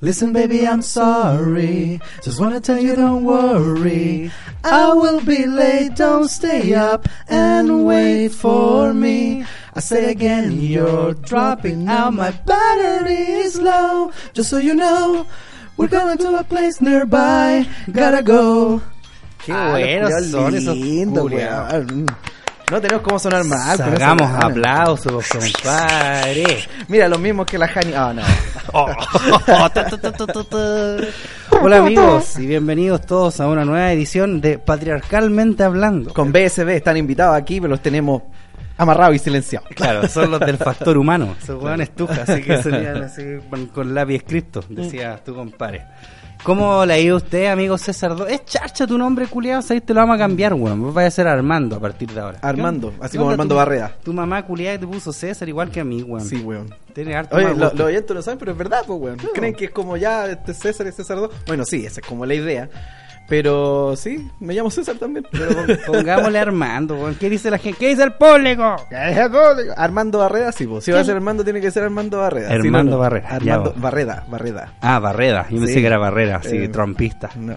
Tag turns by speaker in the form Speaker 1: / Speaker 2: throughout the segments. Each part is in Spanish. Speaker 1: Listen, baby, I'm sorry. Just wanna tell you, don't worry. I will be late, don't stay up and wait for me. I say again, you're dropping out, my battery is low. Just so you know, we're going to a place nearby. Gotta go.
Speaker 2: Qué
Speaker 3: Ah,
Speaker 2: buenos
Speaker 3: los culiaos
Speaker 2: son esos
Speaker 3: lindos,
Speaker 2: culiaos.
Speaker 3: weón. No tenemos cómo sonar mal. con esos
Speaker 2: Hagamos
Speaker 3: weones.
Speaker 2: aplausos, compadre.
Speaker 3: Mira, los mismos que la Hani. Ah, no.
Speaker 2: Oh. Ta, ta, ta, ta, ta, ta. Hola amigos y bienvenidos todos a una nueva edición de Patriarcalmente Hablando.
Speaker 3: Con BSB están invitados aquí, pero los tenemos amarrados y silenciados.
Speaker 2: Claro, son los del factor humano. Esos hueones tujas, así que serían así con, con lápiz escrito, decía tu compadre. ¿Cómo le ha ido a usted, amigo César? Do- Es charcha tu nombre, culiado. Ahí te lo vamos a cambiar, weón. Vos vas a ser Armando a partir de ahora.
Speaker 3: Armando,
Speaker 2: ¿Qué on-
Speaker 3: Ah, así
Speaker 2: qué
Speaker 3: como
Speaker 2: onda
Speaker 3: Armando
Speaker 2: tu-
Speaker 3: Barreda.
Speaker 2: Tu mamá, culiada, te puso César igual que a mí, weón.
Speaker 3: Sí, weón.
Speaker 2: Tiene harto
Speaker 3: Oye,
Speaker 2: más
Speaker 3: lo- los
Speaker 2: gusto.
Speaker 3: oyentes no saben, pero es verdad, pues, weón. Creen que es como ya este César y César 2. Bueno, sí, esa es como la idea. Pero sí, me llamo César también. Pero
Speaker 2: Pongámosle a Armando, weón. ¿Qué dice la gente? ¿Qué dice el público?
Speaker 3: Armando Barreda, sí, pues. Si va a ser Armando, tiene que ser Armando Barreda. Si no,
Speaker 2: Armando
Speaker 3: no.
Speaker 2: Barreda, ya
Speaker 3: Armando
Speaker 2: va.
Speaker 3: Barreda, Barreda.
Speaker 2: Ah, Barreda. Yo pensé
Speaker 3: Sí.
Speaker 2: que era Barrera, así,
Speaker 3: Eh,
Speaker 2: trompista.
Speaker 3: No.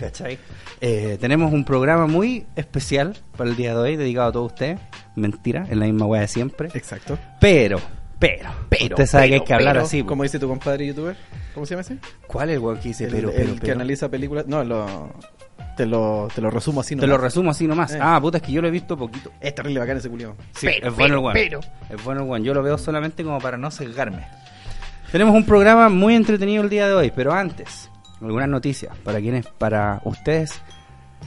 Speaker 2: ¿Cachai? Eh, tenemos un programa muy especial para el día de hoy, dedicado a todos ustedes. Mentira, es la misma weá de siempre.
Speaker 3: Exacto.
Speaker 2: Pero, pero, pero. Usted sabe que hay que hablar
Speaker 3: Pero,
Speaker 2: así. po.
Speaker 3: Como dice tu compadre youtuber. ¿Cómo se llama ese?
Speaker 2: ¿Cuál es el weón que dice
Speaker 3: el,
Speaker 2: pero,
Speaker 3: el
Speaker 2: pero,
Speaker 3: que
Speaker 2: pero?
Speaker 3: analiza películas. No, lo, te, lo, te lo resumo así.
Speaker 2: Te lo resumo así nomás.
Speaker 3: Eh.
Speaker 2: Ah, puta, es que yo lo he visto poquito.
Speaker 3: Es terrible bacán ese culiao.
Speaker 2: Sí, es bueno el weón. Es bueno el weón. Yo lo veo solamente como para no sesgarme. Tenemos un programa muy entretenido el día de hoy, pero antes, algunas noticias para quienes, para ustedes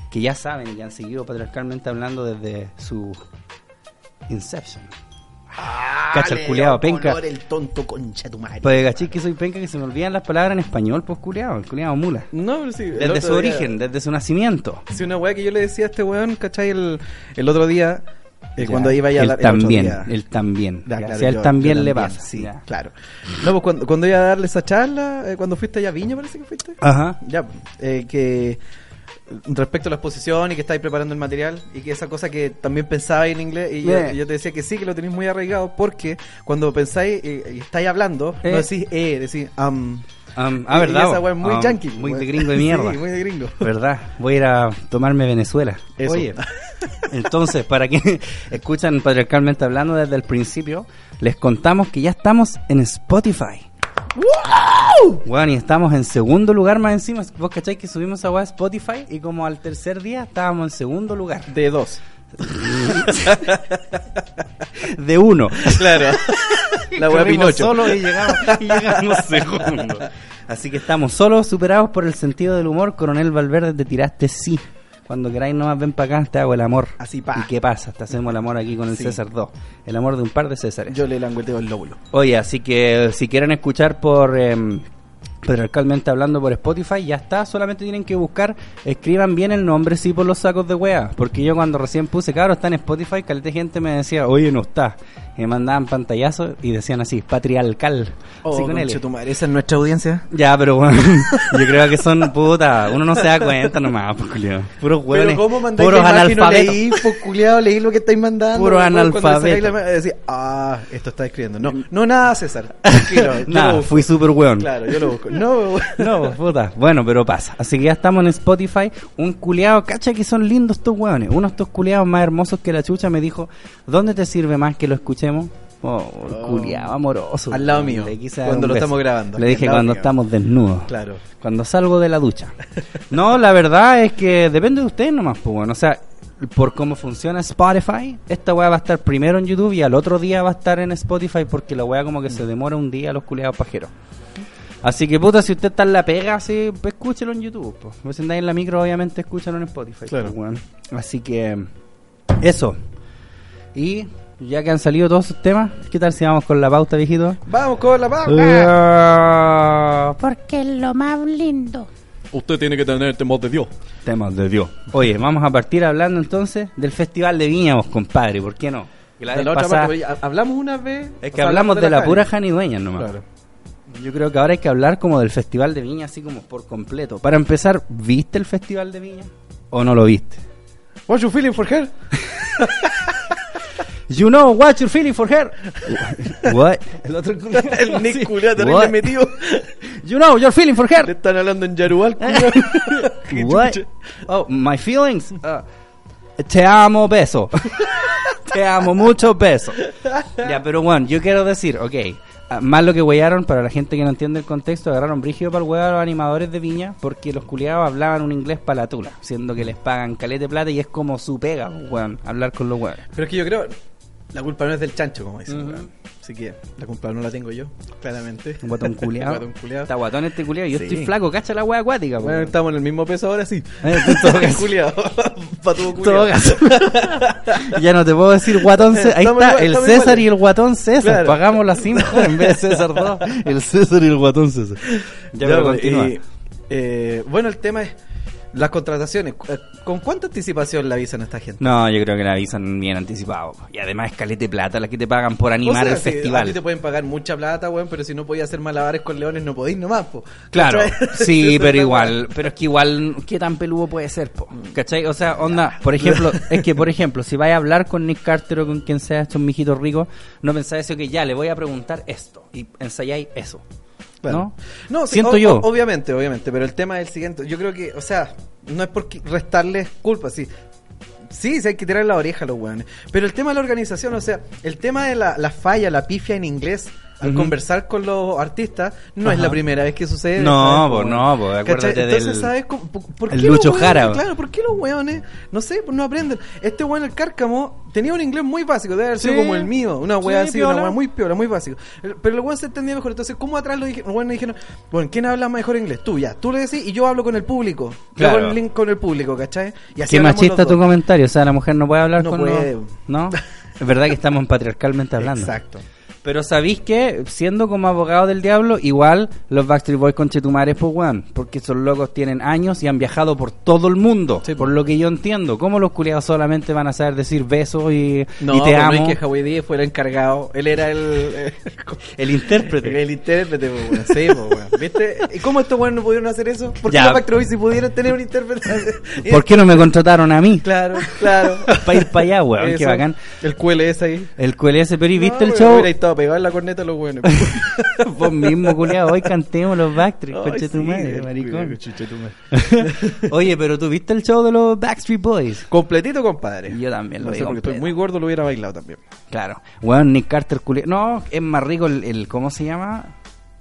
Speaker 2: que ya saben y que han seguido patriarcalmente hablando desde su Inception. Cacha el culiao, penca.
Speaker 3: el tonto concha tu madre.
Speaker 2: Pues cachis que soy penca que se me olvidan las palabras en español, pues culiao, el culiao mula.
Speaker 3: No, pero sí. el
Speaker 2: Desde
Speaker 3: otro
Speaker 2: su
Speaker 3: día-
Speaker 2: origen, desde su nacimiento.
Speaker 3: Sí, una weá que yo le decía a este weón, ¿cachai? El, el otro día, eh,
Speaker 2: Ya,
Speaker 3: cuando iba ya a
Speaker 2: él
Speaker 3: hablar. el otro
Speaker 2: también,
Speaker 3: día.
Speaker 2: él también.
Speaker 3: Ya, claro,
Speaker 2: si a él
Speaker 3: yo-
Speaker 2: también
Speaker 3: yo
Speaker 2: le pasa.
Speaker 3: Sí,
Speaker 2: ya.
Speaker 3: claro. No, pues cuando, cuando iba a darle esa charla, eh, cuando fuiste allá a Viña, parece que fuiste.
Speaker 2: Ajá.
Speaker 3: Ya, eh, que respecto a la exposición y que estáis preparando el material y que esa cosa que también pensabais en inglés y yo,
Speaker 2: Eh.
Speaker 3: yo te decía que sí, que lo tenéis muy arraigado porque cuando pensáis eh, y estáis hablando,
Speaker 2: Eh.
Speaker 3: no decís eh, decís am.
Speaker 2: Am-
Speaker 3: Y-
Speaker 2: ah,
Speaker 3: y
Speaker 2: verdad.
Speaker 3: esa
Speaker 2: po.
Speaker 3: weá es muy
Speaker 2: Am,
Speaker 3: yankee.
Speaker 2: Muy
Speaker 3: weón.
Speaker 2: de gringo de mierda.
Speaker 3: sí, muy de gringo.
Speaker 2: ¿Verdad? Voy a ir a tomarme Venezuela.
Speaker 3: Eso.
Speaker 2: Oye, entonces, para quienes escuchan patriarcalmente hablando desde el principio, les contamos que ya estamos en Spotify. ¡Wow! y estamos en segundo lugar más encima. Vos cacháis que subimos esa weá a Spotify y como al tercer día estábamos en segundo lugar.
Speaker 3: De dos.
Speaker 2: De uno.
Speaker 3: Claro. la weá
Speaker 2: Corrimos
Speaker 3: Pinocho.
Speaker 2: solos y llegamos, y llegamos segundo. Así que estamos solos, superados por el sentido del humor. Coronel Valverde, te tiraste sí. Cuando queráis nomás ven para acá, te hago el amor.
Speaker 3: Así, pa.
Speaker 2: ¿Y qué pasa? Te hacemos el amor aquí con el
Speaker 3: Sí.
Speaker 2: César 2. El amor de un par de Césares.
Speaker 3: Yo le langueteo el lóbulo.
Speaker 2: Oye, así que eh, si quieren escuchar por... Eh, Patriarcalmente hablando por Spotify, ya está, solamente tienen que buscar, escriban bien el nombre, sí, por los sacos de wea. Porque yo cuando recién puse, cabros, está en Spotify, caleta de gente me decía, oye, no está. Y me mandaban pantallazos y decían así, patriarcal.
Speaker 3: Oh,
Speaker 2: así con L.
Speaker 3: conchetumare, esa es nuestra audiencia.
Speaker 2: Ya, pero bueno, yo creo que son puta, uno no se da cuenta nomás, pues, culiao. Puros hueones, puros analfabetos.
Speaker 3: leí, pues culiado, leí lo que estáis mandando.
Speaker 2: Puro
Speaker 3: weón, cuando le sacáis
Speaker 2: analfabeto.
Speaker 3: la ma- decís, ah, esto está escribiendo. No, no nada, César. Tranquilo. yo lo
Speaker 2: Nada,
Speaker 3: busco.
Speaker 2: fui súper hueón.
Speaker 3: Claro, yo lo busco. No,
Speaker 2: No, pues, puta. Bueno, pero pasa. Así que ya estamos en Spotify. Un culeado, cacha que son lindos estos hueones. Uno de estos culeados más hermosos que la chucha me dijo, ¿dónde te sirve más que lo escuchemos? Oh,
Speaker 3: Oh.
Speaker 2: culeado amoroso.
Speaker 3: Al lado mío,
Speaker 2: Le quise dar
Speaker 3: cuando
Speaker 2: un
Speaker 3: lo
Speaker 2: beso.
Speaker 3: estamos grabando.
Speaker 2: Le
Speaker 3: Al
Speaker 2: dije
Speaker 3: lado
Speaker 2: cuando
Speaker 3: mío.
Speaker 2: estamos desnudos.
Speaker 3: claro.
Speaker 2: Cuando salgo de la ducha. No, la verdad es que depende de ustedes nomás, pues, bueno. O sea, por cómo funciona Spotify, esta weá va a estar primero en YouTube y al otro día va a estar en Spotify porque la weá como que se demora un día a los culiados pajeros. Así que puta, si usted está en la pega, sí, pues, escúchelo en YouTube. Pues. Si andáis en la micro, obviamente escúchalo en Spotify.
Speaker 3: Claro.
Speaker 2: pues, weón. Así que eso. Y ya que han salido todos sus temas, ¿qué tal si vamos con la pauta, viejito?
Speaker 3: Vamos con la pauta.
Speaker 2: Ah,
Speaker 4: Porque es lo más lindo.
Speaker 5: Usted tiene que tener temor de Dios.
Speaker 2: Temas de Dios. Oye, vamos a partir hablando entonces del Festival de Viña, vos, compadre, ¿por qué no? Que la
Speaker 3: De
Speaker 2: vez
Speaker 3: la otra
Speaker 2: pasada-
Speaker 3: parte, oye, hablamos una vez.
Speaker 2: es
Speaker 3: o
Speaker 2: que
Speaker 3: sea,
Speaker 2: hablamos de, la,
Speaker 3: calle.
Speaker 2: pura Jani Dueña nomás.
Speaker 3: Claro.
Speaker 2: Yo creo que ahora hay que hablar como del Festival de Viña, así como por completo. Para empezar, ¿viste el Festival de Viña o no lo viste?
Speaker 3: What you feeling for her?
Speaker 2: You know what you're feeling for her. What? El otro
Speaker 3: El Nick culiao
Speaker 2: What?
Speaker 3: terrible metido.
Speaker 2: You know you're feeling for
Speaker 3: Le
Speaker 2: her.
Speaker 3: están hablando en Yarual, culiao.
Speaker 2: What? Oh, my feelings. Ah, te amo, beso. te amo mucho, beso. Ya, pero bueno, yo quiero decir, ok. ah, Más lo que huellaron, para la gente que no entiende el contexto, agarraron brígido para el huevo a los animadores de Viña porque los culiados hablaban un inglés para la tula, siendo que les pagan calete plata y es como su pega, pues, weón, hablar con los huevos.
Speaker 3: Pero es que yo creo, la culpa no es del chancho, como dicen,
Speaker 2: Ujú.
Speaker 3: weón. Así que la culpa no la tengo yo, claramente.
Speaker 2: Un guatón culiado.
Speaker 3: Guatón culiao.
Speaker 2: Está guatón este culiado. Yo
Speaker 3: Sí.
Speaker 2: estoy flaco, cacha la wea acuática, po,
Speaker 3: Bueno,
Speaker 2: weón.
Speaker 3: estamos en el mismo peso ahora sí.
Speaker 2: Eh, en todo caso.
Speaker 3: Culiao. Patudo
Speaker 2: En todo
Speaker 3: culiao.
Speaker 2: caso. ya no te puedo decir guatón César. Ahí
Speaker 3: Estamos
Speaker 2: está,
Speaker 3: igual,
Speaker 2: el
Speaker 3: estamos
Speaker 2: César
Speaker 3: iguales.
Speaker 2: y el guatón César.
Speaker 3: Claro.
Speaker 2: Pagamos las 5 en vez de César 2. El César y el guatón César.
Speaker 3: Ya,
Speaker 2: Ya, pero
Speaker 3: pues,
Speaker 2: continúa.
Speaker 3: y, eh, bueno, el tema es las contrataciones. Cu- eh, ¿Con cuánta anticipación la avisan a esta gente?
Speaker 2: No, yo creo que la avisan bien anticipado. po. Y además es calete plata la que te pagan por animar
Speaker 3: O sea,
Speaker 2: el
Speaker 3: si A ti
Speaker 2: festival.
Speaker 3: te pueden pagar mucha plata, weón, pero si no podías hacer malabares con leones, no podís nomás, po.
Speaker 2: Claro,
Speaker 3: ¿Cachai?
Speaker 2: sí,
Speaker 3: Esa es
Speaker 2: pero
Speaker 3: la
Speaker 2: igual, pero es que igual, ¿qué tan peludo puede ser, po? ¿Cachai? O sea, onda, por ejemplo, es que, por ejemplo, si vais a hablar con Nick Carter o con quien sea estos mijitos ricos, no pensáis eso que ya, le voy a preguntar esto, y ensayáis eso,
Speaker 3: Claro.
Speaker 2: ¿no?
Speaker 3: sí,
Speaker 2: Siento
Speaker 3: o-
Speaker 2: yo.
Speaker 3: o- Obviamente, obviamente, pero el tema es el siguiente. Yo creo que, o sea, no es por qui- restarles culpa, sí. Sí, sí, hay que tirar la oreja a los weones. Pero el tema de la organización, o sea, el tema de la, la falla, la pifia en inglés al
Speaker 2: Ujú.
Speaker 3: conversar con los artistas, no es
Speaker 2: Ajá.
Speaker 3: la primera vez que sucede.
Speaker 2: No,
Speaker 3: ¿sabes?
Speaker 2: po,
Speaker 3: Como-
Speaker 2: no, po, acuérdate
Speaker 3: ¿cachai? Entonces,
Speaker 2: del-
Speaker 3: ¿sabes cómo- por, por
Speaker 2: el
Speaker 3: qué los
Speaker 2: Lucho
Speaker 3: weones-
Speaker 2: Jara, weón.
Speaker 3: Claro, ¿por qué los weones, no sé, pues no aprenden? Este weón, el cárcamo, tenía un inglés muy básico, debe haber sido
Speaker 2: Sí.
Speaker 3: como el mío, una wea
Speaker 2: Sí,
Speaker 3: así,
Speaker 2: piola.
Speaker 3: una wea muy piola, muy básico. El- Pero el weón se entendía mejor. Entonces, ¿cómo atrás lo dijeron? Bueno, dijeron, bueno, ¿quién habla mejor inglés? Tú, ya. Tú le decís y yo hablo con el público. Yo
Speaker 2: Claro.
Speaker 3: hago el link con el público, ¿cachai? Y
Speaker 2: Qué
Speaker 3: hablamos
Speaker 2: machista
Speaker 3: los
Speaker 2: tu
Speaker 3: dos.
Speaker 2: comentario, o sea, la mujer no puede hablar
Speaker 3: No
Speaker 2: con
Speaker 3: puede.
Speaker 2: los- ¿No? Es verdad que estamos patriarcalmente hablando.
Speaker 3: Exacto.
Speaker 2: Pero sabéis que, siendo como abogado del diablo, igual los Backstreet Boys con Chetumares, pues weón, porque esos locos tienen años y han viajado por todo el mundo,
Speaker 3: Sí,
Speaker 2: por lo que yo entiendo. ¿Cómo los culiados solamente van a saber decir besos y,
Speaker 3: No,
Speaker 2: y te
Speaker 3: pero no
Speaker 2: amo?
Speaker 3: es que Hawaii Díaz fuera encargado. Él era el. eh,
Speaker 2: El intérprete.
Speaker 3: El intérprete, pues, weón. Sí, pues, weón. ¿Viste? ¿Y cómo estos weones no pudieron hacer eso? ¿Por qué
Speaker 2: Ya.
Speaker 3: los Backstreet Boys si pudieran tener un intérprete?
Speaker 2: ¿Por qué no me contrataron a mí?
Speaker 3: Claro, claro.
Speaker 2: Para ir para allá, weón, qué
Speaker 3: Eso.
Speaker 2: bacán.
Speaker 3: El QLS ahí.
Speaker 2: El QLS, pero ¿y viste
Speaker 3: No,
Speaker 2: el
Speaker 3: weón,
Speaker 2: show?
Speaker 3: Hubiera estado pegado en la corneta a los buenos.
Speaker 2: Vos mismo, culiado, hoy cantemos los Backstreet, conche tu madre, maricón. Oye, pero ¿tú viste el show de los Backstreet Boys?
Speaker 3: Completito, compadre.
Speaker 2: Yo también lo
Speaker 3: No sé,
Speaker 2: vi
Speaker 3: porque
Speaker 2: completo.
Speaker 3: estoy muy gordo, lo hubiera bailado también.
Speaker 2: Claro. Weón, Nick Carter culiao. No, es más rico el, el- ¿Cómo se llama?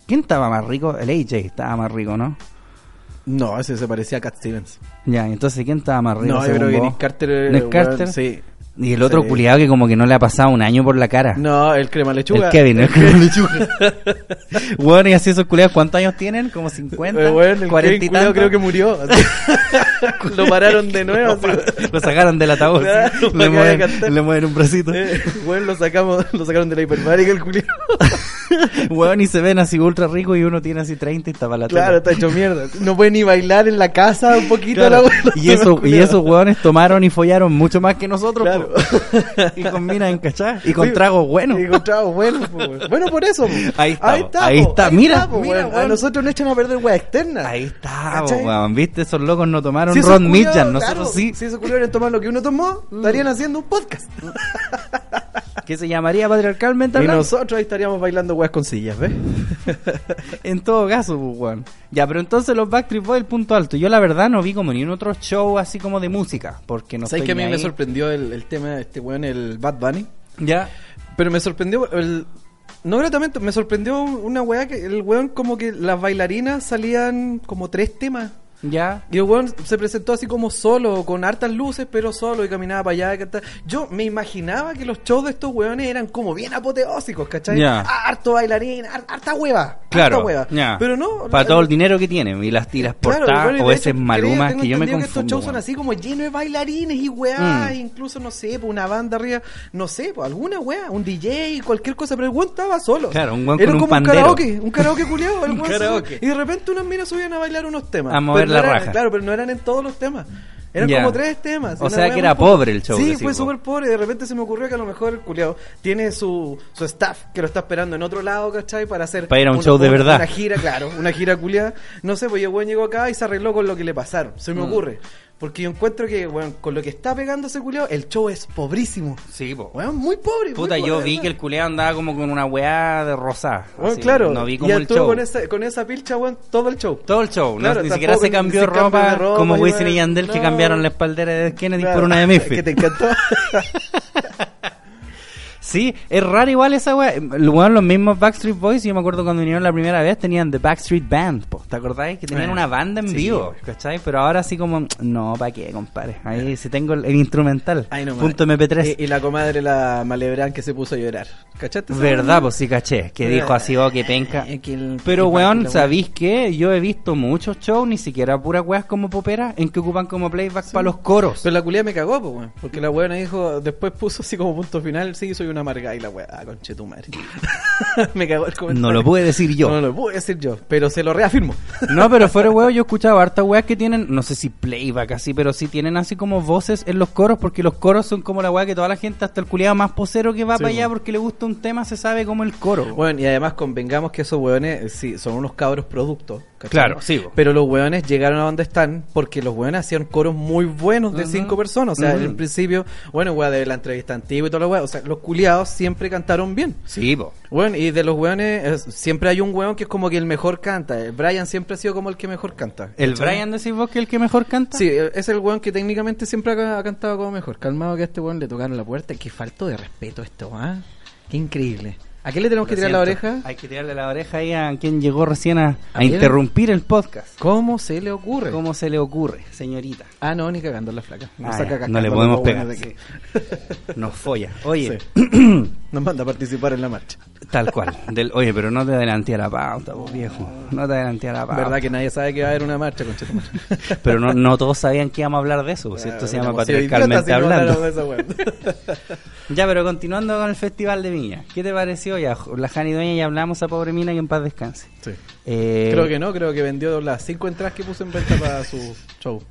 Speaker 2: ¿Quién estaba más rico? El AJ estaba más rico, ¿no?
Speaker 3: No, ese se parecía a Cat Stevens.
Speaker 2: Ya, entonces ¿quién estaba más rico?
Speaker 3: No, yo
Speaker 2: según
Speaker 3: creo que
Speaker 2: vos?
Speaker 3: Nick Carter. eh,
Speaker 2: Nick
Speaker 3: weón,
Speaker 2: Carter.
Speaker 3: sí.
Speaker 2: Y el otro
Speaker 3: Sí.
Speaker 2: culiado que como que no le ha pasado un año por la cara.
Speaker 3: No, el crema lechuga.
Speaker 2: El Kevin, el Kevin lechuga. Weón, y así esos culiados, ¿cuántos años tienen? ¿Como 50?
Speaker 3: Eh, weón, el Kevin
Speaker 2: ¿40 y
Speaker 3: culiao
Speaker 2: tantos?
Speaker 3: creo que murió. así. lo pararon de nuevo. así.
Speaker 2: Lo sacaron del ataúd.
Speaker 3: Claro,
Speaker 2: sí.
Speaker 3: para que vaya
Speaker 2: le,
Speaker 3: a
Speaker 2: mueven,
Speaker 3: cantar.
Speaker 2: le mueven un bracito.
Speaker 3: Eh, weón, lo sacamos, lo sacaron de la hiperbárica el culiao.
Speaker 2: Weón, y se ven así ultra rico y uno tiene así 30 y está para la
Speaker 3: Claro,
Speaker 2: tele.
Speaker 3: está hecho mierda. No puede ni bailar en la casa un poquito
Speaker 2: Claro.
Speaker 3: la weón.
Speaker 2: y, eso, y esos hueones tomaron y follaron mucho más que nosotros.
Speaker 3: Claro.
Speaker 2: po. y con minas encachadas. Y con
Speaker 3: Sí.
Speaker 2: tragos buenos.
Speaker 3: Y con tragos buenos, po, weón. Bueno, por eso. pues. po.
Speaker 2: Ahí está, po. Ahí
Speaker 3: po.
Speaker 2: está. Mira,
Speaker 3: po,
Speaker 2: mira,
Speaker 3: pues, weón. A
Speaker 2: weón.
Speaker 3: nosotros no echan a perder weas externas.
Speaker 2: Ahí está, po,
Speaker 3: ¿Cachai?
Speaker 2: hueón. Viste, esos locos no tomaron
Speaker 3: Si esos
Speaker 2: Ron
Speaker 3: culiados, claro,
Speaker 2: Mitchell. Nosotros sí. Mm.
Speaker 3: Si esos culiados toman lo que uno tomó, estarían haciendo un podcast.
Speaker 2: Que se llamaría patriarcalmente
Speaker 3: Y
Speaker 2: hablando.
Speaker 3: nosotros ahí estaríamos bailando weas con sillas, ¿ves?
Speaker 2: En todo caso, pues, weón. Ya, pero entonces los Backstreet Boys, el punto alto. Yo la verdad no vi como ni un otro show así como de música. Porque no
Speaker 3: ¿Sabes
Speaker 2: estoy
Speaker 3: que a mí
Speaker 2: ni
Speaker 3: me
Speaker 2: ahí.
Speaker 3: sorprendió el, el tema de este weón, el Bad Bunny?
Speaker 2: Ya.
Speaker 3: Pero me sorprendió el... No gratamente, me sorprendió una wea que el weón como que las bailarinas salían como tres temas.
Speaker 2: Ya.
Speaker 3: Y el weón se presentó así como solo, con hartas luces, pero solo, y caminaba para allá. que tal. Yo me imaginaba que los shows de estos weones eran como bien apoteósicos, ¿cachai? Ah,
Speaker 2: Ya.
Speaker 3: Harto bailarín, har- harta hueva.
Speaker 2: Claro,
Speaker 3: Harta hueva.
Speaker 2: ya.
Speaker 3: Pero no.
Speaker 2: Para
Speaker 3: la-
Speaker 2: todo el dinero que tienen y las tiras
Speaker 3: Claro,
Speaker 2: portadas
Speaker 3: bueno, y de
Speaker 2: o ese
Speaker 3: hecho,
Speaker 2: maluma
Speaker 3: creo,
Speaker 2: que yo me
Speaker 3: tengo entendido
Speaker 2: confundo.
Speaker 3: que estos shows son
Speaker 2: weón.
Speaker 3: así como llenos de bailarines y weá,
Speaker 2: Mm.
Speaker 3: e incluso, no sé, pues una banda arriba, no sé, pues alguna weá, un DJ, cualquier cosa, pero el weón estaba solo.
Speaker 2: Claro, un weón
Speaker 3: Era
Speaker 2: con un
Speaker 3: como
Speaker 2: pandero.
Speaker 3: karaoke, un karaoke culiado.
Speaker 2: Un karaoke.
Speaker 3: Y de repente unas minas subían a bailar unos temas.
Speaker 2: A mover
Speaker 3: Pero no
Speaker 2: la
Speaker 3: eran-
Speaker 2: raja.
Speaker 3: Claro, pero no eran en todos los temas. Eran
Speaker 2: Ya.
Speaker 3: como tres temas.
Speaker 2: O
Speaker 3: una
Speaker 2: sea
Speaker 3: weá
Speaker 2: que era
Speaker 3: muy pobre.
Speaker 2: pobre el show,
Speaker 3: Sí,
Speaker 2: decís
Speaker 3: fue
Speaker 2: vos.
Speaker 3: súper pobre. De repente se me ocurrió que a lo mejor el culiado tiene su, su staff que lo está esperando en otro lado, ¿cachai? Para hacer.
Speaker 2: Para ir a un show de
Speaker 3: una-
Speaker 2: verdad.
Speaker 3: una
Speaker 2: Mm.
Speaker 3: gira, claro, una gira culiada. No sé, pues el weón llegó acá y se arregló con lo que le pasaron. Se me ocurre. Porque yo encuentro que, weón, con lo que está pegando ese culiao, el show es pobrísimo.
Speaker 2: Sí, po.
Speaker 3: Weón, muy pobre. muy
Speaker 2: Puta,
Speaker 3: pobre,
Speaker 2: yo vi
Speaker 3: weón.
Speaker 2: que el culé andaba como con una weá de rosada.
Speaker 3: Weón,
Speaker 2: así,
Speaker 3: Ah, claro.
Speaker 2: No vi
Speaker 3: y
Speaker 2: como el
Speaker 3: actuó
Speaker 2: show.
Speaker 3: con esa, con esa pilcha, weón, todo el show.
Speaker 2: Todo el show,
Speaker 3: Claro,
Speaker 2: no, ni
Speaker 3: tampoco-
Speaker 2: siquiera se
Speaker 3: ni
Speaker 2: cambió
Speaker 3: se cambió
Speaker 2: ropa,
Speaker 3: de ropa,
Speaker 2: como
Speaker 3: y
Speaker 2: Wisin y
Speaker 3: bueno,
Speaker 2: Yandel que
Speaker 3: no.
Speaker 2: cambiaron la espaldera de Kennedy
Speaker 3: Claro.
Speaker 2: por una de Memphis.
Speaker 3: que te encantó.
Speaker 2: Sí, es raro igual esa weá. Bueno, los mismos Backstreet Boys, yo me acuerdo cuando vinieron la primera vez, tenían The Backstreet Band, po. ¿te acordáis? Que tenían
Speaker 3: Eh,
Speaker 2: una banda en
Speaker 3: sí,
Speaker 2: vivo,
Speaker 3: güey.
Speaker 2: ¿cachai? Pero ahora así como, no, ¿para qué, compadre? Ahí si tengo el, el instrumental,
Speaker 3: Ay, no,
Speaker 2: punto
Speaker 3: madre.
Speaker 2: mp3.
Speaker 3: Y, y la comadre, la Malebrán, que se puso a llorar. ¿Cachaste? esa
Speaker 2: Verdad,
Speaker 3: weón?
Speaker 2: pues sí, caché, que
Speaker 3: Mira,
Speaker 2: dijo así, oh, que penca.
Speaker 3: eh, que el-
Speaker 2: Pero,
Speaker 3: que
Speaker 2: weón,
Speaker 3: la
Speaker 2: ¿sabéis qué? Yo he visto muchos shows, ni siquiera puras weas como popera, en que ocupan como playback para los coros.
Speaker 3: Pero la culia me cagó, pues, weón. Porque la weona dijo, después puso así como punto final, sí, soy una amarga. Y la weá, ah, conche tu madre. me cagó el comentario.
Speaker 2: No lo pude decir yo.
Speaker 3: No lo pude decir yo, pero se lo reafirmo.
Speaker 2: No, pero fuera de huevo, yo he escuchado hartas weas que tienen, no sé si playback así, pero sí tienen así como voces en los coros, porque los coros son como la wea que toda la gente, hasta el culiado más posero que va
Speaker 3: Sí,
Speaker 2: para allá
Speaker 3: bueno.
Speaker 2: porque le gusta un tema, se sabe como el coro.
Speaker 3: Bueno, y además convengamos que esos weones, eh, sí, son unos cabros productos. ¿cachai?
Speaker 2: Claro, sí, bo.
Speaker 3: Pero los weones llegaron a donde están porque los weones hacían coros muy buenos de
Speaker 2: Ujú.
Speaker 3: cinco personas. O sea,
Speaker 2: Ujú.
Speaker 3: en principio, bueno, weón, de la entrevista antigua y toda la weá. O sea, los culiados siempre cantaron bien.
Speaker 2: sí, po.
Speaker 3: Bueno, y de los weones, eh, siempre hay un weón que es como que el mejor canta. El Brian siempre ha sido como el que mejor canta.
Speaker 2: ¿El
Speaker 3: ¿cachai?
Speaker 2: Brian decís vos que es el que mejor canta?
Speaker 3: Sí, eh, es el weón que técnicamente siempre ha, ha cantado como mejor. Calmado que a este weón le tocaron la puerta. Qué falto de respeto esto, ¿ah? Qué increíble. ¿A qué le tenemos
Speaker 2: Lo
Speaker 3: que tirar la
Speaker 2: siento.
Speaker 3: oreja?
Speaker 2: Hay que tirarle la oreja ahí a quien llegó recién a, a
Speaker 3: ¿A él?
Speaker 2: interrumpir el podcast.
Speaker 3: ¿Cómo se le ocurre?
Speaker 2: ¿Cómo se le ocurre, señorita?
Speaker 3: Ah, no, ni cagando la flaca.
Speaker 2: Ah,
Speaker 3: Nos
Speaker 2: ya,
Speaker 3: saca
Speaker 2: no
Speaker 3: cagando
Speaker 2: le
Speaker 3: los
Speaker 2: podemos
Speaker 3: dos weones
Speaker 2: pegar,
Speaker 3: de aquí.
Speaker 2: Nos folla. Oye,
Speaker 3: Nos manda a participar en la marcha.
Speaker 2: tal cual. Del, oye, pero no te adelanté a la pauta, vos viejo. No te adelanté a la pauta.
Speaker 3: Verdad que nadie sabe que va a haber una marcha, conchetumare.
Speaker 2: Pero no, no todos sabían que íbamos a hablar de eso, pues, esto se llama
Speaker 3: Como si idiota,
Speaker 2: patriarcalmente
Speaker 3: si no
Speaker 2: hablando.
Speaker 3: habláramos de esa weón.
Speaker 2: Ya, pero continuando con el Festival de Viña, ¿qué te pareció? Ya, jo- la Jani Doña ya hablamos a pobre mina que en paz descanse.
Speaker 3: Sí.
Speaker 2: Eh,
Speaker 3: Creo que no, creo que vendió las cinco entradas que puso en venta para su show.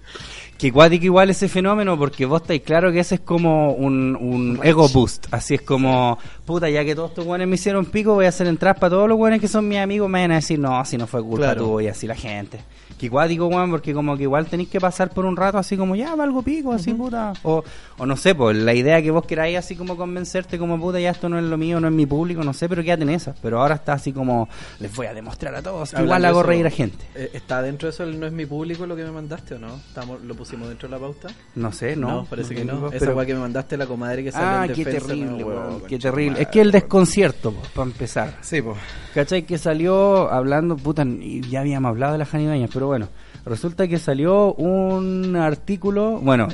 Speaker 2: Que cuático igual ese fenómeno, porque vos estáis claro que ese es como un, un ego boost. Así es como, puta, ya que todos estos guanes me hicieron pico, voy a hacer entradas para todos los guanes que son mis amigos. Me van a decir, no, si no fue culpa
Speaker 3: Claro.
Speaker 2: tuya, así la gente. Que cuático, guan, porque como que igual tenéis que pasar por un rato así como, ya, valgo pico, así, puta. O, o no sé, pues la idea que vos queráis así como convencerte, como, puta, ya esto no es lo mío, no es mi público, no sé, pero quédate en esas. Pero ahora está así como, les voy a demostrar a todos que igual
Speaker 3: Hablando
Speaker 2: hago
Speaker 3: de eso,
Speaker 2: reír a gente.
Speaker 3: eh, ¿Está dentro de eso el no es mi público lo que me mandaste o no? ¿Estamos, ¿Lo pusimos dentro de la pauta?
Speaker 2: No sé, no.
Speaker 3: parece que
Speaker 2: tengo,
Speaker 3: no. Esa
Speaker 2: pero-
Speaker 3: weá que me mandaste la comadre que sale
Speaker 2: Ah,
Speaker 3: en
Speaker 2: qué
Speaker 3: defensa,
Speaker 2: terrible,
Speaker 3: no, weón,
Speaker 2: weón, qué
Speaker 3: concha
Speaker 2: terrible.
Speaker 3: tu
Speaker 2: Es que el
Speaker 3: madre, weón.
Speaker 2: desconcierto, para empezar.
Speaker 3: Sí, pues.
Speaker 2: ¿Cachai? Que salió hablando, puta, y ya habíamos hablado de la Jani Bañas, pero bueno, resulta que salió un artículo, bueno,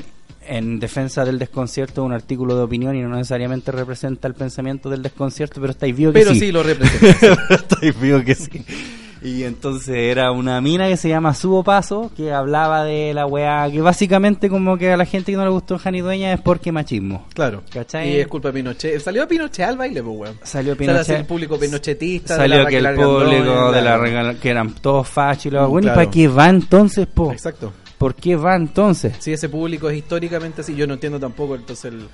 Speaker 2: en defensa del desconcierto, un artículo de opinión y no necesariamente representa el pensamiento del desconcierto, pero estáis vivo que
Speaker 3: Pero
Speaker 2: sí.
Speaker 3: sí lo representa.
Speaker 2: Estoy vivo que sí. Y entonces era una mina que se llama Subo Paso, que hablaba de la weá, que básicamente como que a la gente que no le gustó Jani Dueña es porque machismo.
Speaker 3: Claro.
Speaker 2: ¿Cachai?
Speaker 3: Y es culpa de Pinochet. Eh, Salió Pinochet al baile, pues, weón.
Speaker 2: Salió
Speaker 3: Sale así
Speaker 2: Pinochet.
Speaker 3: el público pinochetista. de
Speaker 2: Salió
Speaker 3: la
Speaker 2: que el
Speaker 3: Raquel Argandón,
Speaker 2: público de la
Speaker 3: la-
Speaker 2: regala- que eran todos fáciles. Bueno,
Speaker 3: Mm,
Speaker 2: ¿y
Speaker 3: claro.
Speaker 2: para qué va entonces, po?
Speaker 3: Exacto.
Speaker 2: ¿Por qué va entonces?
Speaker 3: Sí, ese público es históricamente así. Yo no entiendo tampoco, entonces, el,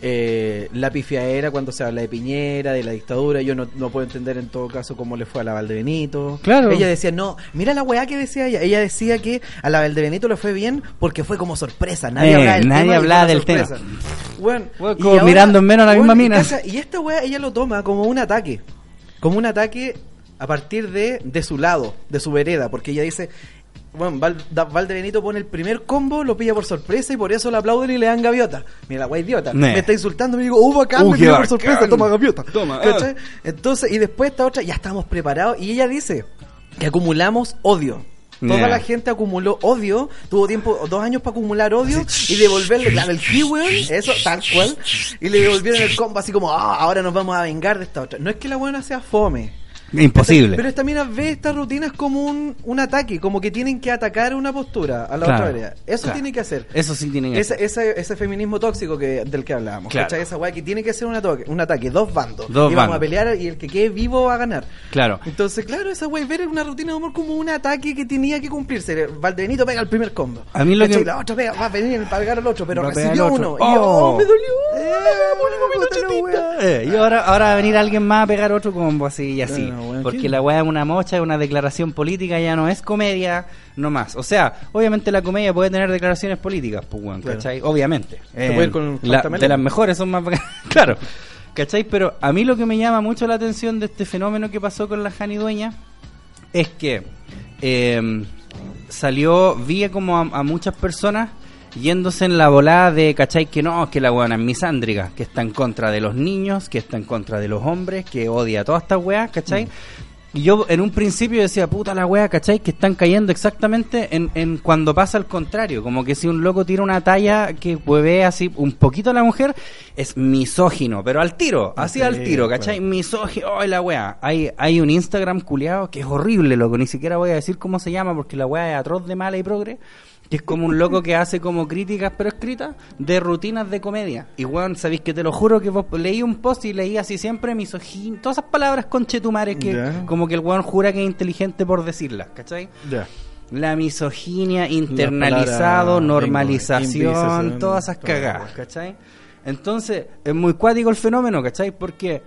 Speaker 3: eh, la pifiadera cuando se habla de Piñera, de la dictadura. Yo no, no puedo entender en todo caso cómo le fue a la Valdebenito.
Speaker 2: Claro.
Speaker 3: Ella decía, no, mira la weá que decía ella. Ella decía que a la Valdebenito le fue bien porque fue como sorpresa. Nadie
Speaker 2: Eh,
Speaker 3: hablaba del
Speaker 2: nadie
Speaker 3: tema. y fue
Speaker 2: hablaba
Speaker 3: una
Speaker 2: del tema.
Speaker 3: sorpresa. Weón,
Speaker 2: Weón,
Speaker 3: y
Speaker 2: como mirando en menos a la
Speaker 3: weón,
Speaker 2: misma mina.
Speaker 3: cacha, y esta weá ella lo toma como un ataque. Como un ataque a partir de, de su lado, de su vereda. Porque ella dice. Bueno, Val, Da- Valdebenito pone el primer combo, lo pilla por sorpresa y por eso le aplauden y le dan gaviota. Mira, la wea idiota.
Speaker 2: Ne.
Speaker 3: Me está insultando, me digo, hubo acá, me
Speaker 2: Uh, qué
Speaker 3: pilló por
Speaker 2: bacán.
Speaker 3: sorpresa, toma gaviota.
Speaker 2: Toma, ah.
Speaker 3: ¿Cachai? Entonces, y después esta otra, ya estamos preparados. Y ella dice que acumulamos odio. Toda
Speaker 2: Yeah.
Speaker 3: la gente acumuló odio, tuvo tiempo, dos años para acumular odio y devolverle, claro, el ki, weón, eso, tal cual, y le devolvieron el combo así como, ah, ahora nos vamos a vengar de esta otra. No es que la buena sea fome,
Speaker 2: Imposible.
Speaker 3: pero esta mina ve estas rutinas como un, un ataque, como que tienen que atacar una postura a la
Speaker 2: Claro,
Speaker 3: otra vereda. Eso
Speaker 2: claro. Eh,
Speaker 3: tiene que hacer.
Speaker 2: Eso sí tienen que
Speaker 3: Ese, ese, ese feminismo tóxico que, del que hablábamos.
Speaker 2: Claro.
Speaker 3: ¿cachai? Esa weá que tiene que ser un ataque, un ataque dos bandos.
Speaker 2: Dos
Speaker 3: y vamos
Speaker 2: bandos.
Speaker 3: a pelear y el que quede vivo va a ganar.
Speaker 2: Claro.
Speaker 3: Entonces, claro, esa weá ver una rutina de humor como un ataque que tenía que cumplirse. Valdebenito pega el primer combo.
Speaker 2: A mí lo
Speaker 3: ¿cachai?
Speaker 2: que-
Speaker 3: La otra pega, va a venir a pagar al otro, pero
Speaker 2: Va a pegar
Speaker 3: recibió
Speaker 2: el otro.
Speaker 3: uno. Y yo,
Speaker 2: ¡Oh!
Speaker 3: oh, me dolió. la
Speaker 2: Eh,
Speaker 3: weá, público
Speaker 2: puta la
Speaker 3: pinochetista.
Speaker 2: wea. Eh, y ahora, ahora va a venir alguien más a pegar otro combo así y así.
Speaker 3: No, no, bueno, weón.
Speaker 2: Porque
Speaker 3: ¿Qué?
Speaker 2: la weá es una mocha, es una declaración política, ya no es comedia nomás. O sea, obviamente la comedia puede tener declaraciones políticas, pues weón,
Speaker 3: Claro.
Speaker 2: ¿cachai? Obviamente.
Speaker 3: Te puede ir con
Speaker 2: Eh, la-
Speaker 3: Fantamelón.
Speaker 2: de las mejores son más bacanas, claro. ¿Cachai? Pero a mí lo que me llama mucho la atención de este fenómeno que pasó con la Jani Dueña es que eh, salió, vi como a, a muchas personas yéndose en la volada de, ¿cachai? Que no, que la weona es misándrica, que está en contra de los niños, que está en contra de los hombres, que odia a todas estas weas,
Speaker 3: Mm.
Speaker 2: ¿cachai? Y yo en un principio decía, puta la wea, ¿cachai? Que están cayendo exactamente en, en cuando pasa al contrario. Como que si un loco tira una talla que hueve así un poquito a la mujer, es misógino, pero al tiro, así
Speaker 3: Sí,
Speaker 2: al tiro,
Speaker 3: claro.
Speaker 2: ¿cachai? misógino, ¡ay la wea! Hay, hay un Instagram culiado que es horrible, loco, ni siquiera voy a decir cómo se llama porque la wea es atroz de mala y progre, que es como un loco que hace como críticas pero escritas de rutinas de comedia. Y weón, sabéis que te lo juro que vos leí un post y leí así siempre misogin, todas esas palabras conchetumares que
Speaker 3: Ya.
Speaker 2: como que el weón jura que es inteligente por decirlas, ¿cachai?
Speaker 3: Ya.
Speaker 2: La misoginia, internalizado,
Speaker 3: palabra,
Speaker 2: normalización,
Speaker 3: invisibilización,
Speaker 2: todas esas
Speaker 3: toda la
Speaker 2: cagadas,
Speaker 3: wea.
Speaker 2: ¿cachai? Entonces, es muy cuático el fenómeno, ¿cachai? Porque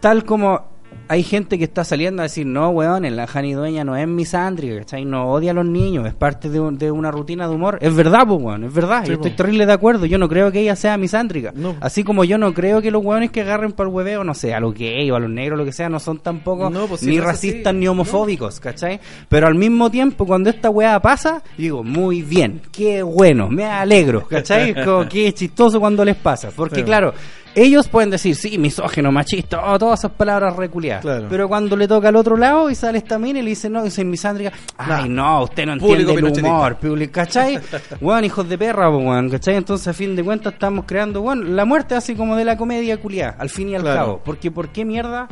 Speaker 2: tal como hay gente que está saliendo a decir, no, weón, la Jani Dueña no es misándrica, ¿cachai? No odia a los niños, es parte de, un- de una rutina de humor. Es verdad, pues, weón, es verdad.
Speaker 3: Sí,
Speaker 2: yo
Speaker 3: po.
Speaker 2: estoy terrible de acuerdo. Yo no creo que ella sea misándrica.
Speaker 3: No.
Speaker 2: Así como yo no creo que los weones que agarren para el hueveo, no sé, a los gays o a los negros, lo que sea, no son tampoco
Speaker 3: No, pues, si
Speaker 2: ni
Speaker 3: no es así,
Speaker 2: racistas ni
Speaker 3: no.
Speaker 2: homofóbicos chicos, ¿cachai? Pero al mismo tiempo, cuando esta weá pasa, digo, muy bien, qué bueno, me alegro, ¿cachai? Como, qué chistoso cuando les pasa. Porque,
Speaker 3: Sí.
Speaker 2: claro, ellos pueden decir, sí, misógeno, machista, oh, todas esas palabras reculeadas.
Speaker 3: Claro.
Speaker 2: Pero cuando le toca al otro lado y sale esta mina y le dice, no, dice misándrica, ay, no, usted no
Speaker 3: Público
Speaker 2: entiende el
Speaker 3: pinochetista.
Speaker 2: humor, público, ¿cachai? Weón, hijos de perra, po, weón, ¿cachai? Entonces, a fin de cuentas, estamos creando, weón, la muerte así como de la comedia culiada, al fin y al
Speaker 3: Claro.
Speaker 2: cabo. Porque, ¿por qué mierda?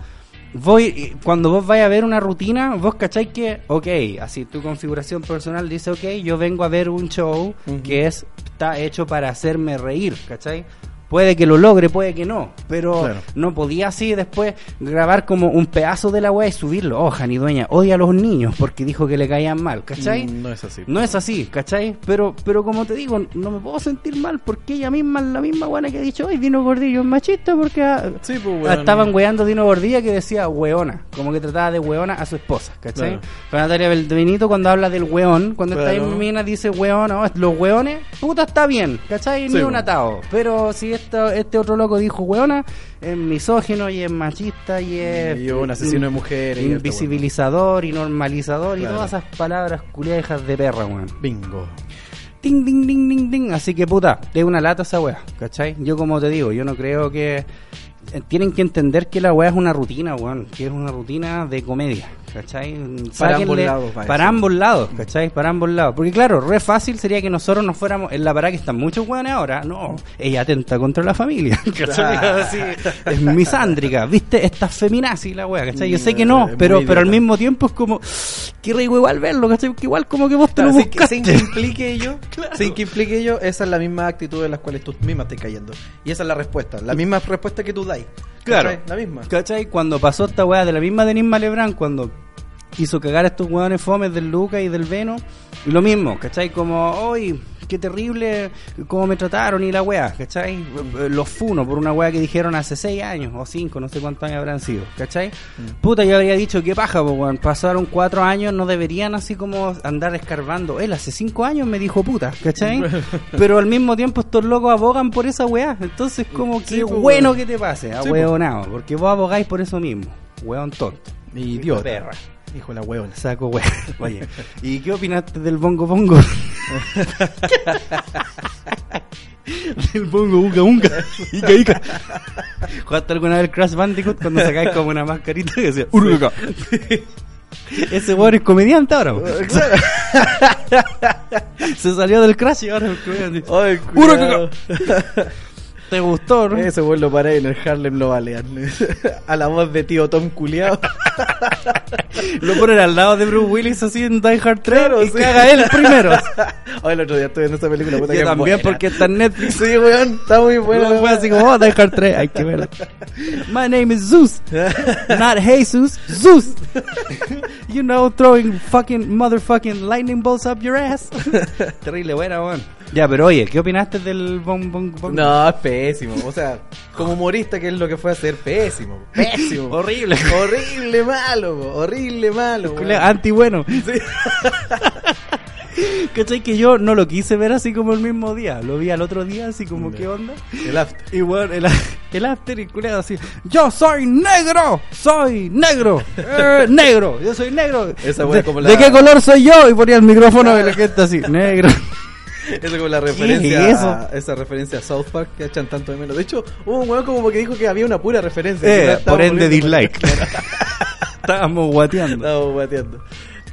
Speaker 2: Voy, y cuando vos vais a ver una rutina, vos cacháis que, ok, así tu configuración personal dice, ok, yo vengo a ver un show
Speaker 3: Ujú.
Speaker 2: que es está hecho para hacerme reír, ¿cachai? Puede que lo logre, puede que no, pero
Speaker 3: Claro.
Speaker 2: no podía así después grabar como un pedazo de la web y subirlo. Oh, Jani Dueña, odia a los niños porque dijo que le caían mal, ¿cachai?
Speaker 3: Mm, No es así.
Speaker 2: No es así, ¿cachai? Pero, pero como te digo, no me puedo sentir mal porque ella misma es la misma buena que ha dicho, hoy Dino Gordillo es machista porque ah,
Speaker 3: Sí, pues, weón.
Speaker 2: ah, estaban weando a Dino Gordillo que decía weona, como que trataba de weona a su esposa, ¿cachai?
Speaker 3: Claro.
Speaker 2: Pero Natalia Benito cuando habla del weón, cuando está
Speaker 3: Claro.
Speaker 2: ahí mina dice weona, oh, los weones, puta está bien, ¿cachai?
Speaker 3: Sí,
Speaker 2: Ni un
Speaker 3: po.
Speaker 2: atado. Pero si esto, este otro loco dijo weona, es misógino y es machista y es...
Speaker 3: Y un asesino de mujeres. y harta, weón.
Speaker 2: Invisibilizador y normalizador y
Speaker 3: Claro.
Speaker 2: todas esas palabras culejas de perra, weón.
Speaker 3: Bingo.
Speaker 2: Ting, ding, ding, ding, ding. Así que puta, es una lata esa weá, ¿cachai? Yo como te digo, yo no creo que... eh, Tienen que entender que la weá es una rutina, weón. Que es una rutina de comedia, ¿cachai? Sáquenle-
Speaker 3: Para ambos lados, parece. Mm.
Speaker 2: Para ambos lados, ¿cachai? Para ambos lados. Porque claro, re fácil sería que nosotros nos fuéramos... En la parada que están muchos weones ahora, no. Ella atenta contra la familia, ¿cachai? Así, es misándrica, ¿viste? Esta feminazi la weá, ¿cachai? Yo sé que
Speaker 3: Mm, Es
Speaker 2: no,
Speaker 3: muy
Speaker 2: pero, pero al
Speaker 3: idiota.
Speaker 2: mismo tiempo es como... Qué rico igual verlo, ¿cachai? Porque igual como que vos te
Speaker 3: Claro,
Speaker 2: lo
Speaker 3: sin, que,
Speaker 2: buscaste.
Speaker 3: sin que implique yo,
Speaker 2: Claro.
Speaker 3: sin que implique yo, esa es la misma actitud de las cuales tú misma estás cayendo. Y esa es la respuesta, la misma respuesta que tú dais.
Speaker 2: Claro.
Speaker 3: ¿Cachai? La misma.
Speaker 2: ¿Cachai? Cuando pasó esta weá de la misma Denise Malebrán, cuando quiso cagar a estos weones fomes del Luca y del Veno, y lo mismo, ¿cachai? Como, hoy qué terrible cómo me trataron y la weá, ¿cachai? Eh, Los funo por una weá que dijeron hace seis años o cinco, no sé cuántos años habrán sido, ¿cachai?
Speaker 3: Mm.
Speaker 2: Puta, yo habría dicho, qué paja, po, weón, pasaron cuatro años, no deberían así como andar escarbando. Él hace cinco años me dijo puta, ¿cachai? Pero al mismo tiempo estos locos abogan por esa weá, entonces como
Speaker 3: Sí,
Speaker 2: qué
Speaker 3: po,
Speaker 2: bueno
Speaker 3: weón.
Speaker 2: que te pase,
Speaker 3: Sí, po.
Speaker 2: ahueonado, porque vos abogáis por eso mismo, weón tonto.
Speaker 3: Idiota.
Speaker 2: Perra.
Speaker 3: Hijo de la huevona.
Speaker 2: Saco weón. Oye, ¿y qué opinaste del bongo bongo? del bongo unga unga. Ica ica. ¿Jugaste alguna vez el Crash Bandicoot cuando sacáis como una mascarita que decía urga? Ese weón es comediante ahora. po. Se salió del Crash y ahora es comediante.
Speaker 3: Ay,
Speaker 2: cuidado. ¿Te gustó, no?
Speaker 3: Ese vuelo para en el Harlem lo balean. A la voz de tío Tom Culeado.
Speaker 2: Lo ponen al lado de Bruce Willis así en Die Hard 3
Speaker 3: Claro,
Speaker 2: y
Speaker 3: sí.
Speaker 2: caga él primero.
Speaker 3: Hoy el otro día estoy viendo esta película.
Speaker 2: Yo
Speaker 3: puta, que
Speaker 2: también
Speaker 3: es buena.
Speaker 2: porque está en Netflix.
Speaker 3: Sí, weón, está muy
Speaker 2: Bueno,
Speaker 3: buena.
Speaker 2: así como, oh, Die Hard 3, hay que verla. My name is Zeus. Not Jesus, Zeus. You know, throwing fucking motherfucking lightning bolts up your ass. Terrible buena, weón. Ya, pero oye, ¿qué opinaste del bong bong bong?
Speaker 3: No, es pésimo. O sea, como humorista, que es lo que fue hacer? Pésimo. Pésimo.
Speaker 2: Horrible.
Speaker 3: horrible malo, po, horrible malo.
Speaker 2: Culea,
Speaker 3: weón.
Speaker 2: Anti bueno.
Speaker 3: Sí.
Speaker 2: ¿Cachai? Que yo no lo quise ver así como el mismo día. Lo vi al otro día así como, ¿qué onda?
Speaker 3: El after.
Speaker 2: Y bueno, el, el after y culiao así, yo soy negro, soy negro, eh, negro, yo soy negro.
Speaker 3: Esa wea
Speaker 2: de,
Speaker 3: es como la-
Speaker 2: ¿De qué color soy yo? Y ponía el micrófono de la gente así, negro.
Speaker 3: Esa es como la referencia
Speaker 2: es eso?
Speaker 3: a esa referencia a South Park que echan tanto de menos. De hecho, hubo un weón como que dijo que había una pura referencia.
Speaker 2: Eh,
Speaker 3: que la estábamos
Speaker 2: por ende,
Speaker 3: volviendo-
Speaker 2: dislike. Estábamos guateando.
Speaker 3: Estábamos guateando.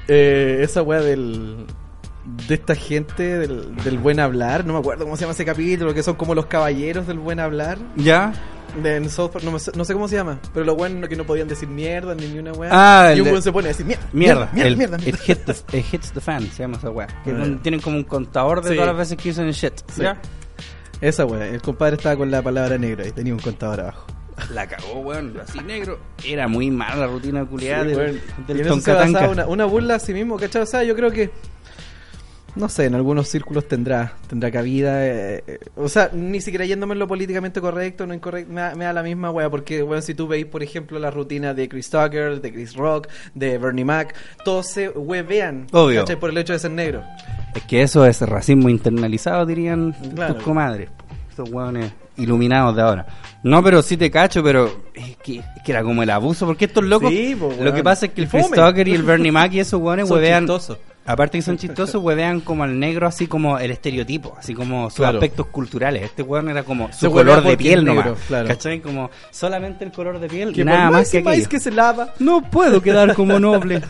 Speaker 3: Eh, esa weá del. De esta gente del, del buen hablar, no me acuerdo cómo se llama ese capítulo, que son como los caballeros del buen hablar
Speaker 2: ¿Ya?
Speaker 3: de, en South Park, no, me sé- no sé cómo se llama, pero los buenos que no podían decir mierda ni, ni una weá.
Speaker 2: Ah,
Speaker 3: y un
Speaker 2: el-
Speaker 3: weón se pone a decir mierda,
Speaker 2: Mierda,
Speaker 3: mierda,
Speaker 2: el-
Speaker 3: mierda.
Speaker 2: It, hit the, it hits the fan, se llama esa wea. Que
Speaker 3: Ah,
Speaker 2: un-
Speaker 3: ya.
Speaker 2: tienen como un contador de
Speaker 3: Sí.
Speaker 2: todas las veces que dicen shit.
Speaker 3: Sí.
Speaker 2: ¿Ya?
Speaker 3: Esa weá, el compadre estaba con la palabra negra y tenía un contador abajo.
Speaker 2: La cagó, weón, así negro. Era muy mala la rutina culiada
Speaker 3: Sí,
Speaker 2: del,
Speaker 3: weón.
Speaker 2: del
Speaker 3: Y en eso se
Speaker 2: toncatanca.
Speaker 3: basaba una, una burla a sí mismo, ¿cachai? O sea, yo creo que. No sé, en algunos círculos tendrá tendrá cabida. eh, eh, o sea, ni siquiera yéndome en lo políticamente correcto no incorrecto, me da, me da la misma wea. Porque, bueno, si tú veis, por ejemplo, la rutina de Chris Tucker, de Chris Rock, de Bernie Mac, todos se huevean.
Speaker 2: Obvio.
Speaker 3: ¿cachai? Por el hecho de ser negro.
Speaker 2: Es que eso es racismo internalizado, dirían
Speaker 3: Claro.
Speaker 2: tus comadres. po. Estos hueones iluminados de ahora. No, pero sí te cacho, pero es que, es que era como el abuso, porque estos locos.
Speaker 3: Sí, po,
Speaker 2: lo
Speaker 3: weón.
Speaker 2: que pasa es que el
Speaker 3: Y fome.
Speaker 2: Chris Tucker y el Bernie Mac y esos hueones
Speaker 3: Son
Speaker 2: huevean.
Speaker 3: chistosos.
Speaker 2: Aparte que son chistosos, huevean como al negro, así como el estereotipo, así como sus
Speaker 3: Claro.
Speaker 2: aspectos culturales. Este hueón era como su
Speaker 3: Se huevea
Speaker 2: color de
Speaker 3: porque
Speaker 2: piel
Speaker 3: es
Speaker 2: nomás.
Speaker 3: negro, claro.
Speaker 2: ¿Cachai? Como solamente el color de piel,
Speaker 3: Que por
Speaker 2: nada Ah, más que
Speaker 3: país
Speaker 2: aquello.
Speaker 3: que se lava.
Speaker 2: No puedo quedar como noble.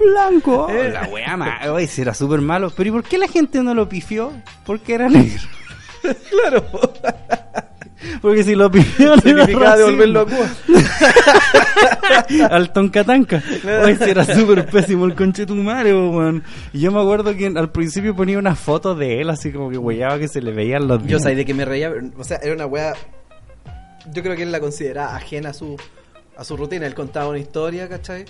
Speaker 2: Blanco.
Speaker 3: Eh.
Speaker 2: La weá, ma- oye, si era súper malo. Pero ¿y por qué la gente no lo pifió? Porque era negro.
Speaker 3: Claro.
Speaker 2: Porque si lo pifió,
Speaker 3: Significaba
Speaker 2: de
Speaker 3: devolverlo a Cuba.
Speaker 2: al Toncatanca. Oye, si era súper pésimo el conchetumare, po, weón. Y yo me acuerdo que al principio ponía unas fotos de él, así como que weyaba que se le veían los
Speaker 3: Yo
Speaker 2: dientes.
Speaker 3: sabía de que me reía, pero, o sea, era una wea. Yo creo que él la consideraba ajena a su, a su rutina. Él contaba una historia, ¿cachai?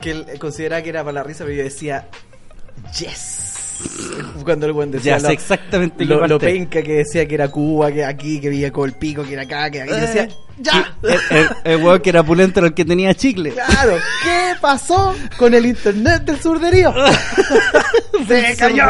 Speaker 3: Que él eh, consideraba que era para la risa, pero yo decía, yes. Cuando el weón decía,
Speaker 2: Ya sé
Speaker 3: lo,
Speaker 2: exactamente qué
Speaker 3: lo, lo
Speaker 2: parte.
Speaker 3: penca que decía que era Cuba, que aquí, que vivía con el pico, que era acá, que aquí.
Speaker 2: Eh.
Speaker 3: Yo decía, ya.
Speaker 2: El, el- el weón que era pulento era el que tenía chicle.
Speaker 3: Claro, ¿qué pasó con el internet del sur de Río? Se cayó.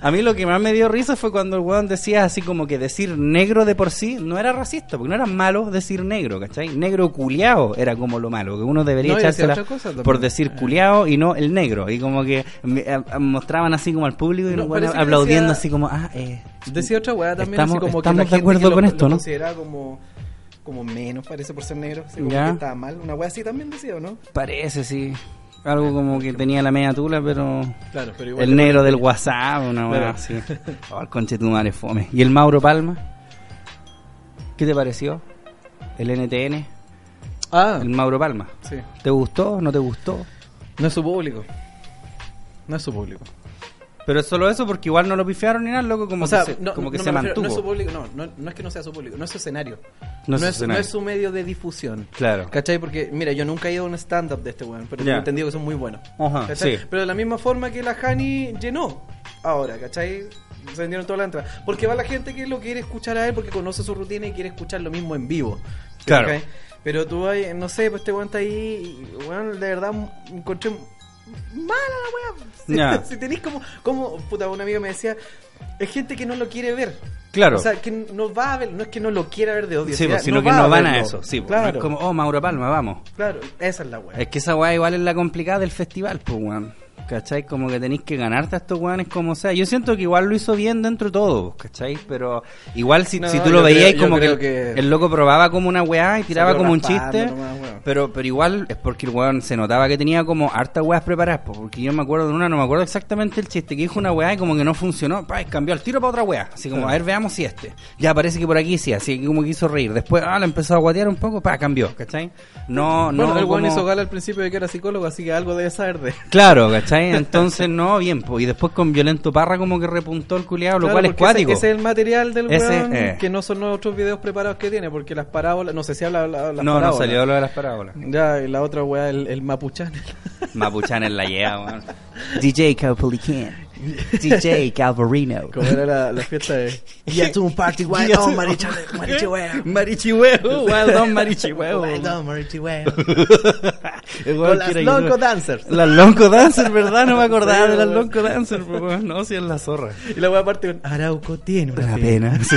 Speaker 2: A mí lo que más me dio risa fue cuando el weón decía así como que decir negro de por sí no era racista, porque no era malo decir negro, ¿cachai? Negro culiao era como lo malo, que uno debería
Speaker 3: No, y decía
Speaker 2: echársela
Speaker 3: otra cosa también. Ah.
Speaker 2: por decir culiao y no el negro. Y como que me- a- a- mostraban así como al público y
Speaker 3: No,
Speaker 2: el weón
Speaker 3: parece que
Speaker 2: aplaudiendo
Speaker 3: decía-
Speaker 2: así como, ah, eh.
Speaker 3: Decía otra weá también,
Speaker 2: Estamos-
Speaker 3: así como
Speaker 2: estamos
Speaker 3: que la
Speaker 2: de
Speaker 3: gente
Speaker 2: acuerdo
Speaker 3: que lo-
Speaker 2: con
Speaker 3: lo
Speaker 2: esto, ¿no?
Speaker 3: consideraba como, como menos, parece, por ser negro. así como
Speaker 2: Ya.
Speaker 3: que estaba mal. Una weá así también decía, ¿o no?
Speaker 2: Parece, sí. Algo como que tenía la media tula, pero...
Speaker 3: Claro, pero
Speaker 2: El negro del WhatsApp, una weá
Speaker 3: Claro.
Speaker 2: así. Oh, el conchetumare fome. ¿Y el Mauro Palma? ¿Qué te pareció? El NTN,
Speaker 3: Ah,
Speaker 2: el Mauro Palma.
Speaker 3: sí.
Speaker 2: ¿Te gustó? ¿No te gustó?
Speaker 3: No es su público. No es su público.
Speaker 2: Pero es solo eso porque igual no lo pifiaron ni nada, loco, como
Speaker 3: o sea,
Speaker 2: que se,
Speaker 3: no,
Speaker 2: como que
Speaker 3: no
Speaker 2: se
Speaker 3: me refiero-
Speaker 2: mantuvo.
Speaker 3: No es su público, no, no, no es que no sea su público, no es su escenario.
Speaker 2: No es su
Speaker 3: es,
Speaker 2: escenario.
Speaker 3: es su medio de difusión.
Speaker 2: Claro.
Speaker 3: ¿Cachai? Porque, mira, yo nunca he ido a un stand-up de este weón, pero
Speaker 2: Ya.
Speaker 3: he entendido que son muy buenos.
Speaker 2: Ajá,
Speaker 3: ¿cachai?
Speaker 2: sí.
Speaker 3: Pero de la misma forma que la Hani llenó ahora, ¿cachai? Se vendieron toda la entrada. Porque va la gente que lo quiere escuchar a él porque conoce su rutina y quiere escuchar lo mismo en vivo. ¿sí?
Speaker 2: Claro.
Speaker 3: ¿cachai? Pero tú, ahí, no sé, pues este weón está ahí y, weón, de verdad m- encontré mala la weá. Si,
Speaker 2: Ya.
Speaker 3: si tenés como, como, puta, un amigo me decía, es gente que no lo quiere ver.
Speaker 2: Claro.
Speaker 3: O sea, que no va a ver, no es que no lo quiera ver de odio,
Speaker 2: Sí,
Speaker 3: o sea,
Speaker 2: pues, sino que
Speaker 3: va
Speaker 2: no van a
Speaker 3: verlo.
Speaker 2: eso. Sí, pues, no
Speaker 3: claro.
Speaker 2: es como, oh, Mauro Palma, vamos.
Speaker 3: Claro, esa es la weá.
Speaker 2: Es que esa weá igual es la complicada del festival, pues, weón. ¿Cachai? Como que tenéis que ganarte a estos weones como sea. Yo siento que igual lo hizo bien dentro de todo, ¿cachai? Pero igual si,
Speaker 3: No,
Speaker 2: si tú lo
Speaker 3: yo
Speaker 2: veías
Speaker 3: creo- yo
Speaker 2: como que,
Speaker 3: creo
Speaker 2: el-
Speaker 3: que-
Speaker 2: el loco probaba como una weá y tiraba
Speaker 3: Salió
Speaker 2: como un
Speaker 3: raspando
Speaker 2: chiste.
Speaker 3: nomás, weón.
Speaker 2: Pero, pero igual es porque el weón se notaba que tenía como hartas weas preparadas. po, Porque yo me acuerdo de una, no me acuerdo exactamente el chiste, que dijo una weá y como que no funcionó. Pa, y cambió el tiro para otra weá. Así como, a ver, veamos si este. Ya parece que por aquí sí, así que como que hizo reír. Después, ah, la empezó a guatear un poco, pa, cambió, ¿cachai? No, no.
Speaker 3: bueno, el weón
Speaker 2: como-
Speaker 3: hizo gala al principio de que era psicólogo, así que algo debe saber de.
Speaker 2: Claro, ¿cachai? Entonces, no, bien, po. y después con Violento Parra como que repuntó el culiado, lo
Speaker 3: Claro,
Speaker 2: cual es
Speaker 3: porque ese-
Speaker 2: cuático.
Speaker 3: Ese, es el material del
Speaker 2: Ese,
Speaker 3: weón,
Speaker 2: eh.
Speaker 3: que no son los otros videos preparados que tiene, porque las parábolas, no sé si habla la, las
Speaker 2: no, no
Speaker 3: parábolas.
Speaker 2: salió lo de las parábolas.
Speaker 3: Ya, y la otra weá, el, el mapuchán.
Speaker 2: Mapuchan en la lleva, weón. DJ Calpolican. DJ Calvarino.
Speaker 3: Como era la, la fiesta de.
Speaker 1: Yeah, to party, why don't Marichi, Marichi,
Speaker 2: Marichihuevo, Wildon Marichihuevo.
Speaker 1: Why don't Marichi, well.
Speaker 2: El weón
Speaker 3: Con las
Speaker 2: quiere que-
Speaker 3: Lonco Dancers.
Speaker 2: Las Lonco Dancer, ¿verdad? No me acordaba de las Lonco Dancer, po, weón. No, si es la zorra.
Speaker 3: Y la weá parte con Arauco tiene una
Speaker 2: La
Speaker 3: pena.
Speaker 2: pena, sí.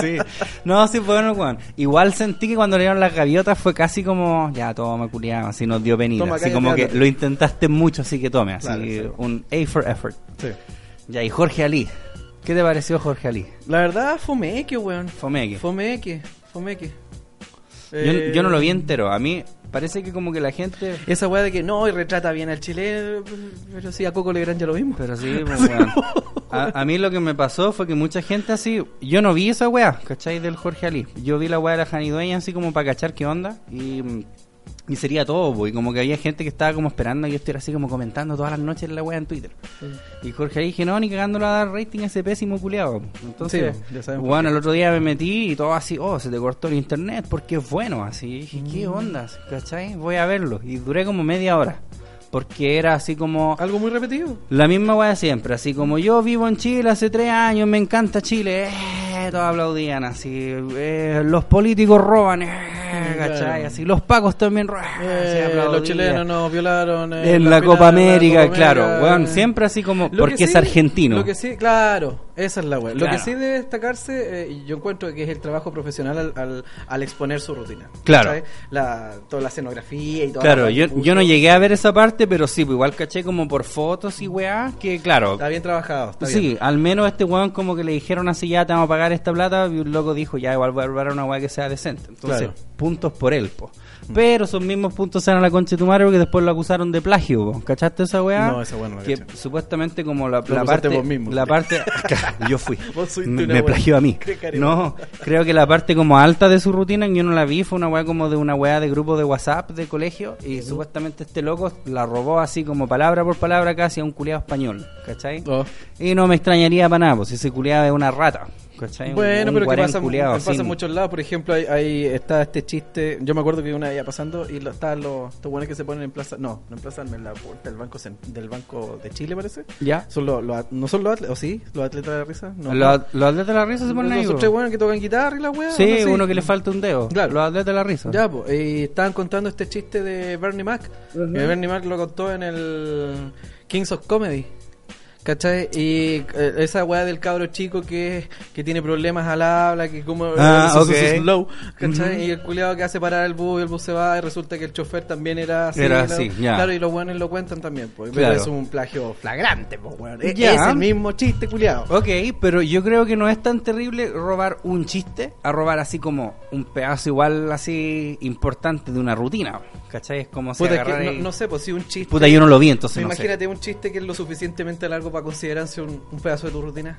Speaker 2: Sí. No, sí, bueno, weón. Igual sentí que cuando le dieron las gaviotas fue casi como, ya, toma, culiado, así nos dio penita.
Speaker 3: Toma,
Speaker 2: así
Speaker 3: cállate,
Speaker 2: como que
Speaker 3: ándate.
Speaker 2: lo intentaste mucho, así que tome, así
Speaker 3: Claro,
Speaker 2: que
Speaker 3: sí.
Speaker 2: un A for effort.
Speaker 3: Sí.
Speaker 2: Ya, y Jorge Ali. ¿Qué te pareció Jorge Ali?
Speaker 3: La verdad, fomeque, weón.
Speaker 2: Fomeque.
Speaker 3: Fomeque, fomeque.
Speaker 2: Yo, yo no lo vi entero, a mí parece que como que la gente...
Speaker 3: Eh, Esa weá de que no, y retrata bien al chileno, pero sí, a Coco Legrand ya lo vimos.
Speaker 2: Pero sí, pues, weón. A, a mí lo que me pasó fue que mucha gente así. Yo no vi esa weá, ¿cachai? Del Jorge Ali. Yo vi la weá de la Janidueña así como para cachar qué onda. Y, mm, y sería todo, pues. Y como que había gente que estaba como esperando que yo estuviera así como comentando todas las noches la weá en Twitter. Y Jorge Ali dije, no, ni cagándolo a dar rating a ese pésimo culiado. Entonces,
Speaker 3: Sí, ya sabemos
Speaker 2: bueno, el otro día me metí y todo así, oh, se te cortó el internet porque es bueno. Así y dije,
Speaker 3: Mm.
Speaker 2: ¿qué onda? ¿cachai? Voy a verlo. Y duré como media hora. Porque era así como.
Speaker 3: Algo muy repetido.
Speaker 2: La misma weá de siempre, así como yo vivo en Chile hace tres años, me encanta Chile, eh, todos aplaudían así, eh, los políticos roban, eh, ¿cachai? Así, los pacos también roban, así
Speaker 3: Eh,
Speaker 2: aplaudían.
Speaker 3: los chilenos nos violaron. eh,
Speaker 2: Ah, En la
Speaker 3: final,
Speaker 2: Copa América,
Speaker 3: Copa
Speaker 2: claro,
Speaker 3: América,
Speaker 2: weón,
Speaker 3: eh.
Speaker 2: siempre así como,
Speaker 3: Lo
Speaker 2: porque
Speaker 3: que
Speaker 2: es
Speaker 3: sí-
Speaker 2: argentino.
Speaker 3: Lo que sí, claro, esa es la weá. Lo
Speaker 2: Claro.
Speaker 3: que sí debe destacarse, eh, y yo encuentro que es el trabajo profesional al, al- al exponer su rutina.
Speaker 2: Claro.
Speaker 3: ¿cachai? La, toda la escenografía y todo.
Speaker 2: Claro, yo, yo no llegué a ver esa parte, pero sí, pues igual caché como por fotos y weá, que claro,
Speaker 3: Está bien trabajado, está
Speaker 2: Sí,
Speaker 3: bien.
Speaker 2: al menos este weón como que le dijeron así, ya te vamos a pagar esta plata, y un loco dijo, ya igual voy a robar una weá que sea decente. Entonces,
Speaker 3: Claro.
Speaker 2: puntos por él, po. Pero esos mismos puntos se dan a la concha de tu madre porque después lo acusaron de plagio, po. ¿cachaste esa weá?
Speaker 3: No, esa weá no la
Speaker 2: Que
Speaker 3: caché.
Speaker 2: supuestamente como la,
Speaker 3: Lo
Speaker 2: la
Speaker 3: acusaste
Speaker 2: parte...
Speaker 3: vos mismo.
Speaker 2: La parte... yo fui.
Speaker 3: Vos subiste
Speaker 2: me
Speaker 3: una
Speaker 2: me
Speaker 3: weá.
Speaker 2: plagió a mí.
Speaker 3: Qué careta.
Speaker 2: No, creo que la parte como alta de su rutina, yo no la vi, fue una weá como de una weá de grupo de WhatsApp de colegio y supuestamente este loco la robó así como palabra por palabra casi a un culiado español, ¿cachai?
Speaker 3: Oh.
Speaker 2: Y no me extrañaría para nada, pues ese culiado es una rata. ¿cachai? Un-
Speaker 3: Bueno,
Speaker 2: un
Speaker 3: pero que
Speaker 2: guarén
Speaker 3: pasa,
Speaker 2: culiao,
Speaker 3: que pasa
Speaker 2: sin-
Speaker 3: en muchos lados. Por ejemplo, ahí, ahí está este chiste. Yo me acuerdo que una iba pasando y lo, estaban los estos buenos que se ponen en plaza. No, no en plaza, en la puerta del banco, Cen- del banco de Chile, parece.
Speaker 2: ¿Ya?
Speaker 3: Son los, los at- no son los atletas, o sí, los atletas de la risa. No,
Speaker 2: Los, los atletas de la risa se ponen ahí.
Speaker 3: Los
Speaker 2: po.
Speaker 3: tres buenos que tocan guitarra y la wea.
Speaker 2: sí,
Speaker 3: no sé.
Speaker 2: uno que le falta un dedo.
Speaker 3: Claro.
Speaker 2: Los atletas de la risa.
Speaker 3: Ya, pues, y estaban contando este chiste de Bernie Mac. Que Bernie Mac lo contó en el Kings of Comedy. ¿Cachai? Y eh, esa weá del cabro chico que, que tiene problemas al habla, que como
Speaker 2: Ah,
Speaker 3: eso es
Speaker 2: ok.
Speaker 3: slow, ¿cachai? Y el culiado que hace parar el bus y el bus se va y resulta que el chofer también era así.
Speaker 2: Era
Speaker 3: ¿no?
Speaker 2: así, ya.
Speaker 3: Claro, y los weones lo cuentan también, pues.
Speaker 2: Claro.
Speaker 3: Pero es un plagio flagrante, pues, weón. E-
Speaker 2: Ya.
Speaker 3: Es el mismo chiste, culiado.
Speaker 2: Ok, pero yo creo que no es tan terrible robar un chiste a robar así como un pedazo igual así importante de una rutina. ¿Cachai? Es como si
Speaker 3: Puta, es que
Speaker 2: agarrar
Speaker 3: no,
Speaker 2: ahí-
Speaker 3: no sé, pues si un chiste.
Speaker 2: Puta, yo no lo vi, entonces no sé.
Speaker 3: imagínate un chiste que es lo suficientemente largo para considerarse un, un pedazo de tu rutina.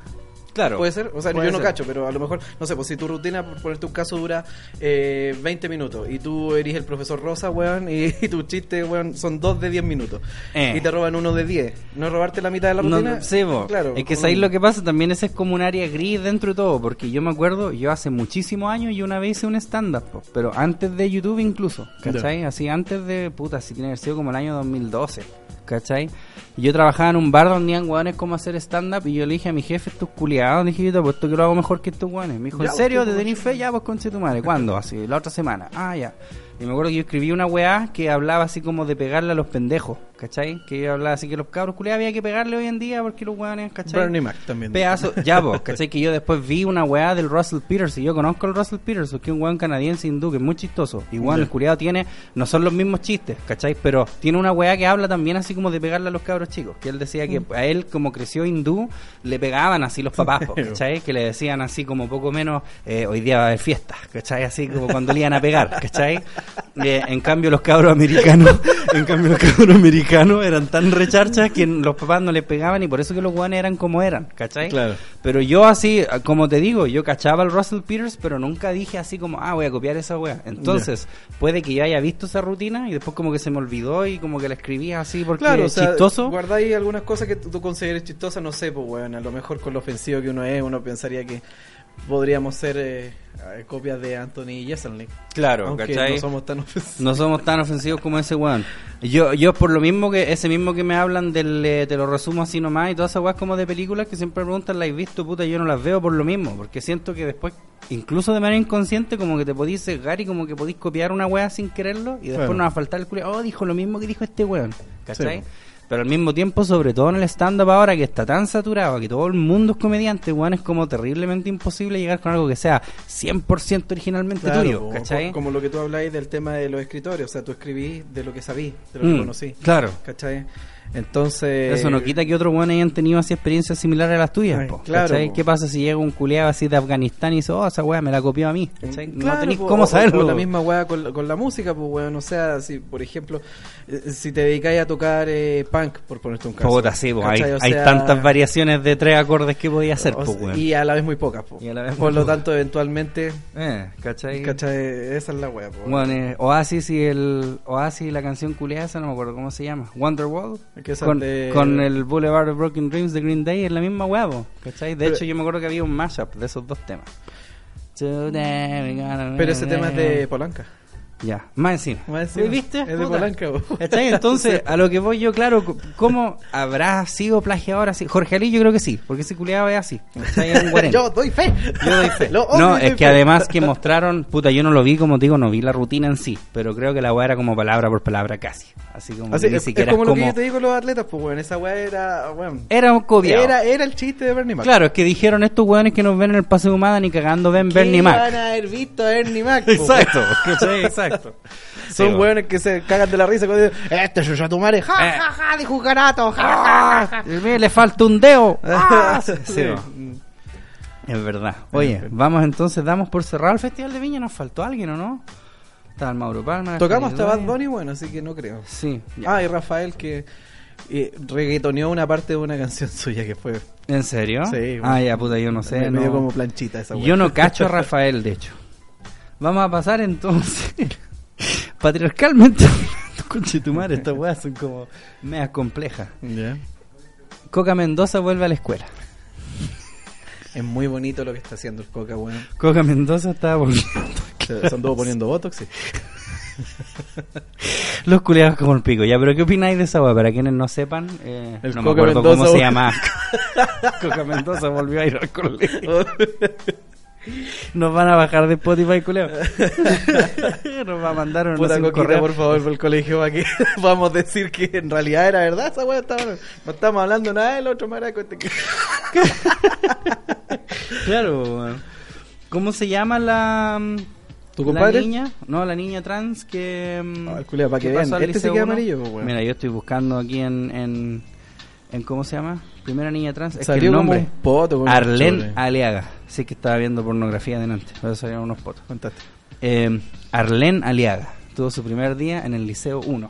Speaker 2: Claro.
Speaker 3: Puede ser, o sea,
Speaker 2: Puede
Speaker 3: yo no
Speaker 2: ser.
Speaker 3: cacho, pero a lo mejor, no sé, pues si tu rutina, por ponerte un caso, dura eh, 20 minutos y tú eres el profesor Rosa, weón, y, y tus chistes, weón, son dos de 10 minutos
Speaker 2: Eh.
Speaker 3: y te roban uno de 10, ¿no es robarte la mitad de la
Speaker 2: No,
Speaker 3: rutina?
Speaker 2: no, sí, po.
Speaker 3: claro.
Speaker 2: Es que
Speaker 3: como-
Speaker 2: sabéis lo que pasa, también ese es como un área gris dentro de todo, porque yo me acuerdo, yo hace muchísimos años yo una vez hice un stand-up, po, pero antes de YouTube incluso, ¿cachai? Así antes de, puta, si tiene que haber sido como el año 2012, ¿cachai? Y Yo trabajaba en un bar donde iban guanes como hacer stand-up y yo le dije a mi jefe, estos culiados, le dije, yo te apuesto que lo hago mejor que estos guanes. Me dijo, ¿en
Speaker 3: Ya,
Speaker 2: serio?
Speaker 3: pues,
Speaker 2: ¿Te
Speaker 3: qué
Speaker 2: tenés fe? Ya, pues conche tu madre. ¿Cuándo? Así, la otra semana. Ah, ya. Y me acuerdo que yo escribí una weá que hablaba así como de pegarle a los pendejos, ¿cachai? Que yo hablaba así que los cabros culiados había que pegarle hoy en día porque los weones, ¿cachai?
Speaker 3: Bernie Mac también.
Speaker 2: Pedazo, ya vos, ¿cachai? Que yo después vi una weá del Russell Peters y yo conozco al Russell Peters, que es un weón canadiense hindú que es muy chistoso. Igual el curiado tiene, no son los mismos chistes, ¿cachai? Pero tiene una weá que habla también así como de pegarle a los cabros chicos. Que él decía que a él, como creció hindú, le pegaban así los papás, po, ¿cachai? Que le decían así como poco menos, eh, hoy día va a haber fiesta, ¿cachai? Así como cuando le iban a pegar, ¿cachai? Eh, en cambio los cabros americanos, en cambio los cabros americanos eran tan recharchas que los papás no les pegaban y por eso que los guanes eran como eran, ¿cachai?
Speaker 3: Claro.
Speaker 2: Pero yo así, como te digo, yo cachaba al Russell Peters, pero nunca dije así como, ah, voy a copiar esa wea. Entonces, puede que yo haya visto esa rutina y después como que se me olvidó y como que la escribí así porque
Speaker 3: Claro, o
Speaker 2: es
Speaker 3: sea,
Speaker 2: chistoso.
Speaker 3: guardáis algunas cosas que tú tú consideres chistosas, no sé, pues, weón, a lo mejor con lo ofensivo que uno es, uno pensaría que podríamos ser eh, eh, copias de Anthony Jeselnik.
Speaker 2: Claro,
Speaker 3: aunque
Speaker 2: ¿cachai?
Speaker 3: no somos tan ofensivos.
Speaker 2: No somos tan ofensivos como ese weón. Yo, yo por lo mismo que ese mismo que me hablan del, eh, te lo resumo así nomás y todas esas weas como de películas que siempre me preguntan, ¿las has visto puta? Yo no las veo por lo mismo, porque siento que después, incluso de manera inconsciente, como que te podís cegar y como que podís copiar una wea sin quererlo y después
Speaker 3: Claro.
Speaker 2: nos va a faltar el culo, oh, dijo lo mismo que dijo este weón, ¿cachai?
Speaker 3: Sí.
Speaker 2: Pero al mismo tiempo, sobre todo en el stand-up ahora que está tan saturado, que todo el mundo es comediante, weón, es como terriblemente imposible llegar con algo que sea 100% originalmente
Speaker 3: Claro,
Speaker 2: tuyo,
Speaker 3: po,
Speaker 2: ¿cachai?
Speaker 3: co- Como lo que tú habláis del tema de los escritores, o sea, tú escribís de lo que sabí, de lo que
Speaker 2: Mm,
Speaker 3: conocí,
Speaker 2: Claro.
Speaker 3: ¿cachai? Entonces...
Speaker 2: Eso no quita que otros buenos hayan tenido así experiencias similares a las tuyas.
Speaker 3: Eh, Ay,
Speaker 2: po,
Speaker 3: claro,
Speaker 2: ¿cachai?
Speaker 3: po.
Speaker 2: ¿Qué pasa si llega un culeado así de Afganistán y dice, oh, esa weá me la copió a mí? ¿cachai? no
Speaker 3: Eh, mm, Claro,
Speaker 2: tenéis
Speaker 3: po,
Speaker 2: cómo
Speaker 3: o-
Speaker 2: saberlo.
Speaker 3: o la misma weá con, la- con la música, pues weón. O sea, si por ejemplo, eh, si te dedicáis a tocar eh, punk, por ponerte un caso.
Speaker 2: Puta, sí, po, hay,
Speaker 3: ¿cachai? O
Speaker 2: hay
Speaker 3: sea,
Speaker 2: tantas variaciones de tres acordes que podía hacer,
Speaker 3: o
Speaker 2: po,
Speaker 3: sea,
Speaker 2: weón.
Speaker 3: Y a la vez muy pocas, po.
Speaker 2: Y a la vez
Speaker 3: Por
Speaker 2: muy
Speaker 3: lo
Speaker 2: pocas.
Speaker 3: tanto, eventualmente,
Speaker 2: Eh, ¿cachai?
Speaker 3: ¿cachai? Esa es la weá, pues. po.
Speaker 2: Bueno, eh, Oasis y el Oasis y la canción culeada esa no me acuerdo cómo se llama Wonderwall
Speaker 3: Que esa
Speaker 2: con,
Speaker 3: de-
Speaker 2: con el Boulevard of Broken Dreams de Green Day es la misma hueá, po, ¿cachai? De
Speaker 3: Pero-
Speaker 2: hecho yo me acuerdo que había un mashup de esos dos temas
Speaker 3: Pero
Speaker 2: Pero
Speaker 3: ese tema es
Speaker 2: eh.
Speaker 3: de Polanca.
Speaker 2: Ya, más encima.
Speaker 3: Más encima.
Speaker 2: ¿Viste?
Speaker 3: Es de
Speaker 2: Puta.
Speaker 3: Polanca, pues. po.
Speaker 2: ¿Cachai? Entonces, a lo que voy yo, claro, c- ¿cómo habrá sido plagiador así? Jorge Ali yo creo que sí, porque ese culiado es así. ¿Cachai? Es un guarén.
Speaker 3: Yo oh, doy fe.
Speaker 2: Yo doy fe.
Speaker 3: Lo odio
Speaker 2: No,
Speaker 3: y
Speaker 2: es
Speaker 3: doy
Speaker 2: que
Speaker 3: fe.
Speaker 2: además que mostraron, puta, yo no lo vi, como te digo, no vi la rutina en sí, pero creo que la weá era como palabra por palabra casi. Así como
Speaker 3: Así,
Speaker 2: que ni
Speaker 3: es, es
Speaker 2: siquiera
Speaker 3: como
Speaker 2: es
Speaker 3: lo
Speaker 2: como...
Speaker 3: que yo te digo con los atletas, pues weón. Esa weá era, weón.
Speaker 2: Era un copiado.
Speaker 3: Era, era el chiste de Bernie Mac.
Speaker 2: Claro, es que dijeron estos weones que nos ven en el paseo humada ni cagando ven
Speaker 3: ¿Qué
Speaker 2: Bernie Mac.
Speaker 3: van a haber visto a Bernie Mac? po,
Speaker 2: Exacto, ¿cachai? Exacto.
Speaker 3: Son
Speaker 2: Sí, bueno.
Speaker 3: hueones que se cagan de la risa cuando dicen, este es Yatumare, ja,
Speaker 2: Eh.
Speaker 3: ja, ja, dijo un garato, ja, ja, ja, ja".
Speaker 2: Mira, ¡Ah! le falta un dedo. Ah, sí, sí,
Speaker 3: Sí.
Speaker 2: va. Es verdad. Oye, vamos entonces, damos por cerrado el Festival de Viña. ¿Nos faltó alguien o no? Está el Mauro Palma.
Speaker 3: Tocamos hasta
Speaker 2: Felipe
Speaker 3: Bad
Speaker 2: Dueñas.
Speaker 3: Bunny, bueno, así que no creo.
Speaker 2: Sí. ya.
Speaker 3: Ah, y Rafael que eh, reggaetoneó una parte de una canción suya que fue.
Speaker 2: ¿En serio?
Speaker 3: Sí,
Speaker 2: Ah, ya, puta, yo no sé.
Speaker 3: me, me
Speaker 2: no.
Speaker 3: dio como planchita esa
Speaker 2: Yo no cacho a Rafael, de hecho. Vamos a pasar entonces. Patriarcalmente. Conche tu madre, estas weas son como meas complejas.
Speaker 3: Ya.
Speaker 2: Coca Mendoza vuelve a la escuela.
Speaker 3: Es muy bonito lo que está haciendo el Coca, bueno.
Speaker 2: Coca Mendoza estaba volviendo.
Speaker 3: Se, se anduvo poniendo botox, sí.
Speaker 2: Los culiados como el pico. Ya, pero ¿qué opináis de esa weá? Para quienes no sepan, eh,
Speaker 3: El
Speaker 2: no me
Speaker 3: Coca
Speaker 2: acuerdo
Speaker 3: Mendoza
Speaker 2: cómo se
Speaker 3: vol-
Speaker 2: llama. Coca Mendoza volvió a ir al colegio. Nos van a bajar de Spotify, culiao. Nos va a mandar un, no sé,
Speaker 3: Puta
Speaker 2: un
Speaker 3: Coquita,
Speaker 2: correo.
Speaker 3: por favor, por el colegio, para que podamos decir que en realidad era verdad esa weá. estaba- No estamos hablando nada del otro maraco. este que-
Speaker 2: Claro, weón. ¿Cómo se llama la. mm,
Speaker 3: ¿Tu compadre?
Speaker 2: La niña, no, la niña trans que. mm,
Speaker 3: Ah, el culiao, pa' que
Speaker 2: pasó
Speaker 3: vean.
Speaker 2: al
Speaker 3: Este sí
Speaker 2: Liceo
Speaker 3: que es
Speaker 2: uno.
Speaker 3: amarillo, pues, weón.
Speaker 2: Mira, yo estoy buscando aquí en. en, en ¿Cómo se llama? Primera niña trans. Es que
Speaker 3: Salió
Speaker 2: el
Speaker 3: como
Speaker 2: nombre.
Speaker 3: un poto. con-
Speaker 2: Arlene
Speaker 3: sobre-
Speaker 2: Aliaga. Sí que estaba viendo pornografía delante, pero salieron unos fotos.
Speaker 3: Contaste.
Speaker 2: Eh, Arlene Aliaga tuvo su primer día en el Liceo 1.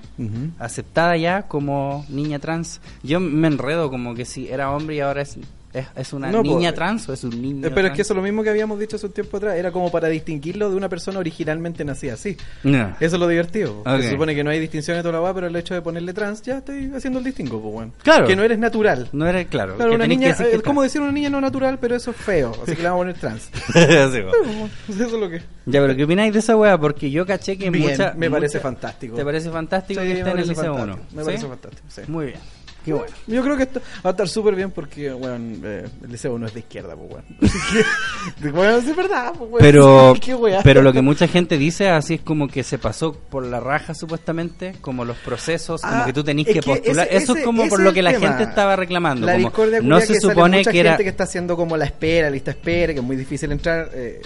Speaker 2: Aceptada ya como niña trans. Yo me enredo como que si era hombre y ahora es, es, es una
Speaker 3: No,
Speaker 2: niña
Speaker 3: po-
Speaker 2: trans o es un niño
Speaker 3: Eh, Pero es
Speaker 2: trans.
Speaker 3: que eso es lo mismo que habíamos dicho hace un tiempo atrás. Era como para distinguirlo de una persona originalmente nacida así.
Speaker 2: No.
Speaker 3: Eso es lo divertido. po.
Speaker 2: Ok.
Speaker 3: Se supone que no hay distinciones de toda la guapa, pero el hecho de ponerle trans ya estoy haciendo el distingo, pues, weón.
Speaker 2: Claro.
Speaker 3: Que no eres natural.
Speaker 2: No era claro.
Speaker 3: Claro,
Speaker 2: que
Speaker 3: una
Speaker 2: tenés
Speaker 3: niña,
Speaker 2: que decir que
Speaker 3: eh, ¿cómo
Speaker 2: es
Speaker 3: decir una niña no natural? Pero eso es feo, así que le vamos a poner trans.
Speaker 2: trans. Sí, po.
Speaker 3: Eso es lo que.
Speaker 2: ya, pero ¿qué opináis de esa wea? Porque yo caché que
Speaker 3: Bien,
Speaker 2: mucha-
Speaker 3: me parece
Speaker 2: mucha-
Speaker 3: fantástico.
Speaker 2: ¿Te parece fantástico
Speaker 3: Sí,
Speaker 2: que
Speaker 3: me
Speaker 2: esté en el
Speaker 3: parece
Speaker 2: Liceo 1?
Speaker 3: fantástico, Me parece fantástico, sí.
Speaker 2: Muy bien. Qué bueno.
Speaker 3: Yo creo que esto va a estar súper bien porque, bueno, eh, el liceo no es de izquierda, pues, weón. Así que, weón, sí es verdad, pues, weón.
Speaker 2: Pero,
Speaker 3: Qué weá.
Speaker 2: pero lo que mucha gente dice así es como que se pasó por la raja supuestamente, como los procesos, como
Speaker 3: Ah,
Speaker 2: que tú tenés
Speaker 3: es
Speaker 2: que
Speaker 3: que
Speaker 2: postular.
Speaker 3: ese-
Speaker 2: Eso es
Speaker 3: ese-
Speaker 2: como
Speaker 3: ese
Speaker 2: por
Speaker 3: es
Speaker 2: lo
Speaker 3: el
Speaker 2: que la
Speaker 3: tema.
Speaker 2: gente estaba reclamando.
Speaker 3: La
Speaker 2: como,
Speaker 3: discordia
Speaker 2: no
Speaker 3: culia
Speaker 2: se
Speaker 3: que sale
Speaker 2: supone
Speaker 3: mucha
Speaker 2: que era...
Speaker 3: gente que está haciendo como la espera, lista espera, que es muy difícil entrar. eh,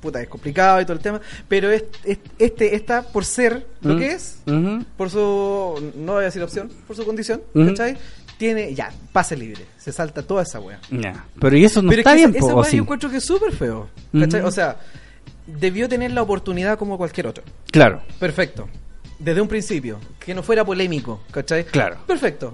Speaker 3: puta, es complicado y todo el tema. Pero es, es- este está por ser lo
Speaker 2: Mm,
Speaker 3: que es,
Speaker 2: ujú.
Speaker 3: por su. No voy a decir opción, por su condición,
Speaker 2: Ujú.
Speaker 3: ¿cachai? Tiene ya, pase libre. Se salta toda esa wea.
Speaker 2: Ya. Pero y eso no
Speaker 3: Pero
Speaker 2: está
Speaker 3: es que
Speaker 2: bien,
Speaker 3: esa-
Speaker 2: po,
Speaker 3: esa
Speaker 2: ¿o
Speaker 3: wea
Speaker 2: sí?
Speaker 3: yo encuentro que es súper feo. ¿cachai?
Speaker 2: Ujú.
Speaker 3: O sea, debió tener la oportunidad como cualquier otro.
Speaker 2: Claro.
Speaker 3: Perfecto. Desde un principio. Que no fuera polémico, ¿cachai?
Speaker 2: Claro.
Speaker 3: Perfecto.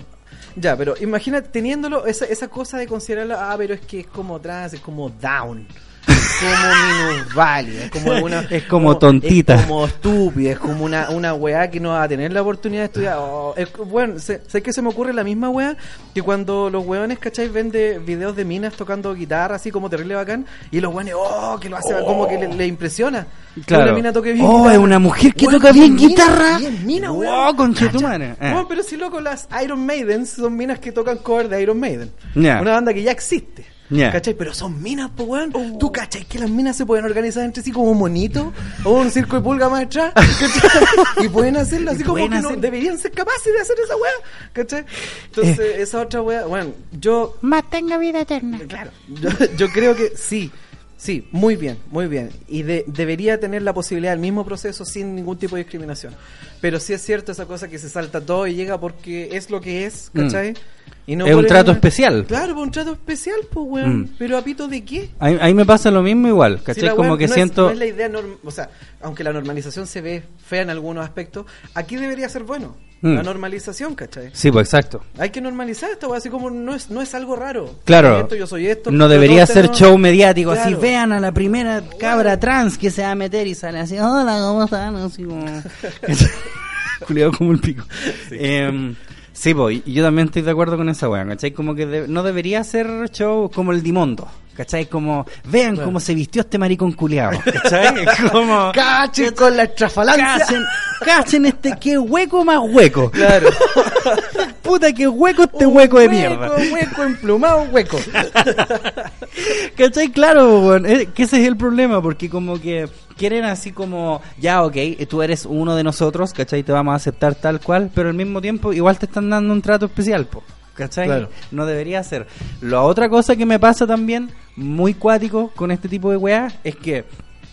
Speaker 3: Ya, pero imagina teniéndolo, esa, esa cosa de considerarlo, ah, pero es que es como trans, es como down. Es como minusválida, es como una.
Speaker 2: Es como tontita.
Speaker 3: Es como estúpida, es como una, una weá que no va a tener la oportunidad de estudiar. Oh, es- bueno, sé, sé que se me ocurre la misma weá que cuando los weones, ¿cachai? Ven de videos de minas tocando guitarra, así como terrible bacán, y los weones, oh, que lo hacen, como que le, le impresiona. Que
Speaker 2: Claro.
Speaker 3: una mina toque bien
Speaker 2: Oh,
Speaker 3: guitarra.
Speaker 2: es una mujer que
Speaker 3: Weón,
Speaker 2: toca bien
Speaker 3: y es mina,
Speaker 2: guitarra. Oh,
Speaker 3: y es mina,
Speaker 2: Wow,
Speaker 3: weón.
Speaker 2: conchetumare.
Speaker 3: Cacha.
Speaker 2: Eh.
Speaker 3: Weón, pero si loco, las Iron Maiden son minas que tocan cover de Iron Maiden.
Speaker 2: Ya.
Speaker 3: Una banda que ya existe.
Speaker 2: Ya.
Speaker 3: ¿Cachai? Pero son minas, po, weón. ¿Tú cachai que las minas se pueden organizar entre sí como monito? O un circo de pulga más atrás. ¿Cachai? y pueden hacerlo así
Speaker 2: Y
Speaker 3: como
Speaker 2: pueden
Speaker 3: que no-
Speaker 2: hacer-
Speaker 3: deberían ser capaces de hacer esa weá. ¿Cachai? Entonces,
Speaker 2: Eh.
Speaker 3: esa otra weá. Bueno, yo
Speaker 4: Más tenga vida eterna.
Speaker 3: Claro. Yo, yo creo que sí, sí, muy bien, muy bien. Y de- debería tener la posibilidad del mismo proceso sin ningún tipo de discriminación. Pero sí es cierto esa cosa que se salta todo y llega porque es lo que es, ¿cachai? Y
Speaker 2: Mm. Es un
Speaker 3: por el
Speaker 2: trato
Speaker 3: tema-
Speaker 2: especial.
Speaker 3: Claro, por un trato especial, pues, weón.
Speaker 2: Mm.
Speaker 3: Pero a pito de qué?
Speaker 2: Ahí, ahí me pasa lo mismo igual,
Speaker 3: Si
Speaker 2: ¿cachai?
Speaker 3: la
Speaker 2: como
Speaker 3: weá
Speaker 2: que
Speaker 3: no es-
Speaker 2: siento...
Speaker 3: no es la idea norm- o sea, aunque la normalización se ve fea en algunos aspectos, aquí debería ser bueno.
Speaker 2: Mm.
Speaker 3: La normalización, ¿cachai?
Speaker 2: Sí, pues exacto.
Speaker 3: Hay que normalizar esta weá, así como no es, no es algo raro.
Speaker 2: Claro.
Speaker 3: Esto, yo soy esto.
Speaker 2: no
Speaker 3: pero
Speaker 2: debería
Speaker 3: todos
Speaker 2: ser
Speaker 3: tenemos-
Speaker 2: show mediático. Así
Speaker 3: Claro.
Speaker 2: vean a la primera cabra trans que se va a meter y sale así, hola, ¿cómo están? Así como... Culeado como el pico. Em, sí, voy. Yo también estoy de acuerdo con esa weá, ¿cachai? Como que de- no debería ser show como el Dimondo. ¿Cachai? Como, vean cómo se vistió este maricón culeado. ¿Cachai? Como,
Speaker 3: Cachen con la estrafalancia.
Speaker 2: cachen, cachen este, qué hueco más hueco.
Speaker 3: Claro.
Speaker 2: Puta, qué hueco este hueco de mierda.
Speaker 3: Hueco, hueco, emplumado, hueco.
Speaker 2: ¿Cachai? Claro, weón. Eh, Que ese es el problema, porque como que quieren así como, ya, ok, eh, tú eres uno de nosotros, ¿cachai? Te vamos a aceptar tal cual, pero al mismo tiempo igual te están dando un trato especial, po. ¿Cachai?
Speaker 3: Claro.
Speaker 2: No debería ser. La otra cosa que me pasa también, muy cuático con este tipo de weas, es que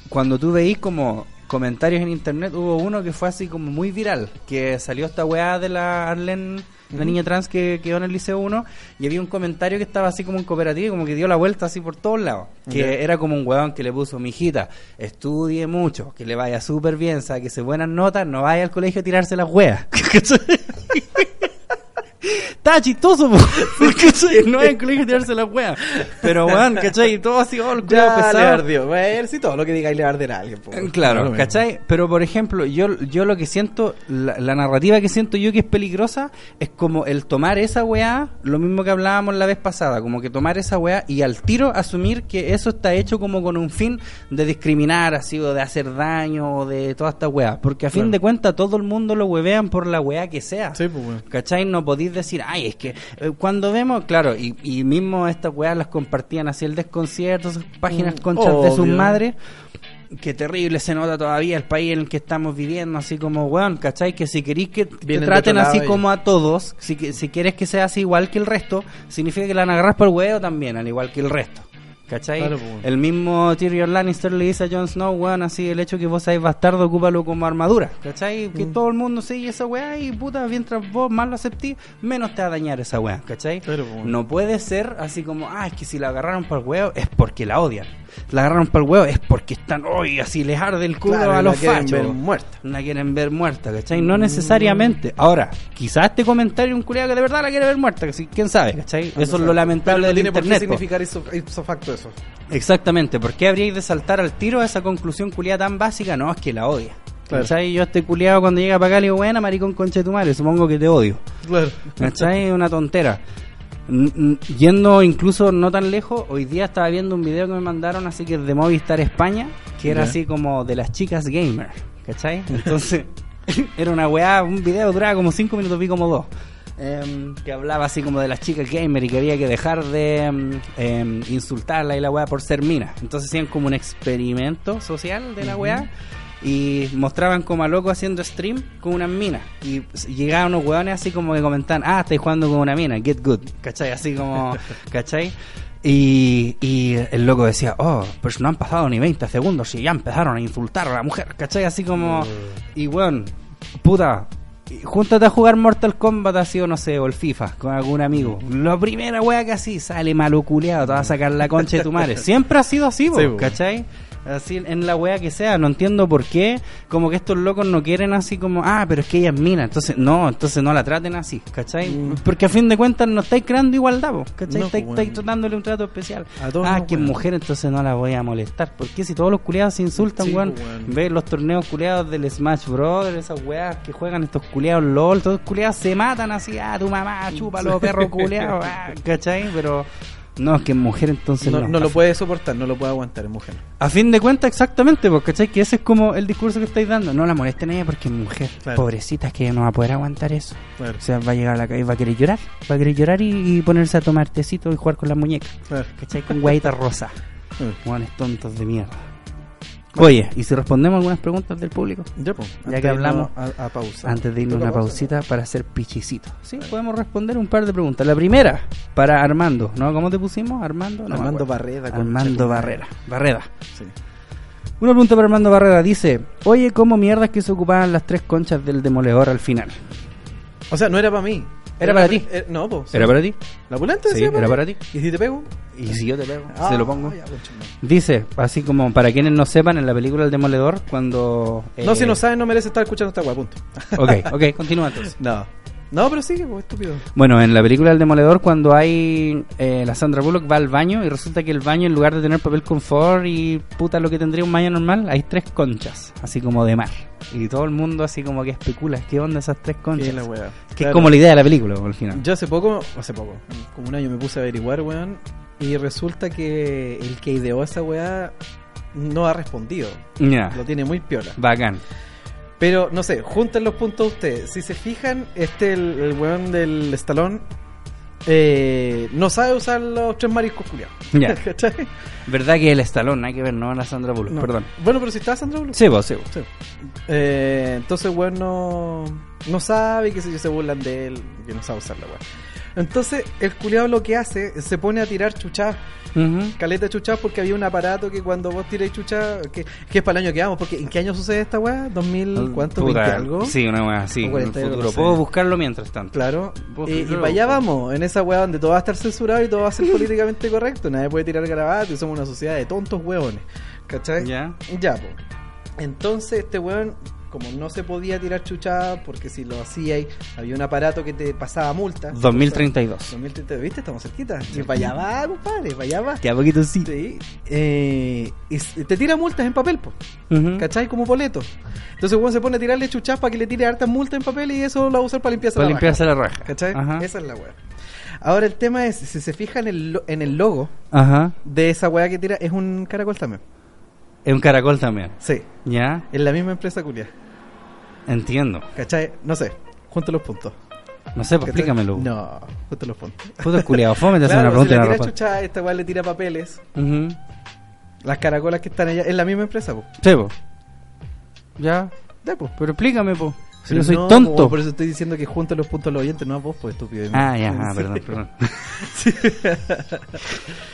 Speaker 2: cuando tú veís como comentarios en internet, hubo uno que fue así como muy viral, que salió esta weá de la Arlen, la niña trans que quedó en el Liceo 1, y había un comentario que estaba así como en cooperativa, y como que dio la vuelta así por todos lados, que
Speaker 3: Ya.
Speaker 2: era como un weón que le puso, mijita, estudie mucho, que le vaya súper bien, saquese buenas notas, no vaya al colegio a tirarse las weas. Estaba chistoso, po. ¿Cachai? No hay en colegio tirarse las weas. Pero, weón, ¿cachai? Y todo así, oh, el culiao
Speaker 3: Ya le
Speaker 2: pesado.
Speaker 3: ardió. Bueno, si todo lo que digáis le va a arder a alguien. po.
Speaker 2: Eh, Claro,
Speaker 3: Lo mismo.
Speaker 2: ¿cachai? Pero por ejemplo, yo, yo lo que siento, la, la narrativa que siento yo que es peligrosa es como el tomar esa weá, lo mismo que hablábamos la vez pasada, como que tomar esa weá y al tiro asumir que eso está hecho como con un fin de discriminar, así, o de hacer daño, o de toda esta weá. Porque a fin
Speaker 3: Claro.
Speaker 2: de cuentas todo el mundo lo huevean por la weá que sea.
Speaker 3: Sí, pues, weón.
Speaker 2: ¿Cachai? No podéis decir, ay, es que eh, cuando vemos, claro, y, y mismo estas weas las compartían así el desconcierto, sus páginas
Speaker 3: Mm,
Speaker 2: conchas de sus
Speaker 3: obvio.
Speaker 2: madres. Qué terrible se nota todavía el país en el que estamos viviendo, así como, weón, ¿cachai? Que si queréis que te
Speaker 3: Vienen de
Speaker 2: traten
Speaker 3: otro lado
Speaker 2: así
Speaker 3: ellos.
Speaker 2: como a todos, si, que- si quieres que seas igual que el resto, significa que la van a agarrar por el huevo también, al igual que el resto. ¿Cachai?
Speaker 3: Claro, pues, weón.
Speaker 2: el mismo Tyrion Lannister le dice a Jon Snow, weón, así el hecho que vos seáis bastardo, ocúpalo como armadura. ¿Cachai?
Speaker 3: Mm.
Speaker 2: Que todo el mundo sigue esa weá y puta, mientras vos más lo aceptís, menos te va a dañar esa weá. ¿Cachai?
Speaker 3: Claro, pues, weón.
Speaker 2: No puede ser así como, ah, es que si la agarraron para el huevo es porque la odian. La agarraron para el huevo es porque están, hoy así les arde el culo
Speaker 3: Claro,
Speaker 2: a
Speaker 3: la
Speaker 2: los
Speaker 3: quieren ver
Speaker 2: fachos.
Speaker 3: muerta. Mm.
Speaker 2: La quieren ver muerta, ¿cachai? No necesariamente. Ahora, quizás este comentario es un culiado que de verdad la quiere ver muerta, que sí, quién sabe, ¿cachai?
Speaker 3: Ah, No
Speaker 2: Eso es
Speaker 3: sabe.
Speaker 2: lo
Speaker 3: Pero
Speaker 2: lamentable
Speaker 3: no
Speaker 2: del
Speaker 3: tiene por
Speaker 2: internet. po.
Speaker 3: qué significar ipso, ipso facto eso.
Speaker 2: Exactamente, ¿por qué habríais de saltar al tiro a esa conclusión culiada tan básica? No, es que la odia.
Speaker 3: Claro.
Speaker 2: ¿Cachai? Yo a este culiado cuando llega para acá le digo, buena, maricón concha de tu madre, supongo que te odio.
Speaker 3: Claro.
Speaker 2: ¿Cachai? Una tontera. N- n- Yendo incluso no tan lejos, hoy día estaba viendo un video que me mandaron así que de Movistar España, que era
Speaker 3: Ya.
Speaker 2: así como de las chicas gamer, ¿cachai? Entonces, era una weá, un video duraba como 5 minutos, vi como 2. em, que hablaba así como de las chicas gamer y que había que dejar de em, em, insultarla y la weá por ser mina. Entonces hacían como un experimento social de la weá. Y mostraban como a loco haciendo stream con unas minas. Y s- llegaban unos weones así como que comentaban, ah, estáis jugando con una mina, get good. ¿Cachai? Así como, ¿cachai? Y, y el loco decía, oh, pues no han pasado ni 20 segundos y ya empezaron a insultar a la mujer, ¿cachai? Así como, y weón, puta, y júntate a jugar Mortal Kombat así o no sé, o el FIFA, con algún amigo. La primera wea que así sale maloculeado, te va a sacar la concha de tu madre. Siempre ha sido así, po,
Speaker 5: Sí, po.
Speaker 2: ¿cachai? Así en la wea que sea, no entiendo por qué, como que estos locos no quieren así como, ah, pero es que ella es mina, entonces no, entonces no la traten así, ¿cachai? Porque a fin de cuentas no estáis creando igualdad, po, ¿cachai?
Speaker 3: Mm. No,
Speaker 2: estáis,
Speaker 3: po,
Speaker 2: estáis
Speaker 3: weón.
Speaker 2: tratándole un trato especial.
Speaker 3: A todos
Speaker 2: ah,
Speaker 3: nos
Speaker 2: que es
Speaker 3: wean.
Speaker 2: mujer, entonces no la voy a molestar. Porque si todos los culiados se insultan,
Speaker 3: Sí, po,
Speaker 2: weón,
Speaker 3: weón.
Speaker 2: ve los torneos culiados del Smash Bros, esas weas que juegan estos culiados LOL, todos los culiados se matan así, ah, tu mamá, chúpalo, perro culiado, ah, ¿cachai? Pero no, es que es mujer, entonces no.
Speaker 3: No, no
Speaker 2: A
Speaker 3: lo puede soportar, no lo puede aguantar, es mujer.
Speaker 2: a fin de cuentas, exactamente, porque ¿cachai? Que ese es como el discurso que estáis dando. No la molesten a ella porque es mujer.
Speaker 3: Claro.
Speaker 2: Pobrecita, es que ella no va a poder aguantar eso.
Speaker 3: Claro,
Speaker 2: O sea, va a llegar a la calle, va a querer llorar. Va a querer llorar y, y ponerse a tomar tecito y jugar con las muñecas.
Speaker 3: claro.
Speaker 2: ¿Cachai? Con guaita rosa.
Speaker 3: Mm.
Speaker 2: Juanes tontos de mierda. Oye, ¿y si respondemos algunas preguntas del público?
Speaker 3: Ya, pues,
Speaker 2: Ya que hablamos-
Speaker 3: a, a pausa.
Speaker 2: Antes de irnos
Speaker 3: Toca
Speaker 2: una
Speaker 3: pausa,
Speaker 2: pausita para hacer pichicito. Sí, podemos responder un par de preguntas. La primera, para Armando, ¿no? ¿Cómo te pusimos? Armando. No me
Speaker 3: Armando
Speaker 2: acuerdo.
Speaker 3: Barreda, concha
Speaker 2: Armando
Speaker 3: tu madre.
Speaker 2: Barrera. Barreda.
Speaker 3: sí.
Speaker 2: Una pregunta para Armando Barrera. Dice, oye, ¿cómo mierdas que se ocupaban las tres conchas del demoledor al final?
Speaker 3: O sea, no era para mí.
Speaker 2: Era para ti.
Speaker 3: eh, no, pues.
Speaker 2: para ti?
Speaker 3: ¿La volante
Speaker 2: Sí,
Speaker 3: decía
Speaker 2: era
Speaker 3: mí?
Speaker 2: para ti.
Speaker 3: ¿Y si te pego?
Speaker 2: ¿Y si yo te pego?
Speaker 3: Ah,
Speaker 2: ¿Se lo pongo?
Speaker 3: ya, concha tu madre.
Speaker 2: Dice, así como para quienes no sepan, en la película El Demoledor, cuando...
Speaker 3: No,
Speaker 2: eh,
Speaker 3: si no sabes, no merece estar escuchando esta weá, punto.
Speaker 2: Ok, ok, continúa entonces.
Speaker 3: No. No, pero sigue, pues, estúpido.
Speaker 2: Bueno, en la película El Demoledor, cuando hay eh, la Sandra Bullock va al baño y resulta que el baño, en lugar de tener papel confort y puta lo que tendría un baño normal, hay tres conchas, así como de mar. Y todo el mundo así como que especula, ¿qué onda esas tres conchas?
Speaker 3: Qué la weá.
Speaker 2: que es
Speaker 3: Claro.
Speaker 2: como la idea de la película, por el final.
Speaker 3: Yo hace poco, hace poco, como un año me puse a averiguar, weón, y resulta que el que ideó esa weá no ha respondido.
Speaker 2: Ya,
Speaker 3: Lo tiene muy piola.
Speaker 2: bacán.
Speaker 3: Pero, no sé, junten los puntos ustedes. Si se fijan, este, el, el weón del estalón, eh, no sabe usar los tres mariscos culiados.
Speaker 2: Ya.
Speaker 3: ¿Cachai?
Speaker 2: Verdad que el estalón, hay que ver, no la Sandra Bullock,
Speaker 3: No.
Speaker 2: perdón.
Speaker 3: Bueno, pero si está Sandra Bullock.
Speaker 2: Sí, vos, sí, vos.
Speaker 3: Sí. Eh, entonces, weón, no, no sabe, que sé yo, se burlan de él, que no sabe usar la weón. Entonces, el culiado lo que hace, se pone a tirar chuchas,
Speaker 2: Ujú.
Speaker 3: caleta de chuchas, porque había un aparato que cuando vos tiráis chuchas, que, que es para el año que vamos, porque ¿en qué año sucede esta weá? ¿2000 cuánto?
Speaker 2: Puta,
Speaker 3: ¿20 algo?
Speaker 2: Sí, una weá,
Speaker 3: O
Speaker 2: sí. En el
Speaker 3: 40 y algo,
Speaker 2: futuro.
Speaker 3: no sé.
Speaker 2: Puedo buscarlo mientras tanto.
Speaker 3: Claro.
Speaker 2: Vos
Speaker 3: Y, y
Speaker 2: fíjate,
Speaker 3: para allá
Speaker 2: vos.
Speaker 3: vamos, en esa weá donde todo va a estar censurado y todo va a ser políticamente correcto. Nadie puede tirar garabato y somos una sociedad de tontos hueones. ¿Cachai?
Speaker 2: Ya.
Speaker 3: Ya, po. Entonces este weón, como no se podía tirar chuchada, porque si lo hacía ahí, había un aparato que te pasaba multa.
Speaker 2: 2032.
Speaker 3: 2030, ¿viste? Estamos cerquita. Y para allá va, compadre, para allá va.
Speaker 2: Que a poquito sí.
Speaker 3: Sí. Eh, y s- te tira multas en papel, po.
Speaker 2: Ujú.
Speaker 3: ¿Cachai? Como boleto. Entonces, weón se pone a tirarle chuchas para que le tire hartas multas en papel y eso lo va a usar para limpiarse
Speaker 2: Para
Speaker 3: la raja.
Speaker 2: limpiarse la raja.
Speaker 3: ¿Cachai?
Speaker 2: Ajá.
Speaker 3: Esa es la weá. Ahora el tema es, si se fijan en el, lo- en el logo
Speaker 2: Ajá.
Speaker 3: de esa weá que tira, es un caracol también.
Speaker 2: Es un caracol también.
Speaker 3: Sí,
Speaker 2: Ya,
Speaker 3: es la misma empresa culia.
Speaker 2: entiendo.
Speaker 3: ¿Cachai? No sé, junto los puntos.
Speaker 2: No sé, pues,
Speaker 3: ¿Cachai?
Speaker 2: explícamelo.
Speaker 3: No, junto los puntos.
Speaker 2: Puto culiao, fome, te hacen
Speaker 3: Claro,
Speaker 2: una pregunta
Speaker 3: si
Speaker 2: y
Speaker 3: le
Speaker 2: no
Speaker 3: tira
Speaker 2: responde.
Speaker 3: chucha, esta weá le tira papeles.
Speaker 2: Ujú.
Speaker 3: Las caracolas que están allá, es la misma empresa, po.
Speaker 2: Sí, po. Ya,
Speaker 3: Ya, po.
Speaker 2: pero explícame, po. Si
Speaker 3: Pero
Speaker 2: yo soy
Speaker 3: no, po,
Speaker 2: tonto.
Speaker 3: Por eso estoy diciendo que junto los puntos a los oyentes, no a vos, pues estúpido.
Speaker 2: Ah, ya, ah,
Speaker 3: Sí.
Speaker 2: perdón, perdón.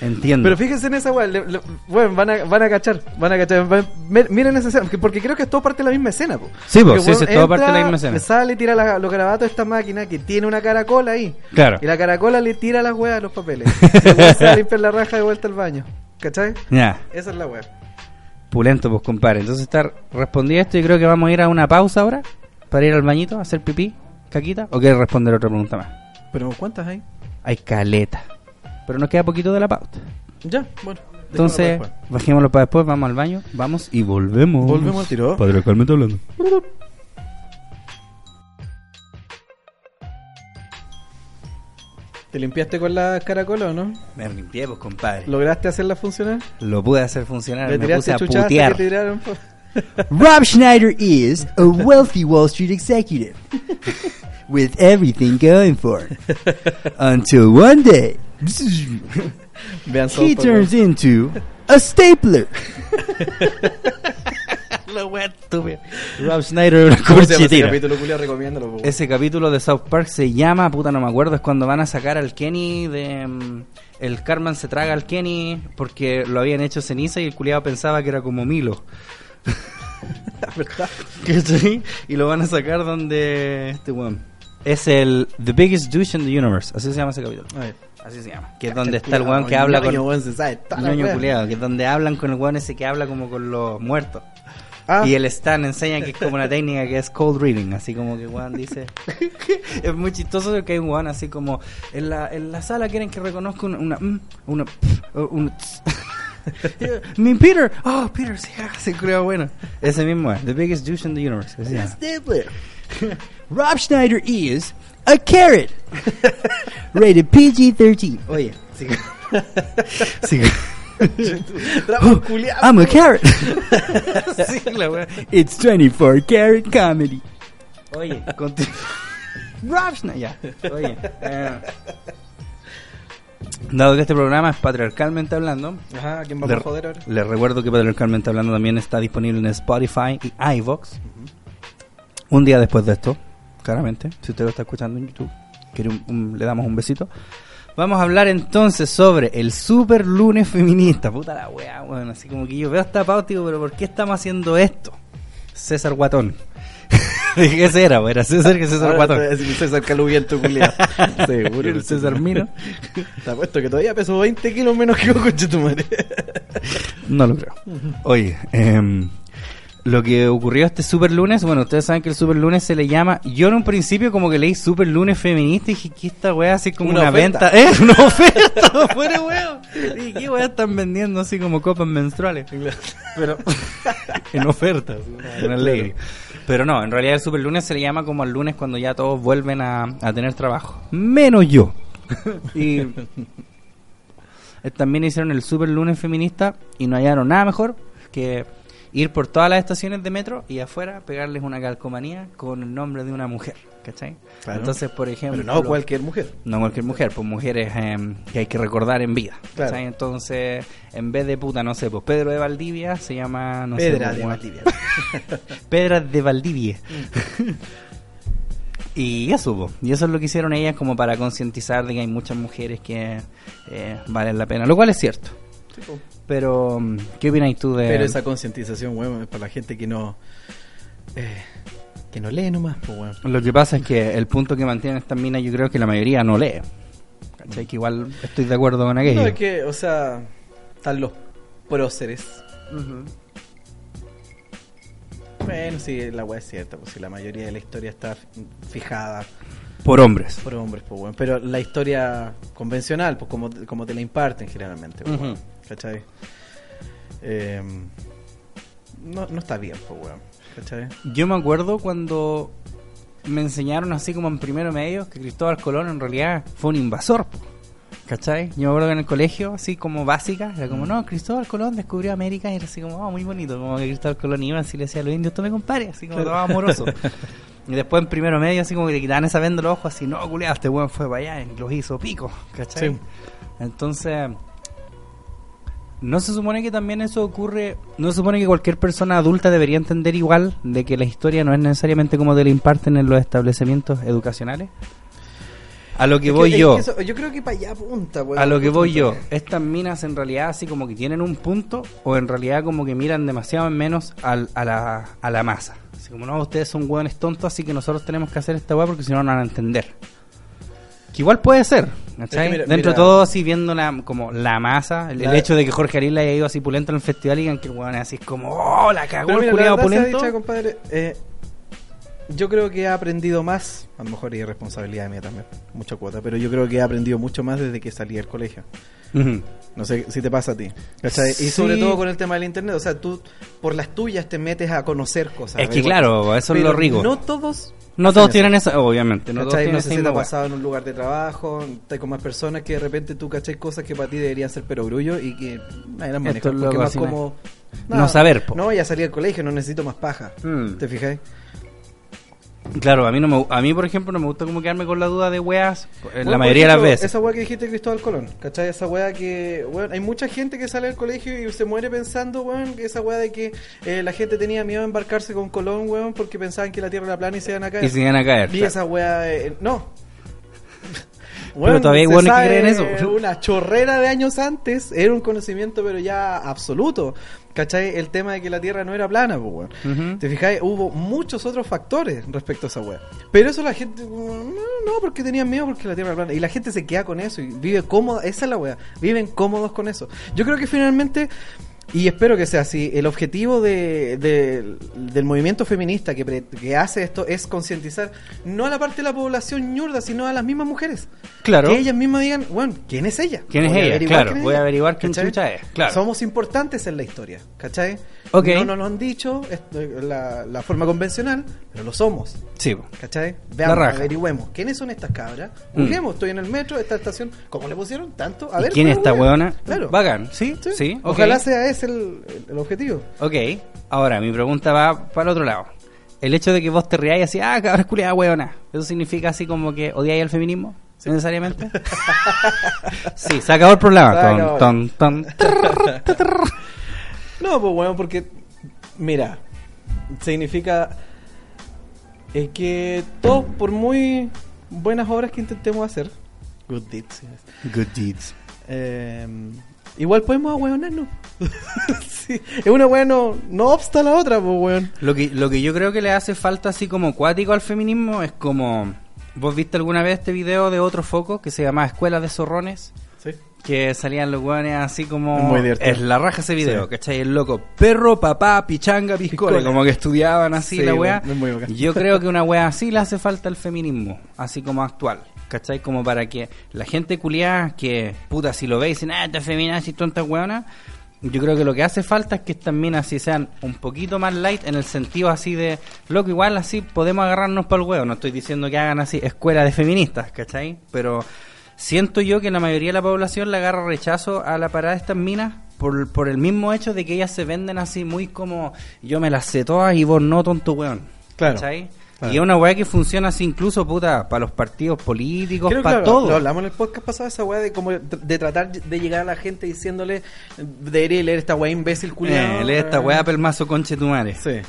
Speaker 2: Entiendo.
Speaker 3: Pero fíjense en esa weá, le- le- bueno, van a, van a cachar, van a cachar, van- me- miren esa escena, porque- porque creo que es todo parte de la misma escena, po.
Speaker 2: Sí, po,
Speaker 3: Que
Speaker 2: sí,
Speaker 3: weón
Speaker 2: sí, es todo parte de la
Speaker 3: entra,
Speaker 2: misma escena.
Speaker 3: Sale, tira la- los garabatos de esta máquina que tiene una caracola ahí.
Speaker 2: Claro.
Speaker 3: Y la caracola le tira las weas a los papeles. Y el weón se va a limpiar la raja de vuelta al baño. ¿Cachai?
Speaker 2: Ya,
Speaker 3: Esa es la wea.
Speaker 2: pulento, pues, compadre. Entonces, estar respondí esto y creo que vamos a ir a una pausa ahora para ir al bañito, a hacer pipí, caquita, o quieres responder otra pregunta más.
Speaker 3: Pero ¿cuántas hay?
Speaker 2: Hay caleta. Pero nos queda poquito de la pauta.
Speaker 3: Ya, bueno.
Speaker 2: Entonces,
Speaker 3: dejémoslo para
Speaker 2: bajémoslo para después, vamos al baño, vamos y volvemos.
Speaker 3: después. volvemos al tiro.
Speaker 5: Padre Carmen está hablando.
Speaker 3: ¿Te limpiaste con la caracola o no?
Speaker 2: Me limpié, pues, compadre. Lo,
Speaker 3: ¿Lograste hacerla funcionar?
Speaker 2: pude hacer funcionar,
Speaker 3: ¿Le
Speaker 2: Ah, me puse
Speaker 3: tiraste
Speaker 2: a
Speaker 3: chuchadas que
Speaker 2: putear.
Speaker 3: te tiraron? po?
Speaker 6: Rob Schneider is a wealthy Wall Street executive
Speaker 2: with everything going for it. Until one day,
Speaker 3: Vean
Speaker 2: he
Speaker 3: South Park,
Speaker 2: turns into a stapler.
Speaker 3: weón. La wea estúpida.
Speaker 2: Rob Schneider una
Speaker 3: ¿Cómo se llama ese
Speaker 2: cuchitera.
Speaker 3: capítulo, culiao? Recomiéndalo, po, weón.
Speaker 2: Ese capítulo de South Park se llama, puta no me acuerdo, es cuando van a sacar al Kenny de... mm, el Carmen se traga al Kenny porque lo habían hecho ceniza y el culiado pensaba que era como Milo.
Speaker 3: La verdad.
Speaker 2: ¿Cachai? Y lo van a sacar donde este weón. Es el The Biggest Douche in the Universe. Así se llama ese capítulo.
Speaker 3: A ver.
Speaker 2: Así se llama. Que es donde está el weón que habla con.
Speaker 3: Ñoño, weón, se sabe toda la
Speaker 2: Ñoño
Speaker 3: wea.
Speaker 2: culiado. Que es donde hablan con el weón ese que habla como con los muertos.
Speaker 3: Ah,
Speaker 2: Y el Stan enseña que es como una técnica que es cold reading, así como que Juan dice... es muy chistoso que hay un Juan así como... En la, en la sala quieren que reconozca una... Una... mm, una, pf, o una ts". Mi Peter. Oh, Peter, sí, ah, se creó bueno. Ese mismo es. The biggest douche in the universe. así se llama.
Speaker 3: Stapler.
Speaker 2: Rob Schneider is a carrot. Rated PG-13. Oye, sigue. sigue.
Speaker 3: Rabo culiao.
Speaker 2: I'm a carrot. sí, la wea. It's 24 carat comedy. Oye, continúa. Rob Schneider. Ya, Oye. eh, Dado que este programa es patriarcalmente hablando,
Speaker 3: Ajá, ¿quién va
Speaker 2: le-
Speaker 3: a joder ahora?
Speaker 2: les recuerdo que patriarcalmente hablando también está disponible en Spotify y iVox. Un día después de esto, claramente, si usted lo está escuchando en YouTube, quiere un- un- le damos un besito. Vamos a hablar entonces sobre el super lunes feminista. Puta la weá, weón. Así como que yo veo esta pauta y digo, pero ¿por qué estamos haciendo esto? César Guatón. ¿Qué era? weón? Era César que César
Speaker 3: Ahora
Speaker 2: Guatón.
Speaker 3: te voy a decir César Caluviento, culiao. Ah, Seguro.
Speaker 2: El César Mino.
Speaker 3: Te apuesto que todavía peso 20 kilos menos que vos, coche tu madre.
Speaker 2: No lo creo. Oye, em, lo que ocurrió este super lunes, bueno, ustedes saben que el super lunes se le llama. Yo en un principio, como que leí super lunes feminista y dije que esta weá así como una,
Speaker 3: Una
Speaker 2: venta.
Speaker 3: oferta.
Speaker 2: ¡Eh! ¡Una oferta! ¡Fuera weón! Dije, ¿qué weá están vendiendo así como copas menstruales? Pero. en oferta, así, una- una alegre. Pero no, en realidad el super lunes se le llama como al lunes cuando ya todos vuelven a, a tener trabajo. Menos yo. y eh, También hicieron el Super Lunes Feminista y no hallaron nada mejor que ir por todas las estaciones de metro y afuera pegarles una calcomanía con el nombre de una mujer, ¿cachai?
Speaker 3: Claro.
Speaker 2: Entonces, por ejemplo...
Speaker 3: Pero no cualquier mujer.
Speaker 2: no cualquier mujer, pues mujeres eh, que hay que recordar en vida,
Speaker 3: Claro.
Speaker 2: ¿cachai? Entonces, en vez de puta, no sé, pues Pedro de Valdivia se llama... No sé,
Speaker 3: Pedra
Speaker 2: pues,
Speaker 3: de
Speaker 2: weón.
Speaker 3: Valdivia. Mm.
Speaker 2: Pedra de Valdivia. y eso, po. y eso es lo que hicieron ellas como para concientizar de que hay muchas mujeres que eh, valen la pena, lo cual es cierto. Pero, mm, ¿qué opinas tú de...?
Speaker 3: pues. Pero esa concientización, weón, es para la gente que no. eh, que no lee nomás, pues, weón.
Speaker 2: Lo que pasa es que el punto que mantienen estas minas yo creo que la mayoría no lee. ¿Cachai? Que igual estoy de acuerdo con aquello.
Speaker 3: No, es que, o sea, están los próceres.
Speaker 2: Ujú.
Speaker 3: Bueno, sí, la weá es cierta, pues si la mayoría de la historia está f- fijada
Speaker 2: Por hombres.
Speaker 3: por hombres, pues, weón. Pero la historia convencional, pues, como, como te la imparten generalmente, pues, weón.
Speaker 2: Ujú.
Speaker 3: ¿Cachai? Eh, no, no está bien, pues, weón. ¿Cachai?
Speaker 2: Yo me acuerdo cuando me enseñaron así como en primero medio que Cristóbal Colón en realidad fue un invasor. po. ¿Cachai? Yo me acuerdo que en el colegio, así como básica, era como, no, Cristóbal Colón descubrió América y era así como, oh, muy bonito, como que Cristóbal Colón iba así le decía a los indios, tome compadre, así como todo amoroso. y después en primero medio, así como que le quitaban esa venda a los ojos, así, no, culeado, este weón fue para allá y los hizo pico, ¿cachai?
Speaker 3: Sí.
Speaker 2: Entonces, ¿No se supone que también eso ocurre? ¿No se supone que cualquier persona adulta debería entender igual de que la historia no es necesariamente como te la imparten en los establecimientos educacionales? A lo que
Speaker 3: Es
Speaker 2: voy
Speaker 3: es
Speaker 2: yo,
Speaker 3: que eso- yo creo que para allá apunta, weón.
Speaker 2: a lo que voy yo, estas minas en realidad así como que tienen un punto o en realidad como que miran demasiado en menos al- a, la, a la masa. Así como, no, ustedes son hueones tontos, así que nosotros tenemos que hacer esta hueá porque si no, no van a entender. Que igual puede ser, ¿cachai?
Speaker 3: Es que mira-
Speaker 2: Dentro de
Speaker 3: mira-
Speaker 2: todo, así viendo la, como la masa, el, el
Speaker 3: La-
Speaker 2: hecho de que Jorge Ariel haya ido así pulento en el festival y digan que el hueón es así como, oh, la cagó
Speaker 3: Pero
Speaker 2: el
Speaker 3: mira, la verdad
Speaker 2: culiao
Speaker 3: sea
Speaker 2: pulento.
Speaker 3: dicha, compadre, eh, yo creo que he aprendido más, a lo mejor y responsabilidad mía también, mucha cuota, pero yo creo que he aprendido mucho más desde que salí del colegio.
Speaker 2: Ujú.
Speaker 3: No sé si te pasa a ti. ¿cachai? Y
Speaker 2: Sí.
Speaker 3: sobre todo con el tema del internet. O sea, tú por las tuyas te metes a conocer cosas.
Speaker 2: Es que
Speaker 3: ¿verdad?
Speaker 2: claro, eso es
Speaker 3: Pero
Speaker 2: lo rico.
Speaker 3: No
Speaker 2: No,
Speaker 3: todos.
Speaker 2: todos
Speaker 3: hacen
Speaker 2: tienen eso, obviamente. No todos
Speaker 3: ¿cachai?
Speaker 2: tienen
Speaker 3: No
Speaker 2: esa
Speaker 3: sé si te
Speaker 2: misma
Speaker 3: ha
Speaker 2: hueá.
Speaker 3: pasado en un lugar de trabajo, estás con más personas que de repente tú cachai cosas que para ti deberían ser perogrullo y que nadie las maneja.
Speaker 2: es lo
Speaker 3: Porque más
Speaker 2: así, ¿no?
Speaker 3: como.
Speaker 2: No saber, po. Hmm.
Speaker 3: No, ya salí del colegio, no necesito más paja.
Speaker 2: Mm.
Speaker 3: ¿Te fijáis?
Speaker 2: Claro, a mí, no me, a mí, por ejemplo, no me gusta como quedarme con la duda de weas eh,
Speaker 3: Bueno,
Speaker 2: la
Speaker 3: por
Speaker 2: mayoría de las
Speaker 3: ejemplo,
Speaker 2: veces.
Speaker 3: Esa weá que dijiste de Cristóbal Colón, ¿cachai? Esa weá que, weón, hay mucha gente que sale del colegio y se muere pensando, weón, que esa weá de que eh, la gente tenía miedo a embarcarse con Colón, weón, porque pensaban que la tierra era plana y se iban a caer.
Speaker 2: Y se iban a caer.
Speaker 3: Y
Speaker 2: claro.
Speaker 3: esa weá, eh, no.
Speaker 2: Pero todavía hay
Speaker 3: se
Speaker 2: weones que
Speaker 3: sabe
Speaker 2: creen eso.
Speaker 3: Una chorrera de años antes era un conocimiento, pero ya absoluto. ¿Cachai? El tema de que la Tierra no era plana, pues, weón.
Speaker 2: Ujú.
Speaker 3: Te fijáis, hubo muchos otros factores respecto a esa weá. Pero eso la gente. weón, No, no, porque tenían miedo porque la Tierra era plana. Y la gente se queda con eso y vive cómoda. Esa es la weá. Viven cómodos con eso. Yo creo que finalmente. Y espero que sea así. El objetivo de, de- del movimiento feminista que, pre- que hace esto es concientizar no a la parte de la población ñurda, sino a las mismas mujeres.
Speaker 2: Claro.
Speaker 3: Que ellas mismas digan, bueno, ¿quién es ella?
Speaker 2: ¿Quién es
Speaker 3: Voy a
Speaker 2: ella?
Speaker 3: averiguar
Speaker 2: Claro, voy a averiguar quién
Speaker 3: ¿Cachai?
Speaker 2: chucha es, claro.
Speaker 3: Somos importantes en la historia, ¿cachai?
Speaker 2: Ok.
Speaker 3: No nos lo han dicho esto, la, la forma convencional, pero lo somos.
Speaker 2: Sí, po.
Speaker 3: ¿Cachai? Veamos,
Speaker 2: raja.
Speaker 3: averigüemos. ¿Quiénes son estas cabras?
Speaker 2: Mm.
Speaker 3: Juguemos, estoy en el metro, esta estación. ¿Cómo le pusieron tanto? A
Speaker 2: ¿Y
Speaker 3: ver.
Speaker 2: quién es
Speaker 3: pero,
Speaker 2: esta
Speaker 3: weón.
Speaker 2: weona?
Speaker 3: Claro.
Speaker 2: Bacán, sí,
Speaker 3: Sí.
Speaker 2: sí, ok.
Speaker 3: Ojalá sea ese el, el objetivo.
Speaker 2: Ok, ahora mi pregunta va para el otro lado. El hecho de que vos te reáis así, ah, cabra culiada, weona, ¿eso significa así como que odiáis al feminismo? ¿Necesariamente? sí, se acabó el problema.
Speaker 3: Se
Speaker 2: Ton,
Speaker 3: acabó.
Speaker 2: ton, ton, trrr, trrr.
Speaker 3: No, pues bueno, porque. Mira. Significa. Es que todos, por muy buenas obras que intentemos hacer. Good deeds. yes.
Speaker 1: Good deeds.
Speaker 3: Eh, igual podemos ahueonarnos. sí. Es una hueá no, no obsta a la otra, pues weón.
Speaker 2: Lo que, lo que yo creo que le hace falta así como cuático al feminismo es como... ¿Vos viste alguna vez este video de otro foco que se llama Escuela de Zorrones?
Speaker 3: Sí.
Speaker 2: Que salían los guanes así como...
Speaker 3: Muy divertido.
Speaker 2: Es la raja ese video,
Speaker 3: Sí.
Speaker 2: ¿cachai? El loco, perro, papá, pichanga, piscola.
Speaker 3: Piscola.
Speaker 2: Como que estudiaban así
Speaker 3: Sí,
Speaker 2: la
Speaker 3: bueno,
Speaker 2: weá.
Speaker 3: es muy bacán.
Speaker 2: Yo creo que una weá así le hace falta al feminismo, así como actual. ¿Cachai? Como para que la gente culiada que, puta, si lo ve y dicen, ah, esta feminazi, tonta weona. Yo creo que lo que hace falta es que estas minas así sean un poquito más light en el sentido así de, loco, igual así podemos agarrarnos para el huevo. No estoy diciendo que hagan así escuela de feministas, ¿cachai? Pero siento yo que la mayoría de la población le agarra rechazo a la parada de estas minas por, por el mismo hecho de que ellas se venden así muy como, yo me las sé todas y vos no, tonto weón.
Speaker 3: Claro.
Speaker 2: ¿Cachai?
Speaker 3: Claro.
Speaker 2: Y es una weá que funciona así incluso, puta, para los partidos políticos,
Speaker 3: Creo que
Speaker 2: para
Speaker 3: lo-
Speaker 2: todo.
Speaker 3: Lo hablamos en el podcast pasado, esa weá de como tr- de tratar de llegar a la gente diciéndole, debería leer esta weá imbécil culiado.
Speaker 2: Eh, lee esta weá pelmazo conche tu madre.
Speaker 3: Sí.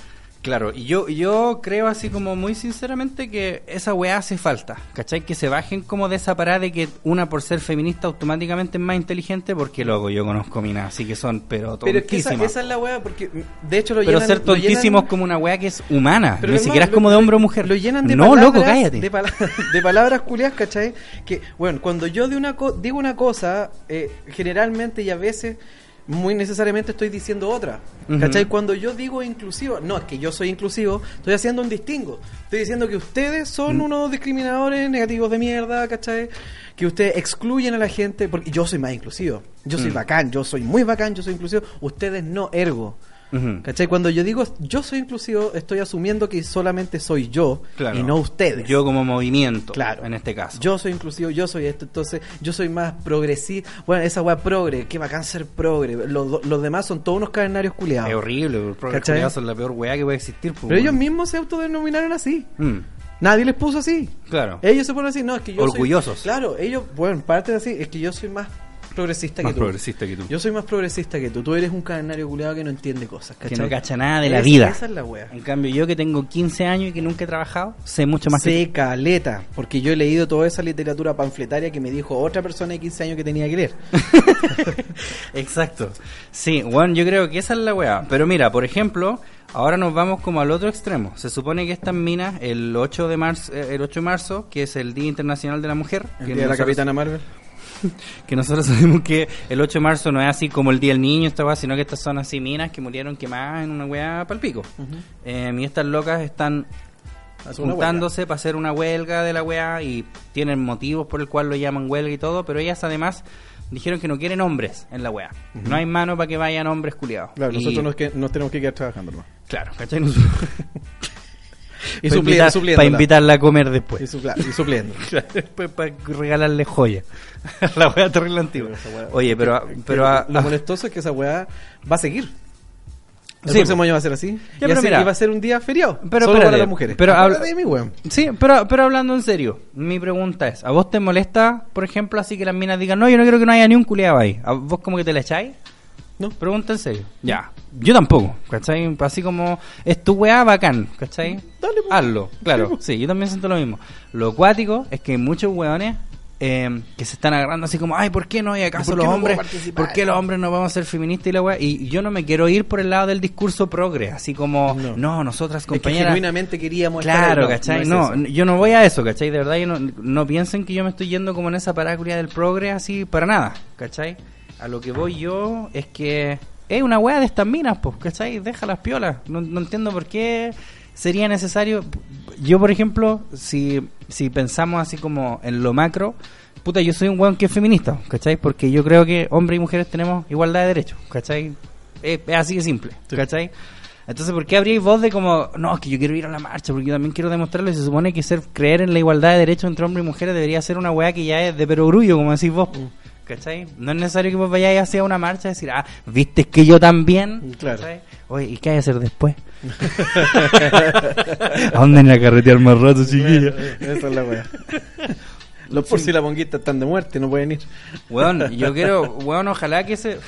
Speaker 2: Claro, y yo, yo creo así como muy sinceramente que esa weá hace falta, ¿cachai? Que se bajen como de esa parada de que una por ser feminista automáticamente es más inteligente porque luego yo conozco minas, así que son pero
Speaker 3: Pero es que esa,
Speaker 2: tontísimas.
Speaker 3: esa es la weá, porque mm, de hecho lo
Speaker 2: pero
Speaker 3: llenan-
Speaker 2: ser
Speaker 3: lo llenan-
Speaker 2: tontísimos como una weá que es humana,
Speaker 3: Pero
Speaker 2: ni
Speaker 3: lo-
Speaker 2: siquiera es
Speaker 3: lo-
Speaker 2: como de hombre o mujer.
Speaker 3: Lo llenan de
Speaker 2: no,
Speaker 3: palabras.
Speaker 2: loco, cállate.
Speaker 3: De, pala- de palabras culiadas, ¿cachai? Que, bueno, cuando yo de una co- digo una cosa, eh, generalmente y a veces muy necesariamente estoy diciendo otra.
Speaker 2: Ujú.
Speaker 3: ¿Cachai? Cuando yo digo inclusivo, no, es que yo soy inclusivo, estoy haciendo un distingo. Estoy diciendo que ustedes son
Speaker 2: Mm.
Speaker 3: unos discriminadores negativos de mierda, ¿cachai? Que ustedes excluyen a la gente, porque yo soy más inclusivo. Yo soy
Speaker 2: Mm.
Speaker 3: bacán, yo soy muy bacán, yo soy inclusivo. Ustedes no, ergo.
Speaker 2: Ujú.
Speaker 3: ¿Cachai? Cuando yo digo yo soy inclusivo, estoy asumiendo que solamente soy yo
Speaker 2: Claro.
Speaker 3: y no ustedes.
Speaker 2: Yo como movimiento,
Speaker 3: Claro.
Speaker 2: en este caso.
Speaker 3: Yo soy inclusivo, yo soy esto, entonces yo soy más progresista. Bueno, esa weá progre, qué bacán ser progre. Los, los demás son todos unos calendarios
Speaker 2: Es
Speaker 3: culiados.
Speaker 2: horrible, los programas
Speaker 3: ¿Cachai?
Speaker 2: culiados son la peor weá que puede existir. pues,
Speaker 3: Pero ellos
Speaker 2: weón.
Speaker 3: mismos se autodenominaron así.
Speaker 2: Mm,
Speaker 3: Nadie les puso así.
Speaker 2: claro.
Speaker 3: Ellos se ponen así, no, es que yo. soy-
Speaker 2: Orgullosos.
Speaker 3: claro, ellos, bueno, parten así, es que yo soy más progresista
Speaker 5: Más
Speaker 3: que tú.
Speaker 5: progresista que tú.
Speaker 3: Yo soy más progresista que tú. Tú eres un calendario culiado que no entiende cosas,
Speaker 2: que
Speaker 3: ¿cachai?
Speaker 2: no cacha nada de la
Speaker 3: Esa-
Speaker 2: vida.
Speaker 3: Esa es la weá.
Speaker 2: En cambio, yo que tengo 15 años y que nunca he trabajado, sé mucho más
Speaker 3: sé
Speaker 2: que
Speaker 3: caleta, porque yo he leído toda esa literatura panfletaria que me dijo otra persona de 15 años que tenía que leer.
Speaker 2: Exacto. Sí, bueno, yo creo que esa es la weá. Pero mira, por ejemplo, ahora nos vamos como al otro extremo. Se supone que estas minas, el 8 de marzo, eh, el 8 de marzo que es el Día Internacional de la Mujer, que nosotros-
Speaker 3: Marvel.
Speaker 2: que nosotros sabemos que el 8 de marzo no es así como el Día del Niño, esta weá, sino que estas son así minas que murieron quemadas en una weá palpico. Eh, y estas locas están juntándose para hacer una huelga de la weá y tienen motivos por el cual lo llaman huelga y todo, pero ellas además dijeron que no quieren hombres en la weá. No hay mano para que vayan hombres culiados.
Speaker 6: Claro,
Speaker 2: Y-
Speaker 6: nosotros nos, que- nos tenemos que quedar trabajando, hermano.
Speaker 2: Claro, ¿cachai? Nosotros-
Speaker 3: Y
Speaker 2: para,
Speaker 3: supliendo,
Speaker 2: invitar- para invitarla a comer
Speaker 3: Y,
Speaker 2: después.
Speaker 3: supla- y supliendo.
Speaker 2: Después para regalarle joyas. la weá terrible antigua. Oye, pero... pero a-
Speaker 3: lo
Speaker 2: a-
Speaker 3: molestoso es que esa weá va a seguir. El
Speaker 2: Sí,
Speaker 3: próximo
Speaker 2: pues.
Speaker 3: año va a ser así.
Speaker 2: Ya,
Speaker 3: y
Speaker 2: pero
Speaker 3: así-
Speaker 2: mira.
Speaker 3: y va a ser un día feriado.
Speaker 2: Pero
Speaker 3: solo
Speaker 2: espérate,
Speaker 3: para las mujeres.
Speaker 2: pero
Speaker 3: Acuérdate
Speaker 2: habla-
Speaker 3: de mí, weón.
Speaker 2: Sí, pero, pero hablando en serio, mi pregunta es, ¿a vos te molesta, por ejemplo, así que las minas digan, no, yo no quiero que no haya ni un culeado ahí? ¿A vos como que te la echáis?
Speaker 3: No.
Speaker 2: Pregunta en serio. Ya. Yo tampoco, ¿cachai? Así como, es tu weá bacán, ¿cachai?
Speaker 3: Mm, Dale, pues. po.
Speaker 2: Hazlo, claro. Sí, yo también siento lo mismo. Lo acuático es que hay muchos weones eh, que se están agarrando así como, ay, ¿por qué no? ¿Y acaso
Speaker 3: ¿Por qué
Speaker 2: los
Speaker 3: no puedo
Speaker 2: hombres?
Speaker 3: participar?
Speaker 2: ¿Por qué los hombres no vamos a ser feministas y la weá? Y yo no me quiero ir por el lado del discurso progre, así como, no,
Speaker 3: No.
Speaker 2: nosotras
Speaker 3: Es que
Speaker 2: compañeras...
Speaker 3: genuinamente queríamos estar
Speaker 2: Claro,
Speaker 3: ahí.
Speaker 2: ¿cachai?
Speaker 3: es
Speaker 2: No,
Speaker 3: eso.
Speaker 2: n- yo no voy a eso, ¿cachai? De verdad, yo no, no piensen que yo me estoy yendo como en esa paráculia del progre así para nada, ¿cachai? A lo que voy yo es que es una weá de estas minas, pues, ¿cachai? Deja las piolas. No, no entiendo por qué sería necesario. Yo, por ejemplo, si, si pensamos así como en lo macro, puta, yo soy un weón que es feminista, ¿cachai? Porque yo creo que hombres y mujeres tenemos igualdad de derechos, ¿cachai? Es, es así de simple, ¿cachai? Entonces, ¿por qué habríais vos de como, no, es que yo quiero ir a la marcha, porque yo también quiero demostrarlo? Y se supone que ser, creer en la igualdad de derechos entre hombres y mujeres debería ser una weá que ya es de perogrullo, como decís vos. ¿Cachai? No es necesario que vos vayáis hacia una marcha y decir, ah, viste que yo también.
Speaker 3: Claro.
Speaker 2: ¿Cachai? Oye, ¿y qué hay que hacer después? ¿A dónde ir a carretear más rato, chiquilla?
Speaker 3: Esa es la weá. Los por si la monguita están de muerte, no pueden ir.
Speaker 2: Weón, yo quiero, weón, ojalá que ese.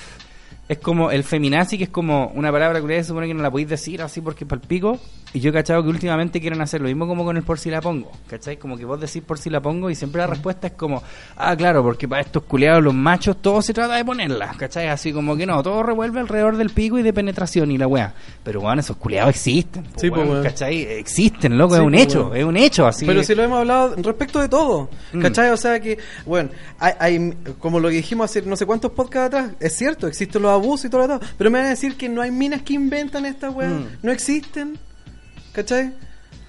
Speaker 2: Es como el feminazi, que es como una palabra que se supone que no la podéis decir así porque es palpico. Y yo he cachado que últimamente quieren hacer lo mismo como con el por si la pongo. ¿Cachai? Como que vos decís por si la pongo y siempre la respuesta es como, ah, claro, porque para estos culeados, los machos, todo se trata de ponerla. ¿Cachai? Así como que no, todo revuelve alrededor del pico y de penetración y la weá. Pero weón, esos culeados existen. po,
Speaker 3: Sí, po,
Speaker 2: weón,
Speaker 3: weón.
Speaker 2: ¿Cachai? Existen, loco,
Speaker 3: Sí,
Speaker 2: es un
Speaker 3: po,
Speaker 2: hecho,
Speaker 3: weón.
Speaker 2: es un hecho así.
Speaker 3: Pero si lo hemos hablado respecto de todo,
Speaker 2: Mm.
Speaker 3: ¿cachai? O sea que, bueno, hay, hay- como lo que dijimos hace no sé cuántos podcasts atrás, es cierto, existen los abusos y todo lo demás, pero me van a decir que no hay minas que inventan estas weas,
Speaker 2: Mm.
Speaker 3: no existen, ¿cachai?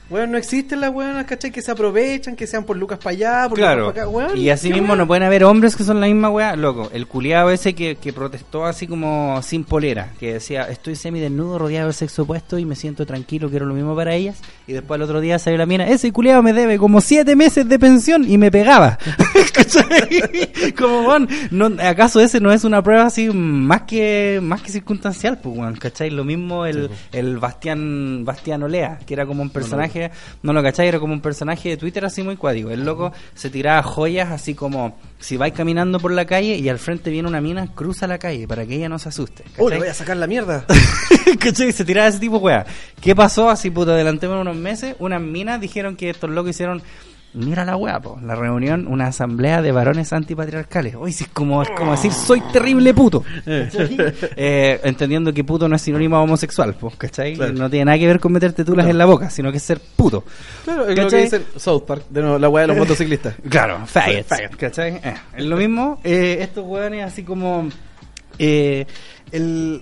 Speaker 3: Bueno, no existen las weonas, ¿cachai? Que se aprovechan, que sean por lucas para allá, por
Speaker 2: Claro.
Speaker 3: lucas para acá, weón,
Speaker 2: y así
Speaker 3: ¿qué
Speaker 2: mismo
Speaker 3: weón?
Speaker 2: no pueden haber hombres que son la misma weá, loco. El culiado ese que, que protestó así como sin polera, que decía, estoy semidesnudo, rodeado del sexo opuesto y me siento tranquilo, quiero lo mismo para ellas. Y después al otro día salió la mina, ese culiado me debe como siete meses de pensión y me pegaba. ¿Cachai? como, weón, no, ¿acaso ese no es una prueba así más que más que circunstancial, pues, weón? ¿Cachai? Lo mismo el,
Speaker 3: pues.
Speaker 2: el Bastián, Bastián Olea, que era como un personaje, no, lo cachai, era como un personaje de Twitter así muy cuático. El loco se tiraba joyas así como, si vais caminando por la calle y al frente viene una mina, cruza la calle para que ella no se asuste.
Speaker 3: Uy, le
Speaker 2: ¿cachai?
Speaker 3: voy a sacar la mierda.
Speaker 2: ¿Cachai? Se tiraba ese tipo de weá. ¿Qué pasó así, puta? Adelantemos unos meses. Unas minas dijeron que estos locos hicieron. Mira la weá, po. La reunión, una asamblea de varones antipatriarcales. Hoy sí es como, es como decir, soy terrible puto. Eh, entendiendo que puto no es sinónimo a homosexual, po, ¿cachai? No tiene nada que ver con meterte tulas en la boca, sino que es ser puto.
Speaker 3: claro, es lo que
Speaker 2: ¿Cachai?
Speaker 3: dice el South Park, de nuevo, la wea de los motociclistas.
Speaker 2: Claro, faggots, ¿cachai? Eh, es lo mismo, eh, estos hueones así como... Eh, el,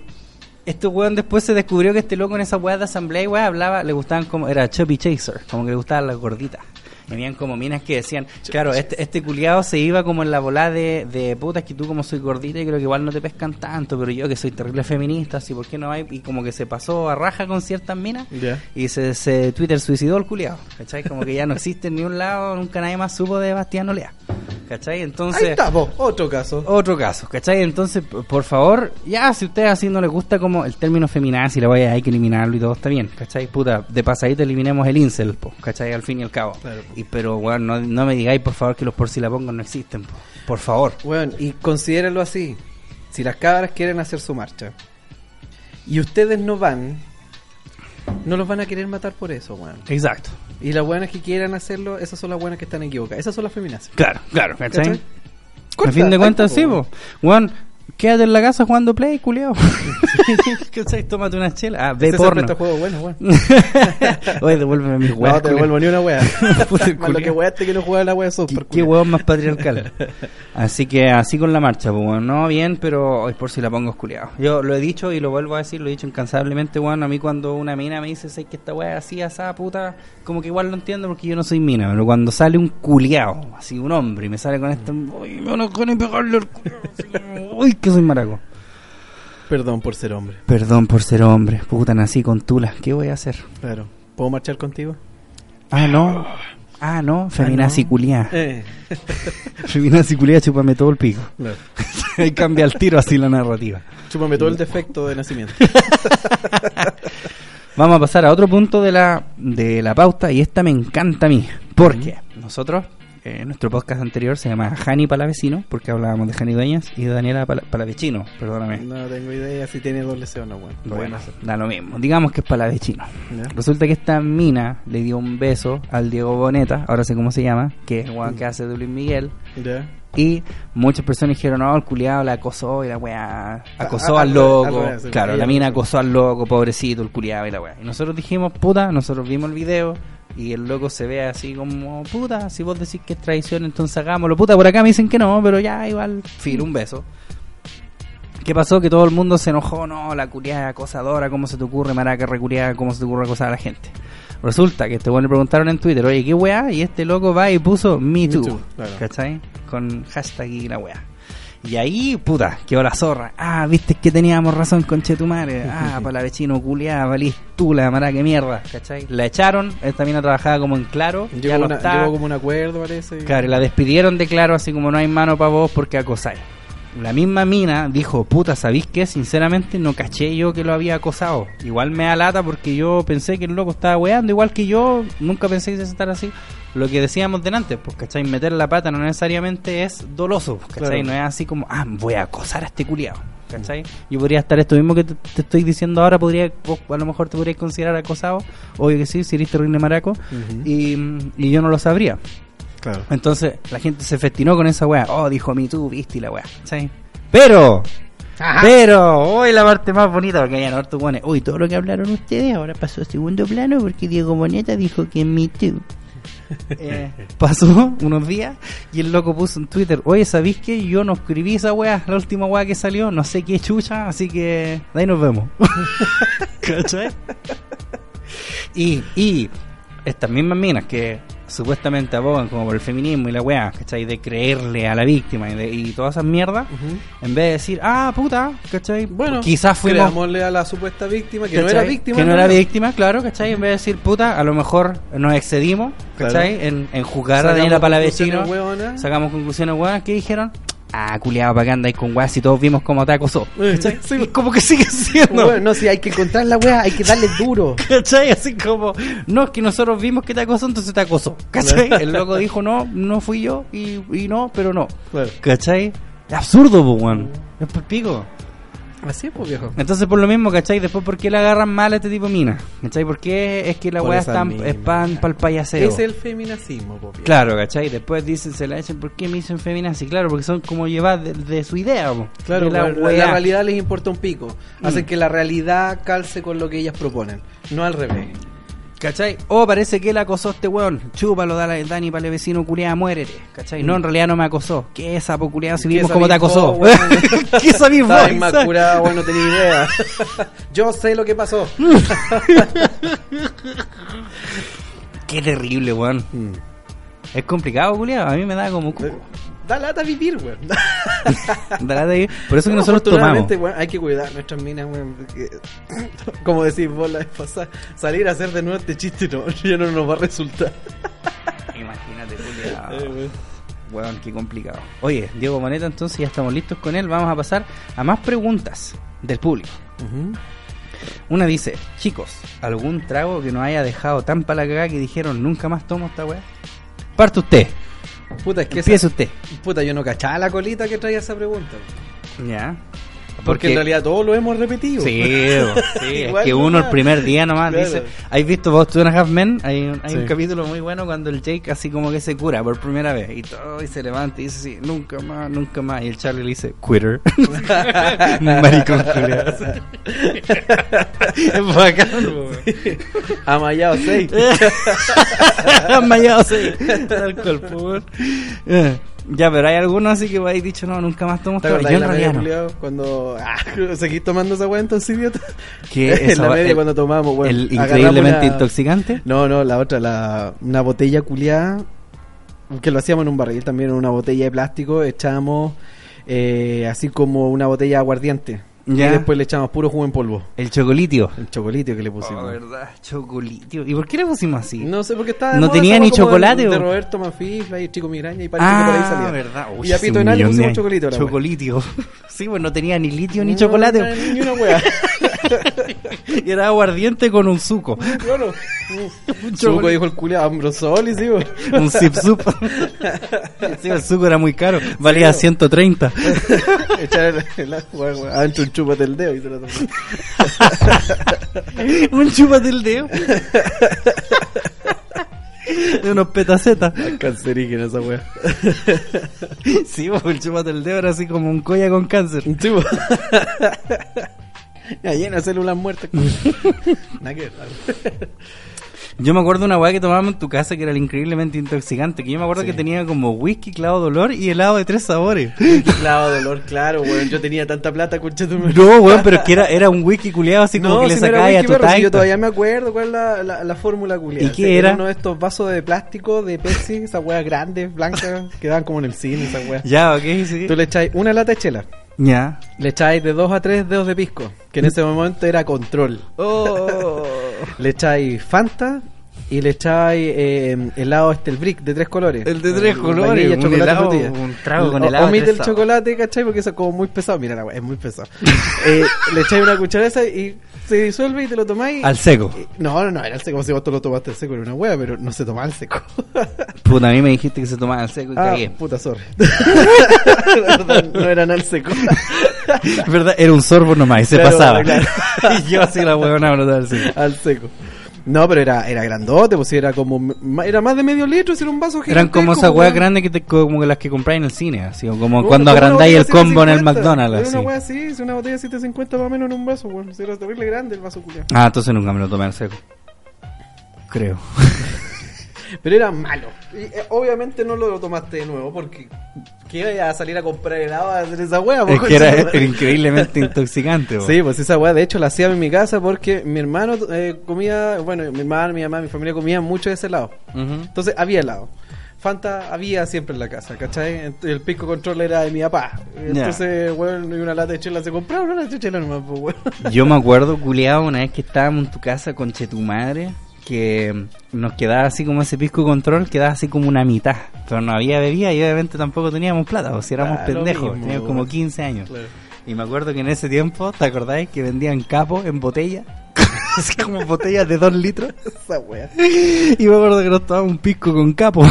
Speaker 2: estos hueones después se descubrió que este loco en esa hueá de asamblea y hueá hablaba, le gustaban como... Era Chubby Chaser, como que le gustaban las gorditas. Tenían como minas que decían, claro, este, este culiado se iba como en la volada de, de putas que tú como soy gordita y creo que igual no te pescan tanto, pero yo que soy terrible feminista, así por qué no hay, y como que se pasó a raja con ciertas minas
Speaker 6: Ya.
Speaker 2: y se, se Twitter suicidó el culiado, ¿cachai? Como que ya no existe en ni un lado, nunca nadie más supo de Bastián Olea, ¿cachai?
Speaker 3: Ahí
Speaker 2: Entonces,
Speaker 3: está, po, otro caso.
Speaker 2: otro caso, ¿cachai? Entonces, p- por favor, ya si a ustedes así no les gusta como el término feminazi, la vaya, hay que eliminarlo y todo está bien, ¿cachai? Puta, de pasadito eliminemos el incel, po, ¿cachai? Al fin y al cabo.
Speaker 3: Claro.
Speaker 2: Y, pero, weón, no, no me digáis, por favor, que los por si la pongo no existen, po. por favor.
Speaker 3: Bueno, y considérenlo así. Si las cabras quieren hacer su marcha y ustedes no van, no los van a querer matar por eso, weón.
Speaker 2: Exacto.
Speaker 3: Y las buenas que quieran hacerlo, esas son las buenas que están equivocadas. Esas son las feminazis.
Speaker 2: Claro, claro, ¿cachai?
Speaker 3: ¿Cachai?
Speaker 2: A
Speaker 3: Corta,
Speaker 2: fin de
Speaker 3: ahí
Speaker 2: cuentas,
Speaker 3: está,
Speaker 2: sí,
Speaker 3: po,
Speaker 2: po. Weón, quédate en la casa jugando play, culiao. ¿Cachai? Tómate una chela. Ah, ve
Speaker 3: Ese es el
Speaker 2: porno.
Speaker 3: resto juego bueno, weón.
Speaker 2: Oye, devuélveme mis weas.
Speaker 6: no te devuelvo ni una wea.
Speaker 2: Puta,
Speaker 3: Más lo que
Speaker 2: culiao.
Speaker 3: weaste que no jugaba la wea de
Speaker 2: Qué-
Speaker 3: software.
Speaker 2: Qué huevón más patriarcal. Así que así con la marcha, pues, weón. no bien, pero hoy por si la pongo esculeado. Yo lo he dicho y lo vuelvo a decir, lo he dicho incansablemente, weón. A mí cuando una mina me dice, sé que esta weá es así, asá, puta, como que igual lo entiendo porque yo no soy mina, pero cuando sale un culiao, así un hombre, y me sale con esta, uy, me van a ganas de pegarle al culiao, así como, uy, que soy maraco.
Speaker 6: Perdón por ser hombre.
Speaker 2: Perdón por ser hombre, puta, nací con tula, ¿qué voy a hacer?
Speaker 6: Claro. ¿Puedo marchar contigo?
Speaker 2: Ah, no. Ah, no, feminazi
Speaker 7: no.
Speaker 2: culiá.
Speaker 7: Eh,
Speaker 2: Feminazi culiá, chúpame todo el pico.
Speaker 3: Claro.
Speaker 2: Ahí cambia el tiro así la narrativa.
Speaker 3: Chúpame todo el defecto de nacimiento.
Speaker 2: Vamos a pasar a otro punto de la, de la pauta y esta me encanta a mí. Porque nosotros, eh, nuestro podcast anterior se llama Jani Palavecino, porque hablábamos de Jani Dueñas y de Daniela Pala- Palavecino, perdóname.
Speaker 3: No tengo idea si tiene doble C o no, bueno. Lo voy a
Speaker 2: Bueno,
Speaker 3: hacer.
Speaker 2: da lo mismo. Digamos que es Palavecino.
Speaker 3: Ya.
Speaker 2: Resulta que esta mina le dio un beso al Diego Boneta, ahora sé cómo se llama, que es el weón que hace de Luis Miguel.
Speaker 3: Ya.
Speaker 2: Y muchas personas dijeron, no, el culiado la acosó y la weá acosó
Speaker 3: a-
Speaker 2: al
Speaker 3: al
Speaker 2: loco.
Speaker 3: revés, al revés, sí,
Speaker 2: claro,
Speaker 3: ella
Speaker 2: la
Speaker 3: lo
Speaker 2: mina
Speaker 3: acosó.
Speaker 2: acosó al loco, pobrecito, el culiado y la weá. Y nosotros dijimos, puta, nosotros vimos el video y el loco se ve así como, puta, si vos decís que es traición, entonces hagámoslo. Puta, por acá me dicen que no, pero ya, igual, fin, un beso. ¿Qué pasó? Que todo el mundo se enojó, no, la culiada acosadora, ¿cómo se te ocurre, maraca reculiada, cómo se te ocurre acosar a la gente? Resulta que este weón le preguntaron en Twitter, oye, ¿qué weá? Y este loco va y puso Me
Speaker 3: Me
Speaker 2: Too,
Speaker 3: Too, claro.
Speaker 2: ¿cachai? Con hashtag y la weá. Y ahí, puta, quedó la zorra. Ah, viste que teníamos razón con Chetumare. Ah, palavecino, culiada, valís tú, la maraca, mierda, ¿cachai? La echaron, esta mina trabajaba como en claro, ya
Speaker 3: Llegó,
Speaker 2: no
Speaker 3: una-
Speaker 2: está.
Speaker 3: llegó como un acuerdo, parece. y-
Speaker 2: Claro, y la despidieron de claro, así como no hay mano para vos porque acosáis. La misma mina dijo, puta, ¿sabéis qué? Sinceramente no caché yo que lo había acosado. Igual me da lata porque yo pensé que el loco estaba weando, igual que yo, nunca pensé que se estar así. Lo que decíamos delante, pues, ¿cachai? Meter la pata no necesariamente es doloso, pues, ¿cachai?
Speaker 3: Claro.
Speaker 2: No es así como, ah, voy a acosar a este culiado, ¿cachai? Yo podría estar esto mismo que te, te estoy diciendo ahora, podría, vos a lo mejor te podrías considerar acosado, obvio que sí, si eres terrible maraco,
Speaker 3: Ujú.
Speaker 2: y, mm, y yo no lo sabría.
Speaker 3: Claro.
Speaker 2: Entonces la gente se festinó con esa weá. Oh, dijo Me Too, viste y la weá. ¿Sí? Pero, pero, hoy la parte más bonita porque hayan harto pone. Uy, todo lo que hablaron ustedes ahora pasó a segundo plano porque Diego Boneta dijo que Me Too. Eh, pasó unos días y el loco puso en Twitter: Oye, ¿sabéis que yo no escribí esa weá? La última weá que salió, no sé qué chucha, así que de ahí nos vemos. ¿Cachai? Y, y estas mismas minas que supuestamente abogan como por el feminismo y la weá, ¿cachai? De creerle a la víctima y, de- y todas esas mierdas, en vez de decir, ah, puta, ¿cachai?
Speaker 3: Bueno,
Speaker 2: quizás fuimos.
Speaker 3: creámosle a la supuesta víctima que no
Speaker 2: ¿cachai?
Speaker 3: era víctima.
Speaker 2: Que no
Speaker 3: en
Speaker 2: era
Speaker 3: realidad.
Speaker 2: víctima, claro, ¿cachai? En vez de decir, puta, a lo mejor nos excedimos, ¿cachai? En, en juzgar a
Speaker 3: Sacamos
Speaker 2: Daniela Palavecino.
Speaker 3: conclusiones hueonas.
Speaker 2: Sacamos conclusiones weá que dijeron, ah, culiado, para que andáis con weá si todos vimos cómo te acosó. ¿cachai?
Speaker 3: Eh, Sí.
Speaker 2: Y como que sigue siendo.
Speaker 7: bueno, no, si hay que encontrar la wea, hay que darle duro.
Speaker 2: ¿Cachai? Así como, no, es que nosotros vimos que te acosó, entonces te acosó. ¿Cachai? El loco dijo, no, no fui yo y, y no, pero no.
Speaker 3: Claro.
Speaker 2: ¿Cachai? Es absurdo, po, weón.
Speaker 3: Mm.
Speaker 2: Es por pico.
Speaker 3: Así es, pues viejo.
Speaker 2: Entonces, por lo mismo, ¿cachai? Después, ¿por qué le agarran mal a este tipo de mina? ¿Cachai? ¿Por qué es que la
Speaker 3: Por
Speaker 2: weá es
Speaker 3: esa
Speaker 2: tan
Speaker 3: mina.
Speaker 2: es pan para el payaseo?
Speaker 3: Es el feminacismo, po, viejo.
Speaker 2: Claro, ¿cachai? Después dicen, se la echan, ¿por qué me dicen feminazi? Claro, porque son como llevadas de, de su idea, po.
Speaker 3: Claro,
Speaker 2: De
Speaker 3: la, la
Speaker 2: weá.
Speaker 3: realidad les importa un pico. Hacen
Speaker 2: Mm.
Speaker 3: que la realidad calce con lo que ellas proponen. No al revés.
Speaker 2: ¿Cachai? Oh, parece que él acosó a este weón. Chúpalo, dale, Dani, pa'le vecino, culiada, muérete. ¿Cachai? No, en realidad no me acosó. ¿Qué sapo culiado Ah, si
Speaker 3: ¿Qué
Speaker 2: vimos cómo te
Speaker 3: sabís vos,
Speaker 2: acosó?
Speaker 3: weón?
Speaker 2: ¿Qué sabís vos?
Speaker 3: Estaba más
Speaker 2: ¿Sabes?
Speaker 3: curado, bueno, no tenía idea. Yo sé lo que pasó.
Speaker 2: Qué terrible, weón. Es complicado, culiado. A mí me da como cuco.
Speaker 3: Da lata vivir, weón.
Speaker 2: Da lata. Por eso que nosotros tomamos.
Speaker 3: Afortunadamente, weón, hay que cuidar nuestras minas, weón. porque, Como decís vos la vez pasada, salir a hacer de nuevo este chiste no, ya no nos va a resultar.
Speaker 2: Imagínate, culiado.
Speaker 3: Eh, weón.
Speaker 2: Weón, qué complicado. Oye, Diego Moneta, entonces ya estamos listos con él. Vamos a pasar a más preguntas del público. Una dice, chicos, ¿algún trago que nos haya dejado tan para la cagada que dijeron nunca más tomo esta weá? Parte usted,
Speaker 3: Puta, es que esa-
Speaker 2: empiece usted.
Speaker 3: Puta, yo no cachaba la colita que traía esa pregunta.
Speaker 2: Ya.
Speaker 3: Porque, en realidad todos lo hemos repetido.
Speaker 2: Sí, bo, sí, es
Speaker 3: Igual
Speaker 2: que
Speaker 3: nomás.
Speaker 2: uno el primer día nomás
Speaker 3: Claro.
Speaker 2: dice, ¿has visto vos Two and a Half Men? Hay, un, hay un
Speaker 3: Sí.
Speaker 2: capítulo muy bueno cuando el Jake así como que se cura por primera vez y todo y se levanta y dice, sí, nunca más, nunca más. Y el Charlie le dice, quitter. Maricón culiao. es bacán, bo.
Speaker 3: Amallado 6.
Speaker 2: Mayado, sí. Alcohol, po, weón. Eh, Ya, pero hay algunos así que habéis dicho, no, nunca más tomo
Speaker 3: ¿Te
Speaker 2: esta
Speaker 3: acordás
Speaker 2: Yo
Speaker 3: de
Speaker 2: en
Speaker 3: la
Speaker 2: realidad
Speaker 3: media,
Speaker 2: no.
Speaker 3: culiao? Cuando ah, seguís tomando esa weá entonces, idiota.
Speaker 2: Que
Speaker 3: en
Speaker 2: esa-
Speaker 3: la media
Speaker 2: el-
Speaker 3: cuando tomamos, weón.
Speaker 2: el
Speaker 3: agarramos
Speaker 2: increíblemente
Speaker 3: una-
Speaker 2: intoxicante.
Speaker 3: No, no, la otra, la, una botella culiada, que lo hacíamos en un barril también, en una botella de plástico, echábamos eh, así como una botella de aguardiente.
Speaker 2: Ya.
Speaker 3: Y después le echamos puro jugo en polvo.
Speaker 2: El chocolitio.
Speaker 3: El chocolitio que le
Speaker 2: Pues
Speaker 3: pusimos.
Speaker 2: Ah, verdad, chocolitio. ¿Y por qué le pusimos así?
Speaker 3: No sé por qué estaba. de
Speaker 2: No
Speaker 3: moda
Speaker 2: tenía
Speaker 3: esa
Speaker 2: ni
Speaker 3: hueá como
Speaker 2: chocolate,
Speaker 3: De, de
Speaker 2: o-
Speaker 3: Roberto Manfifla y Chico Miraña y parece que por ahí
Speaker 2: Ah,
Speaker 3: salía.
Speaker 2: verdad. Uy,
Speaker 3: y a
Speaker 2: hace
Speaker 3: Pito
Speaker 2: un
Speaker 3: Enal le
Speaker 2: millón de
Speaker 3: pusimos
Speaker 2: años.
Speaker 3: chocolito. la hueá.
Speaker 2: Chocolitio. Sí, pues no tenía ni litio ni
Speaker 3: No,
Speaker 2: chocolate.
Speaker 3: no, Ni una hueá.
Speaker 2: Y era aguardiente con un suco.
Speaker 3: Claro.
Speaker 2: Un
Speaker 3: Chuco
Speaker 2: chocolate.
Speaker 3: dijo el culiao Ambrosoli, sí, güey.
Speaker 2: Un zip sup. Sí, el suco era muy caro. Valía
Speaker 3: pues.
Speaker 2: 130.
Speaker 3: Echar el, el agua, güey. Adentro un chúpate el dedo y se lo tomó.
Speaker 2: un chupa del dedo. De unos petacetas.
Speaker 3: Cancerígena esa weá.
Speaker 2: Sí, pues, el chupa del dedo era así como un colla con cáncer.
Speaker 3: Sí, güey. Ya llena de células muertas. Nada que ver, nada que ver.
Speaker 2: Yo me acuerdo una weá que tomábamos en tu casa que era el increíblemente intoxicante. Que yo me acuerdo que tenía como whisky, clavo dolor y helado de tres sabores.
Speaker 3: Claro, dolor, claro, güey. Yo tenía tanta plata, concha tu madre.
Speaker 2: No, weón, pero es que era, era un whisky culiado así como que le
Speaker 3: si no era
Speaker 2: sacabas a
Speaker 3: whisky,
Speaker 2: tu
Speaker 3: perro, si Yo
Speaker 2: taita.
Speaker 3: todavía me acuerdo cuál es la, la, la fórmula culiada.
Speaker 2: ¿Y qué era?
Speaker 3: Uno de estos vasos de plástico de Pepsi, esas weas grandes, blancas, que daban como en el cine, esas weas.
Speaker 2: Ya, ok, sí.
Speaker 3: Tú le echáis una lata de chela,
Speaker 2: Ya.
Speaker 3: le echáis de dos a tres dedos de pisco, que en ese momento era control.
Speaker 2: Oh.
Speaker 3: Le echáis Fanta y le echáis eh, helado este, el brick de tres colores. Eh,
Speaker 2: El de tres colores,
Speaker 3: vainilla,
Speaker 2: un
Speaker 3: chocolate,
Speaker 2: helado,
Speaker 3: frutilla.
Speaker 2: un trago con
Speaker 3: O-
Speaker 2: helado de
Speaker 3: Omite
Speaker 2: tres
Speaker 3: el
Speaker 2: sabores.
Speaker 3: chocolate, ¿cachai? Porque eso es como muy pesado. Mira, la wea, es muy pesado. Eh, le echáis una cuchara esa y se disuelve y te lo tomáis.
Speaker 2: Al seco.
Speaker 3: No, no, no, era el seco, si vos te lo tomaste al seco, era una hueá, pero no se tomaba al seco.
Speaker 2: Puta, a mí me dijiste que se tomaba al seco y
Speaker 3: ah,
Speaker 2: cagué.
Speaker 3: puta, sorry. Perdón, no eran al seco.
Speaker 2: ¿Verdad? Era un sorbo nomás y se
Speaker 3: Claro,
Speaker 2: pasaba.
Speaker 3: claro.
Speaker 2: y yo así la huevona brotaba al seco.
Speaker 3: al seco. No, pero era, era grandote, pues sí, era como, ma- era más de medio litro, si era un vaso pues, gigante.
Speaker 2: Eran como esas
Speaker 3: hueá
Speaker 2: weas grandes que te, como que las que compráis en el cine, así o como cuando agrandáis el combo en el McDonald's.
Speaker 3: Era una
Speaker 2: así.
Speaker 3: hueá así, es una botella de 750 más o menos en un vaso, weón. Sí, Era terrible grande el vaso culiao.
Speaker 2: Ah, entonces nunca me lo tomé al seco. Creo.
Speaker 3: Pero era malo. Y, eh, obviamente no lo tomaste de nuevo porque. ¿Qué iba a salir a comprar helado a hacer esa hueá?
Speaker 2: es que era, era increíblemente intoxicante. bo.
Speaker 3: Sí, pues esa weá de hecho la hacía en mi casa porque mi hermano eh, comía, bueno, mi hermano, mi mamá, mi familia comían mucho de ese helado.
Speaker 2: Ujú.
Speaker 3: Entonces había helado. Fanta había siempre en la casa, ¿cachai? Ent- El pisco control era de mi papá. Entonces, weón, y una lata de chela se compraba, una lata de chela nomás, pues, weón.
Speaker 2: Yo me acuerdo, culiado, una vez que estábamos en tu casa con Che tu madre, que nos quedaba así como ese pisco control, quedaba así como una mitad. Pero no había bebida y obviamente tampoco teníamos plata, o si éramos
Speaker 3: Ah, lo
Speaker 2: pendejos,
Speaker 3: mismo,
Speaker 2: teníamos
Speaker 3: bueno.
Speaker 2: como 15 años. Y me acuerdo que en ese tiempo, ¿te acordáis que vendían capos en botella? Así como botellas de 2 litros.
Speaker 3: Esa weá.
Speaker 2: Y me acuerdo que nos tomábamos un pisco con capo.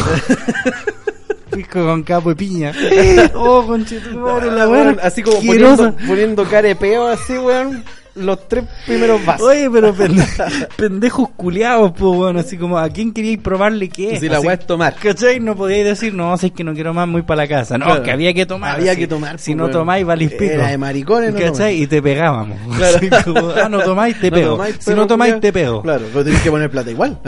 Speaker 2: pisco con capo y piña. Oh, conchetumare, la weá.
Speaker 3: Ah, Weón, así como
Speaker 2: asquerosa.
Speaker 3: poniendo, poniendo carepeo, así, weón, los tres primeros vasos.
Speaker 2: Oye, pero pende- pendejos culiados, pues, weón. Así como, ¿a quién queríais probarle qué?
Speaker 3: si la
Speaker 2: Así-
Speaker 3: weá es tomar.
Speaker 2: ¿Cachai? No podíais decir, no, si es que no quiero más, muy para la casa. No,
Speaker 3: Claro.
Speaker 2: que había que tomar.
Speaker 3: Había
Speaker 2: así.
Speaker 3: que tomar,
Speaker 2: Si
Speaker 3: pues,
Speaker 2: no
Speaker 3: weón.
Speaker 2: tomáis, valís pico.
Speaker 3: Era de maricones, no
Speaker 2: ¿Cachai?
Speaker 3: tomáis.
Speaker 2: Y te pegábamos.
Speaker 3: Claro.
Speaker 2: Así como, ah, no tomáis, te
Speaker 3: No
Speaker 2: pego.
Speaker 3: tomáis,
Speaker 2: si
Speaker 3: pero,
Speaker 2: no tomáis,
Speaker 3: culiao.
Speaker 2: te pego.
Speaker 3: Claro, pero tenés que poner plata igual.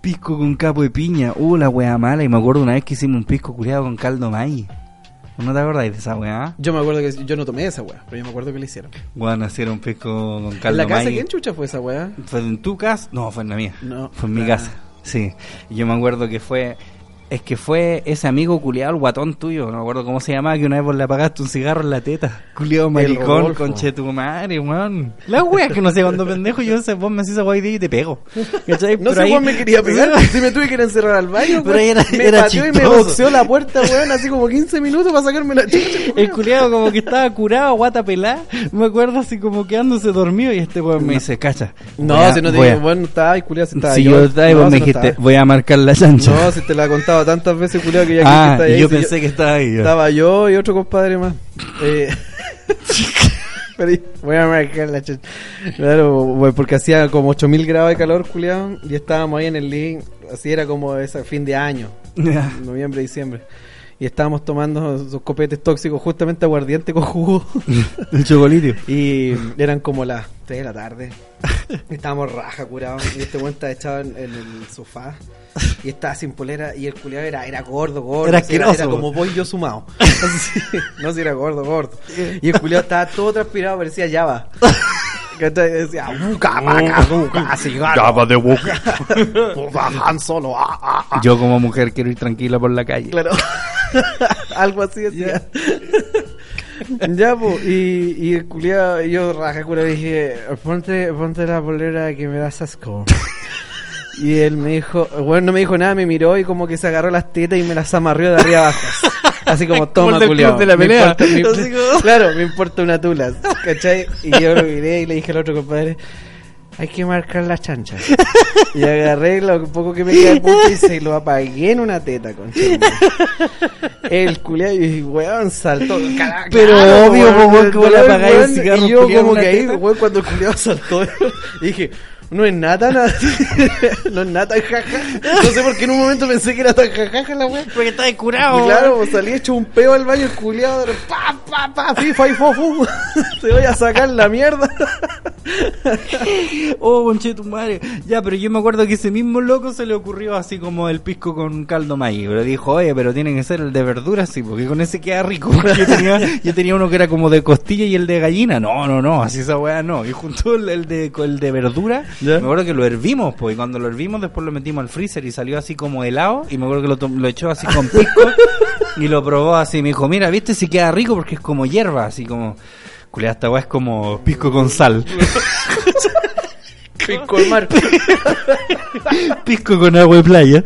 Speaker 2: Pisco con capo de piña. Uh, la weá mala. Y me acuerdo una vez que hicimos un pisco culiado con caldo maíz. ¿No te acordáis de esa weá?
Speaker 3: yo me acuerdo que yo no tomé esa weá, pero yo me acuerdo que le hicieron.
Speaker 2: Weón, hacer un pisco con
Speaker 3: ¿En
Speaker 2: caldo
Speaker 3: la casa
Speaker 2: maíz.
Speaker 3: quién chucha fue esa weá?
Speaker 2: ¿Fue en tu casa? No, fue en la mía.
Speaker 3: No.
Speaker 2: Fue en mi
Speaker 3: Ah.
Speaker 2: casa. Sí. Yo me acuerdo que fue. Es que fue ese amigo culiado, el guatón tuyo, no me acuerdo cómo se llamaba, que una vez vos le apagaste un cigarro en la teta. Culiado maricón,
Speaker 3: Rodolfo.
Speaker 2: conche tu madre, weón. La wea que no sé, cuando pendejo, yo sé, vos me haces esa guay y te pego. ¿Cachai?
Speaker 3: No
Speaker 2: Pero
Speaker 3: sé,
Speaker 2: ahí-
Speaker 3: weón, me quería pegar. si me tuve que ir a encerrar al baño, weón.
Speaker 2: Pero ahí era-
Speaker 3: me
Speaker 2: era
Speaker 3: pateó y me
Speaker 2: chistoso.
Speaker 3: boxeó la puerta, weón, así como 15 minutos para sacarme la chucha.
Speaker 2: El culiado como que estaba curado, guata pelada. Me acuerdo así como quedándose dormido y este weón me dice, cacha. voy a-
Speaker 3: No, si no te
Speaker 2: voy a-
Speaker 3: digo, weón, no estaba y culiado, si estaba
Speaker 2: Si yo estaba y
Speaker 3: No,
Speaker 2: vos
Speaker 3: si
Speaker 2: me
Speaker 3: no
Speaker 2: dijiste,
Speaker 3: estaba.
Speaker 2: voy a marcar la chancha.
Speaker 3: No, si te la he contado tantas veces, culiado, que ya
Speaker 2: ah,
Speaker 3: crees que está
Speaker 2: y
Speaker 3: ahí,
Speaker 2: yo
Speaker 3: si
Speaker 2: pensé que estaba ahí. yo.
Speaker 3: Estaba yo y otro compadre más. Eh, pero yo- voy a marcar la chucha. Claro, güey, porque hacía como 8000 grados de calor, culiado, y estábamos ahí en el link. Así era como ese fin de año, noviembre, diciembre. Y estábamos tomando esos copetes tóxicos, justamente aguardiente con jugo.
Speaker 2: El chocolitio.
Speaker 3: Y eran como las 3 de la tarde. Estábamos raja curados. Y este weón estaba echado en, en el sofá. Y estaba sin polera. Y el culiado era, era gordo, gordo.
Speaker 2: Era
Speaker 3: así, era,
Speaker 2: asqueroso,
Speaker 3: como
Speaker 2: weón.
Speaker 3: voy yo sumado. Así, no si era gordo, gordo. Y el culiado estaba todo transpirado, parecía llava. ¿Cachai? Decía, "Uh, buca, vaca, buca, cigarro.
Speaker 8: de boca.
Speaker 3: Puta, Han solo. ah, ah, ah".
Speaker 2: Yo como mujer quiero ir tranquila por la calle.
Speaker 3: Claro. Algo así decía. Ya, pues, y, y el culiao, yo raja cura dije, ponte, ponte la polera que me das asco. Y él me dijo, bueno, no me dijo nada, me miró y como que se agarró las tetas y me las amarrió de arriba abajo. Así como,
Speaker 2: Como el
Speaker 3: toma,
Speaker 2: del
Speaker 3: culiao.
Speaker 2: club de la
Speaker 3: me
Speaker 2: pelea.
Speaker 3: importa- me-
Speaker 9: Así como-
Speaker 3: claro, me importa una tula, ¿cachai? Y yo lo miré y le dije al otro compadre, hay que marcar las chanchas. Y agarré lo poco que me quedaba de punta y se lo apagué en una teta, concha. de madre. El culiao, y weón, saltó. Cara-
Speaker 1: Pero obvio, po, weón,
Speaker 3: el
Speaker 1: que vos le
Speaker 3: dolor,
Speaker 1: apagáis el
Speaker 3: weón,
Speaker 1: cigarro,
Speaker 3: Y yo
Speaker 1: culiao,
Speaker 3: como
Speaker 1: una
Speaker 3: que ahí,
Speaker 1: teta.
Speaker 3: weón, cuando el culiao saltó, dije... No es nada, tan a- no es nada tan jaja. No sé por qué en un momento pensé que era tan jajaja la weá.
Speaker 2: Porque está
Speaker 3: Y
Speaker 2: curado.
Speaker 3: claro, pues, salí hecho un peo al baño, el culiado. Pa, pa, pa, FIFA y fofu. Te voy a sacar la mierda.
Speaker 2: Oh, conche tu madre. Ya, pero yo me acuerdo que ese mismo loco se le ocurrió así como el pisco con caldo maíz. Pero dijo, oye, pero tiene que ser el de verduras, sí, porque con ese queda rico. Yo tenía, yo tenía uno que era como de costilla y el de gallina. No, no, no, así esa weá no. Y junto el, el de, con el de verdura, me acuerdo que lo hervimos, pues. Y cuando lo hervimos, después lo metimos al freezer y salió así como helado. Y me acuerdo que lo, tom- lo echó así con pisco y lo probó así. Me dijo, mira, viste si queda rico porque es como hierba, así como. Culeada, esta weá es como pisco con sal.
Speaker 3: Pico el mar.
Speaker 2: Pisco con agua y playa.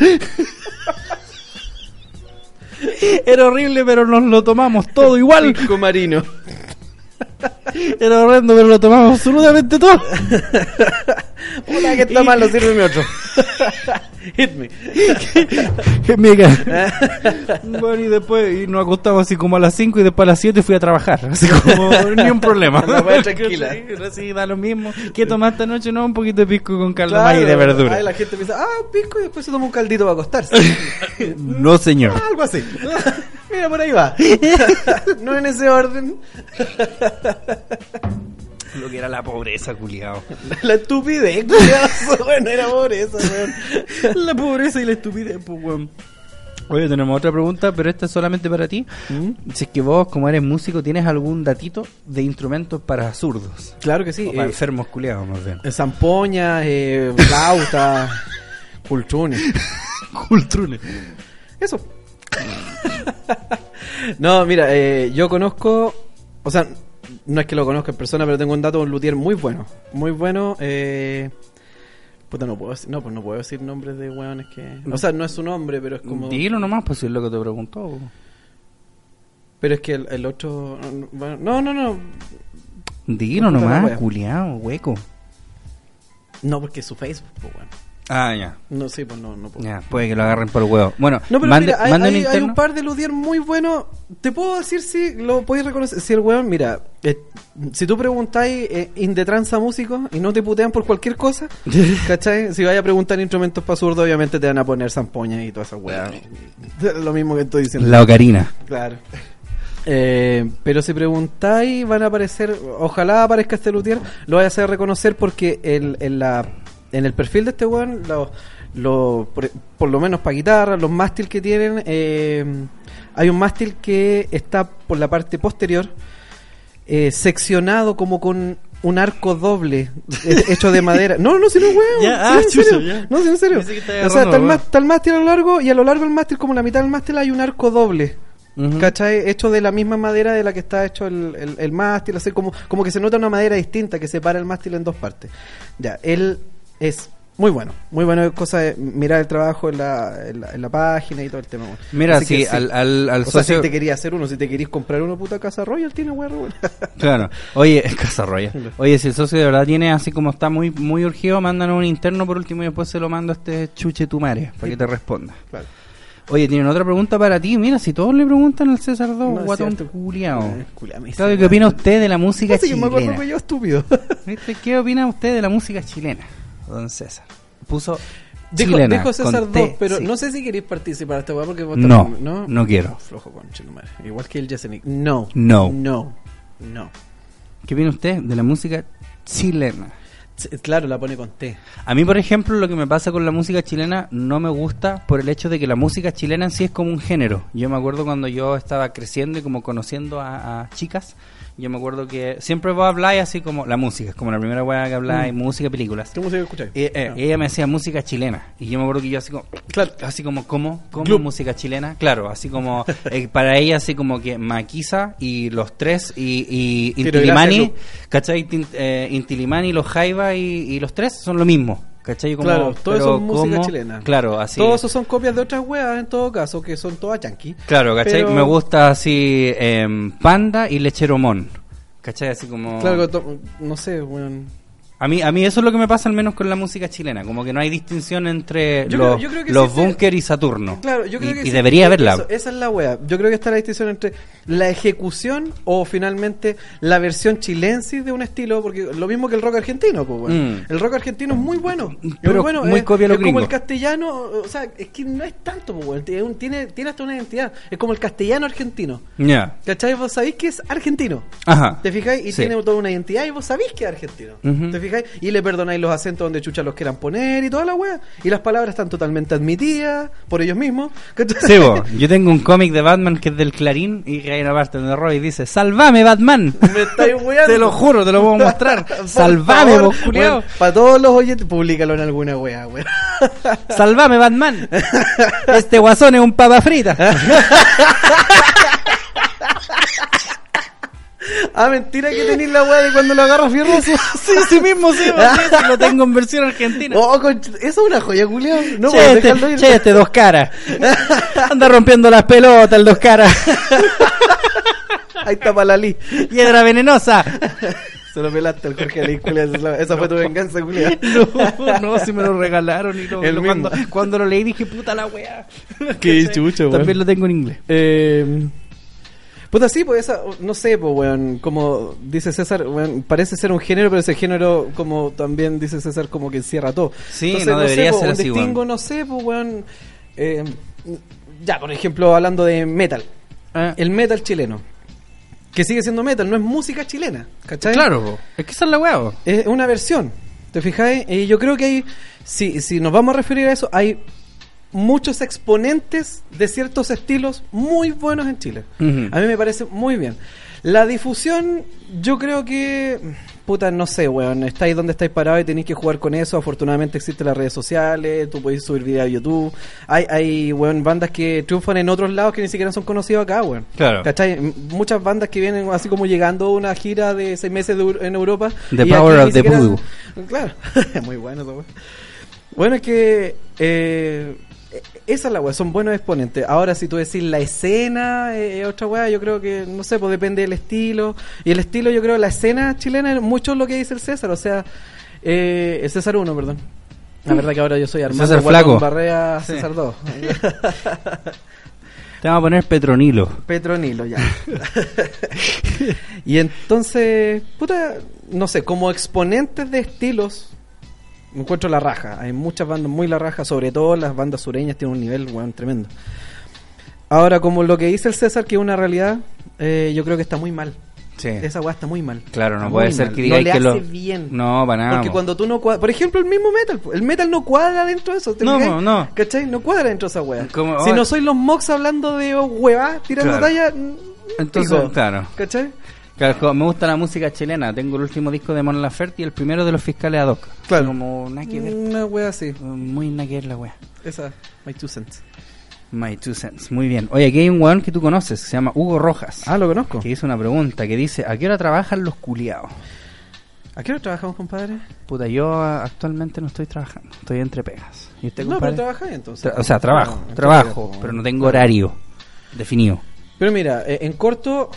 Speaker 2: Era horrible, pero nos lo tomamos todo igual.
Speaker 3: Pico marino.
Speaker 2: Era horrendo, pero lo tomamos absolutamente todo.
Speaker 3: Una que está malo, sírveme otro. Hit me.
Speaker 2: Mira. Bueno, y después y nos acostamos así como a las 5 y después a las 7 fui a trabajar. Así como, ni un problema.
Speaker 3: La wea tranquila.
Speaker 2: Sí, da lo mismo. ¿Qué tomaste anoche? No, un poquito de pisco con caldo
Speaker 3: Claro,
Speaker 2: maíz de verdura.
Speaker 3: Ahí la gente piensa, ah, pico y después se toma un caldito para acostarse.
Speaker 2: No, señor.
Speaker 3: Algo así. Mira, por ahí va. no en ese orden.
Speaker 2: Lo que era la pobreza, culiao.
Speaker 3: La estupidez, culiao. Bueno, era pobreza, weón.
Speaker 2: La pobreza y la estupidez, pues, weón. Oye, tenemos otra pregunta, pero esta es solamente para ti.
Speaker 3: ¿Mm?
Speaker 2: Si es que vos, como eres músico, ¿tienes algún datito de instrumentos para zurdos?
Speaker 3: Claro que sí.
Speaker 2: o para
Speaker 3: eh,
Speaker 2: enfermos culiados, más bien.
Speaker 3: Zampoñas, eh, flauta, cultunes.
Speaker 2: Cultrune.
Speaker 3: Eso. no, mira, eh, yo conozco, o sea, no es que lo conozca en persona, pero tengo un dato de un luthier muy bueno. Muy bueno. Eh, puta, no puedo, decir, no, pues no puedo decir nombres de hueones que... O sea, no es su nombre, pero es como...
Speaker 2: Dilo nomás, pues si es lo que te preguntó. po.
Speaker 3: Pero es que el, el otro... bueno, no, no, no.
Speaker 2: Dilo
Speaker 3: Puta la
Speaker 2: nomás,
Speaker 3: wea.
Speaker 2: culiado, hueco.
Speaker 3: No, porque es su Facebook, pues bueno.
Speaker 2: Ah, ya.
Speaker 3: No, sí, pues no, no puedo.
Speaker 2: Ya, puede que lo agarren por el huevo. Bueno,
Speaker 3: No, pero
Speaker 2: mande-
Speaker 3: mira, hay,
Speaker 2: manden
Speaker 3: hay- hay
Speaker 2: interno.
Speaker 3: un par de Ludier muy buenos. Te puedo decir si lo podéis reconocer. Si el weón, mira, eh, si tú preguntáis eh, in de tranza músicos y no te putean por cualquier cosa, ¿cachai? Si vayas a preguntar instrumentos para zurdo, obviamente te van a poner zampoña y toda esa weá. lo mismo que estoy diciendo.
Speaker 2: La ocarina.
Speaker 3: Claro. Eh, pero si preguntáis, van a aparecer. Ojalá aparezca este luthier. Lo vais a hacer reconocer porque el- en, la, en el perfil de este weón, lo- lo- por, por lo menos para guitarra, los mástil que tienen, eh, hay un mástil que está por la parte posterior, eh, seccionado como con un arco doble eh, hecho de madera. No, no, si no, weón.
Speaker 2: Ya,
Speaker 3: sí,
Speaker 2: ah,
Speaker 3: en
Speaker 2: chucha,
Speaker 3: serio.
Speaker 2: ya.
Speaker 3: No, sí, en serio.
Speaker 2: Pensé que estaba
Speaker 3: O sea, está el,
Speaker 2: agarrando,
Speaker 3: má-
Speaker 2: weón.
Speaker 3: está el mástil a lo largo y a lo largo del mástil, como la mitad del mástil, hay un arco doble.
Speaker 2: Ujú.
Speaker 3: ¿Cachai? Hecho de la misma madera de la que está hecho el, el- el mástil, así como, como que se nota una madera distinta que separa el mástil en dos partes. Ya, él es muy bueno, muy bueno, es cosa de mirar el trabajo en la, en la, en la página y todo el tema. bueno.
Speaker 2: Mira,
Speaker 3: Así que
Speaker 2: si al, al, al
Speaker 3: o sea,
Speaker 2: socio-
Speaker 3: si te querías hacer uno, si te querías comprar uno, puta Casa Royal tiene, weón.
Speaker 2: Claro. Oye, Casa Roya. Oye, si el socio de verdad tiene así como está muy muy urgido, mándanos un interno por último y después se lo mando a este chuche tu madre para que te responda.
Speaker 3: Claro.
Speaker 2: Oye, tienen otra pregunta para ti. Mira, si todos le preguntan al César II,
Speaker 3: No, es
Speaker 2: guatón
Speaker 3: cierto.
Speaker 2: culiao.
Speaker 3: Eh, culiao, me dice,
Speaker 2: Claro, ¿qué
Speaker 3: weón.
Speaker 2: opina usted de la música
Speaker 3: Así que me acuerdo
Speaker 2: chilena?
Speaker 3: que yo estúpido.
Speaker 2: ¿Viste? ¿Qué opina usted de la música chilena, don César? Puso
Speaker 3: Dijo,
Speaker 2: chilena,
Speaker 3: dijo César 2,
Speaker 2: con T,
Speaker 3: pero
Speaker 2: sí.
Speaker 3: no sé si queréis participar esta weá porque vos
Speaker 2: No,
Speaker 3: también-
Speaker 2: no quiero.
Speaker 3: Flojo conche tu madre. Igual que el Yesenic. No.
Speaker 2: No.
Speaker 3: No. No.
Speaker 2: ¿Qué opina usted de la música chilena?
Speaker 3: Sí, Claro, la pone con T.
Speaker 2: A mí, por ejemplo, lo que me pasa con la música chilena no me gusta por el hecho de que la música chilena en sí es como un género. Yo me acuerdo cuando yo estaba creciendo y como conociendo a, a chicas Yo me acuerdo que siempre vos habláis así como la música, es como la primera weá que habláis, música, películas.
Speaker 3: ¿Qué música escucháis?
Speaker 2: Y, eh, Ah, y ella me decía música chilena. Y yo me acuerdo que yo así como, así como, ¿cómo? ¿Cómo
Speaker 3: Club.
Speaker 2: música chilena? Claro, así como, eh, para ella así como que Maquisa y los tres y, y
Speaker 3: Tiro de gracia,
Speaker 2: Intilimani,
Speaker 3: Club.
Speaker 2: ¿cachai? Tin- eh, Intilimani, los Jaiba y, y los tres son lo mismo. ¿Cachai? Como,
Speaker 3: Claro, todo eso
Speaker 2: pero
Speaker 3: es música
Speaker 2: ¿cómo?
Speaker 3: chilena.
Speaker 2: Claro, así.
Speaker 3: Todos esos son copias de otras weas en todo caso, que son todas yankees.
Speaker 2: Claro, ¿cachai?
Speaker 3: Pero-
Speaker 2: Me gusta así em, Panda y Lechero Mon. ¿Cachai? Así como...
Speaker 3: Claro, to- no sé, weón.
Speaker 2: A mí, a mí eso es lo que me pasa al menos con la música chilena, como que no hay distinción entre
Speaker 3: Yo
Speaker 2: los,
Speaker 3: creo- yo creo que
Speaker 2: los
Speaker 3: existe-
Speaker 2: Bunker y Saturno.
Speaker 3: Claro, yo creo
Speaker 2: y,
Speaker 3: que
Speaker 2: y
Speaker 3: sí,
Speaker 2: debería
Speaker 3: yo creo que
Speaker 2: haberla.
Speaker 3: eso- esa es la wea. Yo creo que está la distinción entre la ejecución o finalmente la versión chilensis de un estilo, porque lo mismo que el rock argentino, pues, weón.
Speaker 2: Mm.
Speaker 3: El rock argentino es muy bueno. es
Speaker 2: Pero
Speaker 3: muy bueno,
Speaker 2: muy
Speaker 3: es,
Speaker 2: copia a los
Speaker 3: es como
Speaker 2: gringos.
Speaker 3: el castellano, o sea, es que no es tanto, pues, weón. Tiene un- Tiene, tiene hasta una identidad. Es como el castellano argentino.
Speaker 2: Ya.
Speaker 3: ¿Cachai? Vos sabéis que es argentino.
Speaker 2: Ajá.
Speaker 3: ¿Te fijáis? Y
Speaker 2: Sí.
Speaker 3: tiene toda una identidad y vos sabéis que es argentino.
Speaker 2: Ujú.
Speaker 3: ¿Te fijáis? Y le perdonáis los acentos donde chucha los quieran poner y toda la wea. Y las palabras están totalmente admitidas por ellos mismos. ¿Cachai?
Speaker 2: Sí, bo. yo tengo un cómic de Batman que es del Clarín y que hay una parte donde Roy dice, ¡Salvame, Batman!
Speaker 3: Me estáis weando.
Speaker 2: te lo juro, te lo puedo mostrar.
Speaker 3: Por
Speaker 2: ¡Salvame,
Speaker 3: favor,
Speaker 2: vos, culiao!
Speaker 3: weón, Para todos los oyentes, públicalo en alguna wea, wea.
Speaker 2: ¡Salvame, Batman! Este guasón es un papa frita.
Speaker 3: Ah, mentira que tenéis la wea de cuando lo agarras fierro.
Speaker 2: sí, sí mismo, sí, bo, sí, sí, lo tengo en versión argentina.
Speaker 3: Oh, conch- eso es una joya, culiao. No
Speaker 2: che,
Speaker 3: puedo dejarlo
Speaker 2: este,
Speaker 3: ir.
Speaker 2: che, este dos caras. Anda rompiendo las pelotas el dos caras.
Speaker 3: Ahí está Palali.
Speaker 2: Hiedra venenosa.
Speaker 3: Se lo pelaste al Jorge Alí, culiao. Esa es la- Esa fue tu venganza, culiao.
Speaker 2: No, no, si me lo regalaron y lo,
Speaker 3: El
Speaker 2: lo-
Speaker 3: mismo.
Speaker 2: cuando, cuando lo leí dije, puta la wea.
Speaker 3: Qué
Speaker 2: ¿Cachai?
Speaker 3: chucho, weón.
Speaker 2: También lo tengo en inglés.
Speaker 3: Eh, puta, sí, pues esa, no sé, pues, weón, como dice César, weón, parece ser un género, pero ese género, como también dice César, como que encierra todo.
Speaker 2: Sí, no debería
Speaker 3: po,
Speaker 2: ser
Speaker 3: pues, un
Speaker 2: así, weón.
Speaker 3: distingo, no sé, pues, weón. eh, ya, por ejemplo, hablando de metal,
Speaker 2: Ah,
Speaker 3: el metal chileno, que sigue siendo metal, no es música chilena, ¿cachai?
Speaker 2: claro, po. es que esa es la wea. po.
Speaker 3: Es una versión, ¿te fijáis? Y yo creo que hay, si, si nos vamos a referir a eso, hay muchos exponentes de ciertos estilos muy buenos en Chile.
Speaker 2: Ujú.
Speaker 3: A mí me parece muy bien. La difusión, yo creo que. Puta, no sé, weón. Estáis donde estáis parados y tenéis que jugar con eso. Afortunadamente existen las redes sociales, tú podéis subir video a YouTube. Hay, hay, weón, bandas que triunfan en otros lados que ni siquiera son conocidos acá, weón.
Speaker 2: Claro.
Speaker 3: ¿Cachai? M- Muchas bandas que vienen así como llegando a una gira de seis meses de Eu- en Europa.
Speaker 2: The
Speaker 3: y aquí ni
Speaker 2: power of the
Speaker 3: siquiera-
Speaker 2: voodoo.
Speaker 3: Claro. Muy bueno eso, weón. Bueno, es que. eh, esa es la weá, son buenos exponentes. Ahora, si tú decís la escena, eh, es otra weá, yo creo que, no sé, pues depende del estilo. Y el estilo, yo creo, la escena chilena, es mucho lo que dice el César, o sea, eh, el César 1, perdón. La verdad que ahora yo soy Armando
Speaker 2: Mm. César
Speaker 3: Guatón
Speaker 2: Flaco.
Speaker 3: Barrea César
Speaker 2: Sí.
Speaker 3: 2.
Speaker 2: Te vamos a poner Petronilo.
Speaker 3: Petronilo, ya. y entonces, puta, no sé, como exponentes de estilos, me encuentro la raja. Hay muchas bandas muy la raja, sobre todo las bandas sureñas tienen un nivel, weón, tremendo. Ahora, como lo que dice el César, que es una realidad, eh, yo creo que está muy mal.
Speaker 2: Sí.
Speaker 3: Esa weá está muy mal.
Speaker 2: Claro, no
Speaker 3: Está
Speaker 2: puede
Speaker 3: muy
Speaker 2: ser
Speaker 3: mal.
Speaker 2: que digáis
Speaker 3: no le
Speaker 2: que
Speaker 3: hace
Speaker 2: lo-
Speaker 3: bien.
Speaker 2: No, para nada.
Speaker 3: Porque
Speaker 2: po.
Speaker 3: cuando tú no cuadras, por ejemplo, el mismo metal, po. el metal no cuadra dentro de eso. ¿te
Speaker 2: No,
Speaker 3: fijas?
Speaker 2: mo, no.
Speaker 3: ¿Cachai? No cuadra dentro de esa wea.
Speaker 2: Como,
Speaker 3: si
Speaker 2: ay.
Speaker 3: no soy los mox hablando de hueva, tirando
Speaker 2: Claro.
Speaker 3: talla. mm,
Speaker 2: Entonces,
Speaker 3: pico.
Speaker 2: claro.
Speaker 3: ¿Cachai?
Speaker 2: Claro, como me gusta la música chilena. Tengo el último disco de Mon Laferte y el primero de los fiscales ad hoc.
Speaker 3: Claro. Mm.
Speaker 2: Como nada que ver.
Speaker 3: Una wea así.
Speaker 2: Muy nada que ver la wea.
Speaker 3: Esa, my two cents.
Speaker 2: My two cents. Muy bien. Oye, aquí hay un weón que tú conoces. Se llama Hugo Rojas.
Speaker 3: Ah, lo conozco.
Speaker 2: que hizo una pregunta que dice, ¿a qué hora trabajan los culiados?
Speaker 3: ¿A qué hora trabajamos, compadre?
Speaker 2: Puta, yo ah, actualmente no estoy trabajando, estoy entre pegas. ¿Y usted,
Speaker 3: No, pero
Speaker 2: compadre?
Speaker 3: trabajáis entonces.
Speaker 2: Tra- o sea, trabajo,
Speaker 3: Ah,
Speaker 2: trabajo,
Speaker 3: entonces,
Speaker 2: pero no tengo horario definido.
Speaker 3: Pero mira, eh, en corto,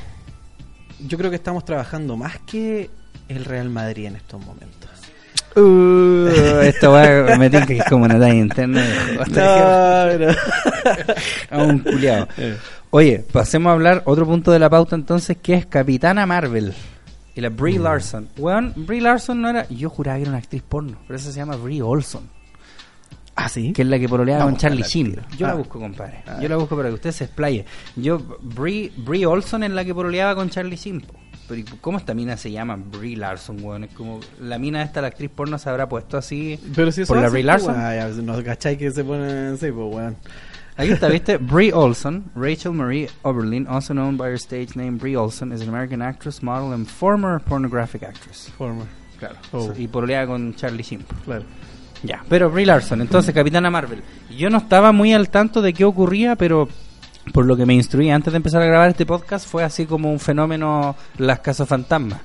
Speaker 3: yo creo que estamos trabajando más que el Real Madrid en estos momentos.
Speaker 2: esto va Uh, me tinca que es como una talla interna. A un culiado.
Speaker 3: Eh.
Speaker 2: Oye, pasemos a hablar otro punto de la pauta entonces, que es Capitana Marvel. Y la
Speaker 3: Mm.
Speaker 2: Brie Larson. Weón, Brie Larson no era... Yo juraba que era una actriz porno, pero esa se llama Brie Olson.
Speaker 3: ¿Ah, sí?
Speaker 2: que es la que pololeaba
Speaker 3: Vamos
Speaker 2: con Charlie
Speaker 3: a la
Speaker 2: Sheen.
Speaker 3: tira.
Speaker 2: Yo
Speaker 3: Ah.
Speaker 2: la busco, compadre. Yo la busco para que usted se explaye. Yo, Brie, Brie Olson es la que pololeaba con Charlie Sheen. po. Pero ¿y ¿Cómo esta mina se llama? Brie Larson, weón. Es como la mina esta, la actriz porno, se habrá puesto así.
Speaker 3: Pero si eso
Speaker 2: ¿Por la
Speaker 3: hacen,
Speaker 2: Brie
Speaker 3: pues,
Speaker 2: Larson?
Speaker 3: weón, ya, no cachai que se ponen así, pues, weón.
Speaker 2: Aquí está, ¿viste? Brie Olson, Rachel Marie Oberlin, also known by her stage name Brie Olson, is an American actress, model, and former pornographic actress.
Speaker 3: Forma,
Speaker 2: Claro.
Speaker 3: Oh.
Speaker 2: Y polea con Charlie Sheen.
Speaker 3: claro.
Speaker 2: Ya, pero Brie Larson, entonces Capitana Marvel. Yo no estaba muy al tanto de qué ocurría, pero por lo que me instruí antes de empezar a grabar este podcast fue así como un fenómeno las cazafantasmas.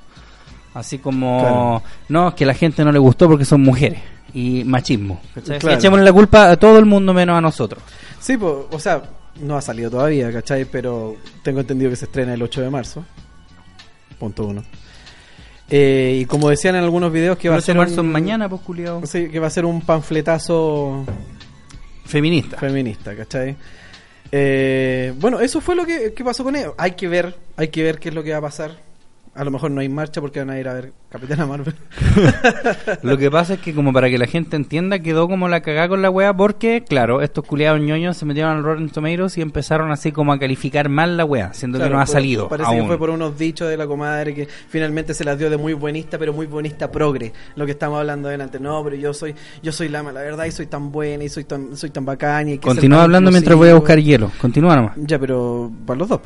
Speaker 2: Así como, no, que la gente no le gustó porque son mujeres y machismo. ¿cachai?
Speaker 3: Claro.
Speaker 2: Echémosle la culpa a todo el mundo menos a nosotros.
Speaker 3: Sí, pues, o sea, no ha salido todavía, ¿cachai? Pero tengo entendido que se estrena el 8 de marzo. Punto uno. Eh, y como decían en algunos videos que va a
Speaker 2: Pero
Speaker 3: ser
Speaker 2: marzo
Speaker 3: un-
Speaker 2: mañana, pues, culiao.
Speaker 3: Sí, que va a ser un panfletazo
Speaker 2: Feminista.
Speaker 3: feminista, ¿cachai? Eh, bueno, eso fue lo que, que pasó con él. Hay que ver, hay que ver qué es lo que va a pasar. A lo mejor no hay marcha porque van a ir a ver Capitana Marvel.
Speaker 2: Lo que pasa es que como para que la gente entienda quedó como la cagada con la wea porque, claro, estos culiados ñoños se metieron al Rotten Tomatoes y empezaron así como a calificar mal la wea, siendo
Speaker 3: Claro,
Speaker 2: que no ha
Speaker 3: por-
Speaker 2: salido
Speaker 3: Parece
Speaker 2: aún.
Speaker 3: que fue por unos dichos de la comadre que finalmente se las dio de muy buenista, pero muy buenista progre. Lo que estamos hablando delante. No, pero yo soy yo soy lama, la verdad, y soy tan buena, y soy tan, soy tan bacana. Y que
Speaker 2: Continúa
Speaker 3: ser tan
Speaker 2: hablando mientras voy a
Speaker 3: inclusivo.
Speaker 2: buscar hielo. Continúa nomás.
Speaker 3: Ya, pero para los dos.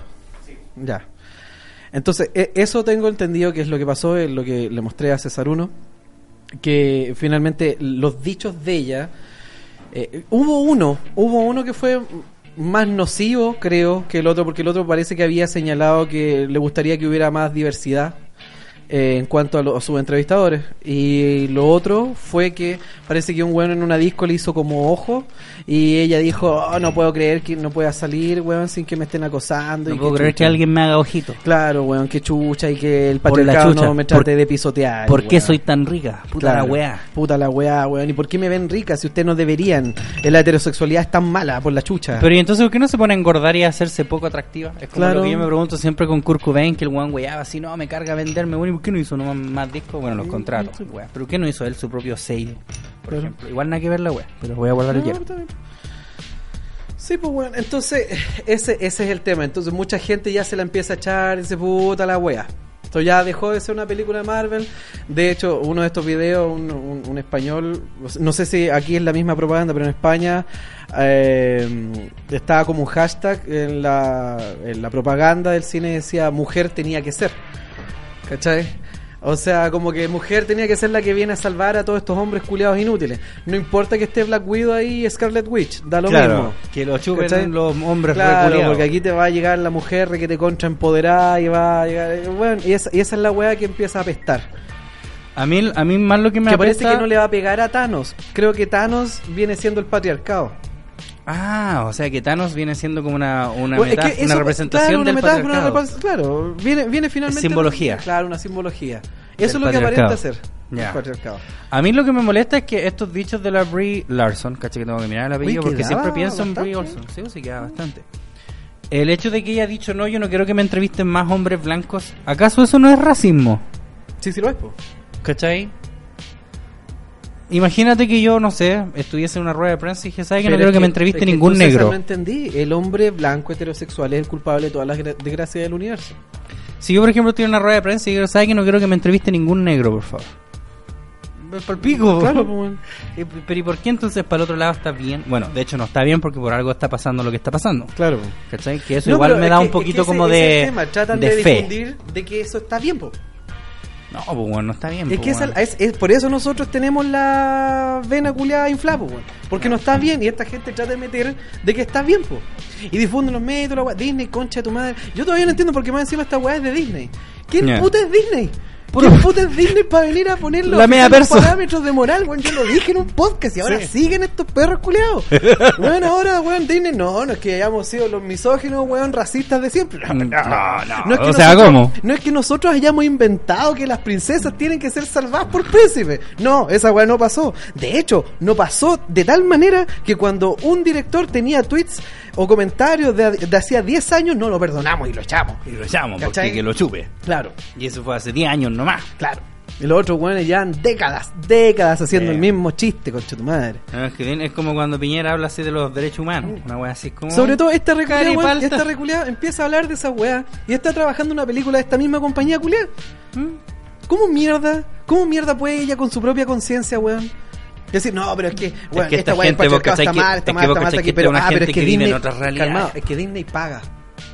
Speaker 3: Ya. Entonces, e- eso tengo entendido que es lo que pasó, es lo que le mostré a César Uno. Que finalmente los dichos de ella. eh, hubo uno, hubo uno que fue más nocivo, creo, que el otro, porque el otro parece que había señalado que le gustaría que hubiera más diversidad eh, en cuanto a, lo- a sus entrevistadores. Y lo otro fue que parece que un weón en una disco le hizo como ojo y ella dijo, "Oh, no puedo creer que no pueda salir, weón, sin que me estén acosando.
Speaker 2: No
Speaker 3: y
Speaker 2: puedo
Speaker 3: que
Speaker 2: creer
Speaker 3: chucha".
Speaker 2: que alguien me haga ojito.
Speaker 3: Claro, weón, que chucha y que el
Speaker 2: Por la
Speaker 3: patriarcado
Speaker 2: chucha.
Speaker 3: no me trate
Speaker 2: Por-
Speaker 3: de pisotear.
Speaker 2: ¿Por qué
Speaker 3: weón.
Speaker 2: soy tan rica? Puta la
Speaker 3: Claro.
Speaker 2: wea.
Speaker 3: Puta la weá, weón. ¿Y por qué me ven rica si ustedes no deberían? La heterosexualidad es tan mala por la chucha.
Speaker 2: Pero y entonces, ¿por qué no se pone a engordar y a hacerse poco atractiva? Es como
Speaker 3: Claro.
Speaker 2: lo que yo me pregunto siempre con Kurt Cobain, que el weón weyaba así, no, me carga venderme, bueno, ¿y por qué no hizo nomás más discos? Bueno, los contratos, weón. ¿Pero por qué no hizo él su propio sello? Por
Speaker 3: Claro.
Speaker 2: ejemplo, igual nada que ver la wea, pero voy a guardar el
Speaker 3: No,
Speaker 2: hielo.
Speaker 3: está bien. Sí, pues bueno, entonces ese, ese es el tema. Entonces mucha gente ya se la empieza a echar y dice, puta la wea. Esto ya dejó de ser una película de Marvel. De hecho, uno de estos videos, un, un- un español, no sé si aquí es la misma propaganda, pero en España eh, estaba como un hashtag en la, en la propaganda del cine, decía, mujer tenía que ser. ¿Cachai? O sea, como que mujer tenía que ser la que viene a salvar a todos estos hombres culiados inútiles. No importa que esté Black Widow ahí y Scarlet Witch, da lo mismo.
Speaker 2: que lo chupen
Speaker 3: ¿Cachai?
Speaker 2: los hombres
Speaker 3: Claro,
Speaker 2: reculeados.
Speaker 3: porque aquí te va a llegar la mujer que te contra empoderada y va a llegar. eh, Bueno, y esa, y esa es la weá que empieza a pestar.
Speaker 2: A mí, a mí más lo que me
Speaker 3: que parece
Speaker 2: apesta-
Speaker 3: que no le va a pegar a Thanos. Creo que Thanos viene siendo el patriarcado.
Speaker 2: Ah, o sea que Thanos viene siendo como una, una,
Speaker 3: Bueno, es
Speaker 2: meta-
Speaker 3: que
Speaker 2: una
Speaker 3: eso-
Speaker 2: representación
Speaker 3: claro, una
Speaker 2: del
Speaker 3: metáfora, una
Speaker 2: patriarcado.
Speaker 3: repas- claro, viene, viene finalmente.
Speaker 2: Simbología.
Speaker 3: Claro, una simbología. Eso es lo que
Speaker 2: patriarcado.
Speaker 3: aparenta ser. el
Speaker 2: Ya.
Speaker 3: Patriarcado.
Speaker 2: A mí lo que me molesta es que estos dichos de la Brie Larson, caché que tengo que mirar el apellido
Speaker 3: Uy,
Speaker 2: porque
Speaker 3: quedaba
Speaker 2: siempre pienso en Brie
Speaker 3: bastante.
Speaker 2: Olson. Sí, pues, sí, queda bastante. El hecho de que ella ha dicho no, yo no quiero que me entrevisten más hombres blancos, ¿acaso eso no es racismo?
Speaker 3: Sí, sí lo es, po.
Speaker 2: ¿Cachai? Imagínate que yo, no sé, estuviese en una rueda de prensa y dije, ¿sabes que no
Speaker 3: Pero
Speaker 2: quiero
Speaker 3: es
Speaker 2: que, me entreviste
Speaker 3: es que
Speaker 2: ningún
Speaker 3: tú, César,
Speaker 2: negro?
Speaker 3: No entendí. El hombre blanco heterosexual es el culpable de todas las gra- desgracias del universo.
Speaker 2: Si yo, por ejemplo, estoy en una rueda de prensa y digo, ¿sabes que no quiero que me entreviste ningún negro, por favor? Palpico,
Speaker 3: Claro, pues, bueno.
Speaker 2: Eh, p- Pero ¿y por qué entonces para el otro lado está bien? Bueno, de hecho no está bien porque por algo está pasando lo que está pasando.
Speaker 3: Claro.
Speaker 2: ¿Cachai? Que eso igual me da un poquito como de,
Speaker 3: Tratan
Speaker 2: de
Speaker 3: de,
Speaker 2: fe.
Speaker 3: difundir de que eso está bien, po.
Speaker 2: No, pues bueno, no está bien.
Speaker 3: Es
Speaker 2: po,
Speaker 3: que esa-
Speaker 2: weón.
Speaker 3: es, es- por eso nosotros tenemos la vena culiada inflada, po, weón. Porque no está bien y esta gente trata de meter de que está bien, po. Y difunden los métodos, la weá. Disney, concha de tu madre. Yo todavía no entiendo por qué más encima esta weá es de Disney. ¿Quién
Speaker 2: Ya.
Speaker 3: puta es Disney?
Speaker 2: Puro-
Speaker 3: ¿Quién puta es Disney para venir a poner los,
Speaker 2: La media
Speaker 3: los
Speaker 2: perso.
Speaker 3: parámetros de moral, weón? Yo lo dije en un podcast y ahora siguen estos perros culiados. bueno, ahora, weón, Disney, no, no es que hayamos sido los misóginos, weón, racistas de siempre.
Speaker 2: No, no,
Speaker 3: No es que
Speaker 2: o sea,
Speaker 3: nosotros-
Speaker 2: ¿cómo?
Speaker 3: No es que nosotros hayamos inventado que las princesas tienen que ser salvadas por príncipes. No, esa weá no pasó. De hecho, no pasó de tal manera que cuando un director tenía tweets o comentarios de, de hacía 10 años, no lo perdonamos y lo echamos.
Speaker 2: Y lo llamo
Speaker 3: ¿Cachai?
Speaker 2: porque que lo chupe.
Speaker 3: Claro,
Speaker 2: Y eso fue hace 10 años nomás.
Speaker 3: claro. Y los otros weones llevan décadas, décadas haciendo
Speaker 2: Sí.
Speaker 3: el mismo chiste, concha tu madre.
Speaker 2: Ah, es que bien, Es como cuando Piñera habla así de los derechos humanos. Una wea así como.
Speaker 3: Sobre todo esta reculeada,
Speaker 2: Mm. Cari
Speaker 3: weón,
Speaker 2: palta.
Speaker 3: esta reculeada empieza a hablar de esa weá y está trabajando en una película de esta misma compañía culiada.
Speaker 2: Mm.
Speaker 3: ¿Cómo mierda? ¿Cómo mierda puede ella con su propia conciencia, weón? Y decir, no, pero es que, weón,
Speaker 2: Es que
Speaker 3: esta,
Speaker 2: esta
Speaker 3: weá del
Speaker 2: gente, vos
Speaker 3: patriarcado
Speaker 2: cachai
Speaker 3: está
Speaker 2: que-
Speaker 3: mal, está
Speaker 2: es
Speaker 3: mal,
Speaker 2: que vos
Speaker 3: está mal,
Speaker 2: cachai
Speaker 3: está aquí,
Speaker 2: que
Speaker 3: pero,
Speaker 2: esta es
Speaker 3: ah,
Speaker 2: una
Speaker 3: pero
Speaker 2: gente
Speaker 3: es que
Speaker 2: que vive en
Speaker 3: Disney,
Speaker 2: otras realidades.
Speaker 3: calmado, es que Disney paga.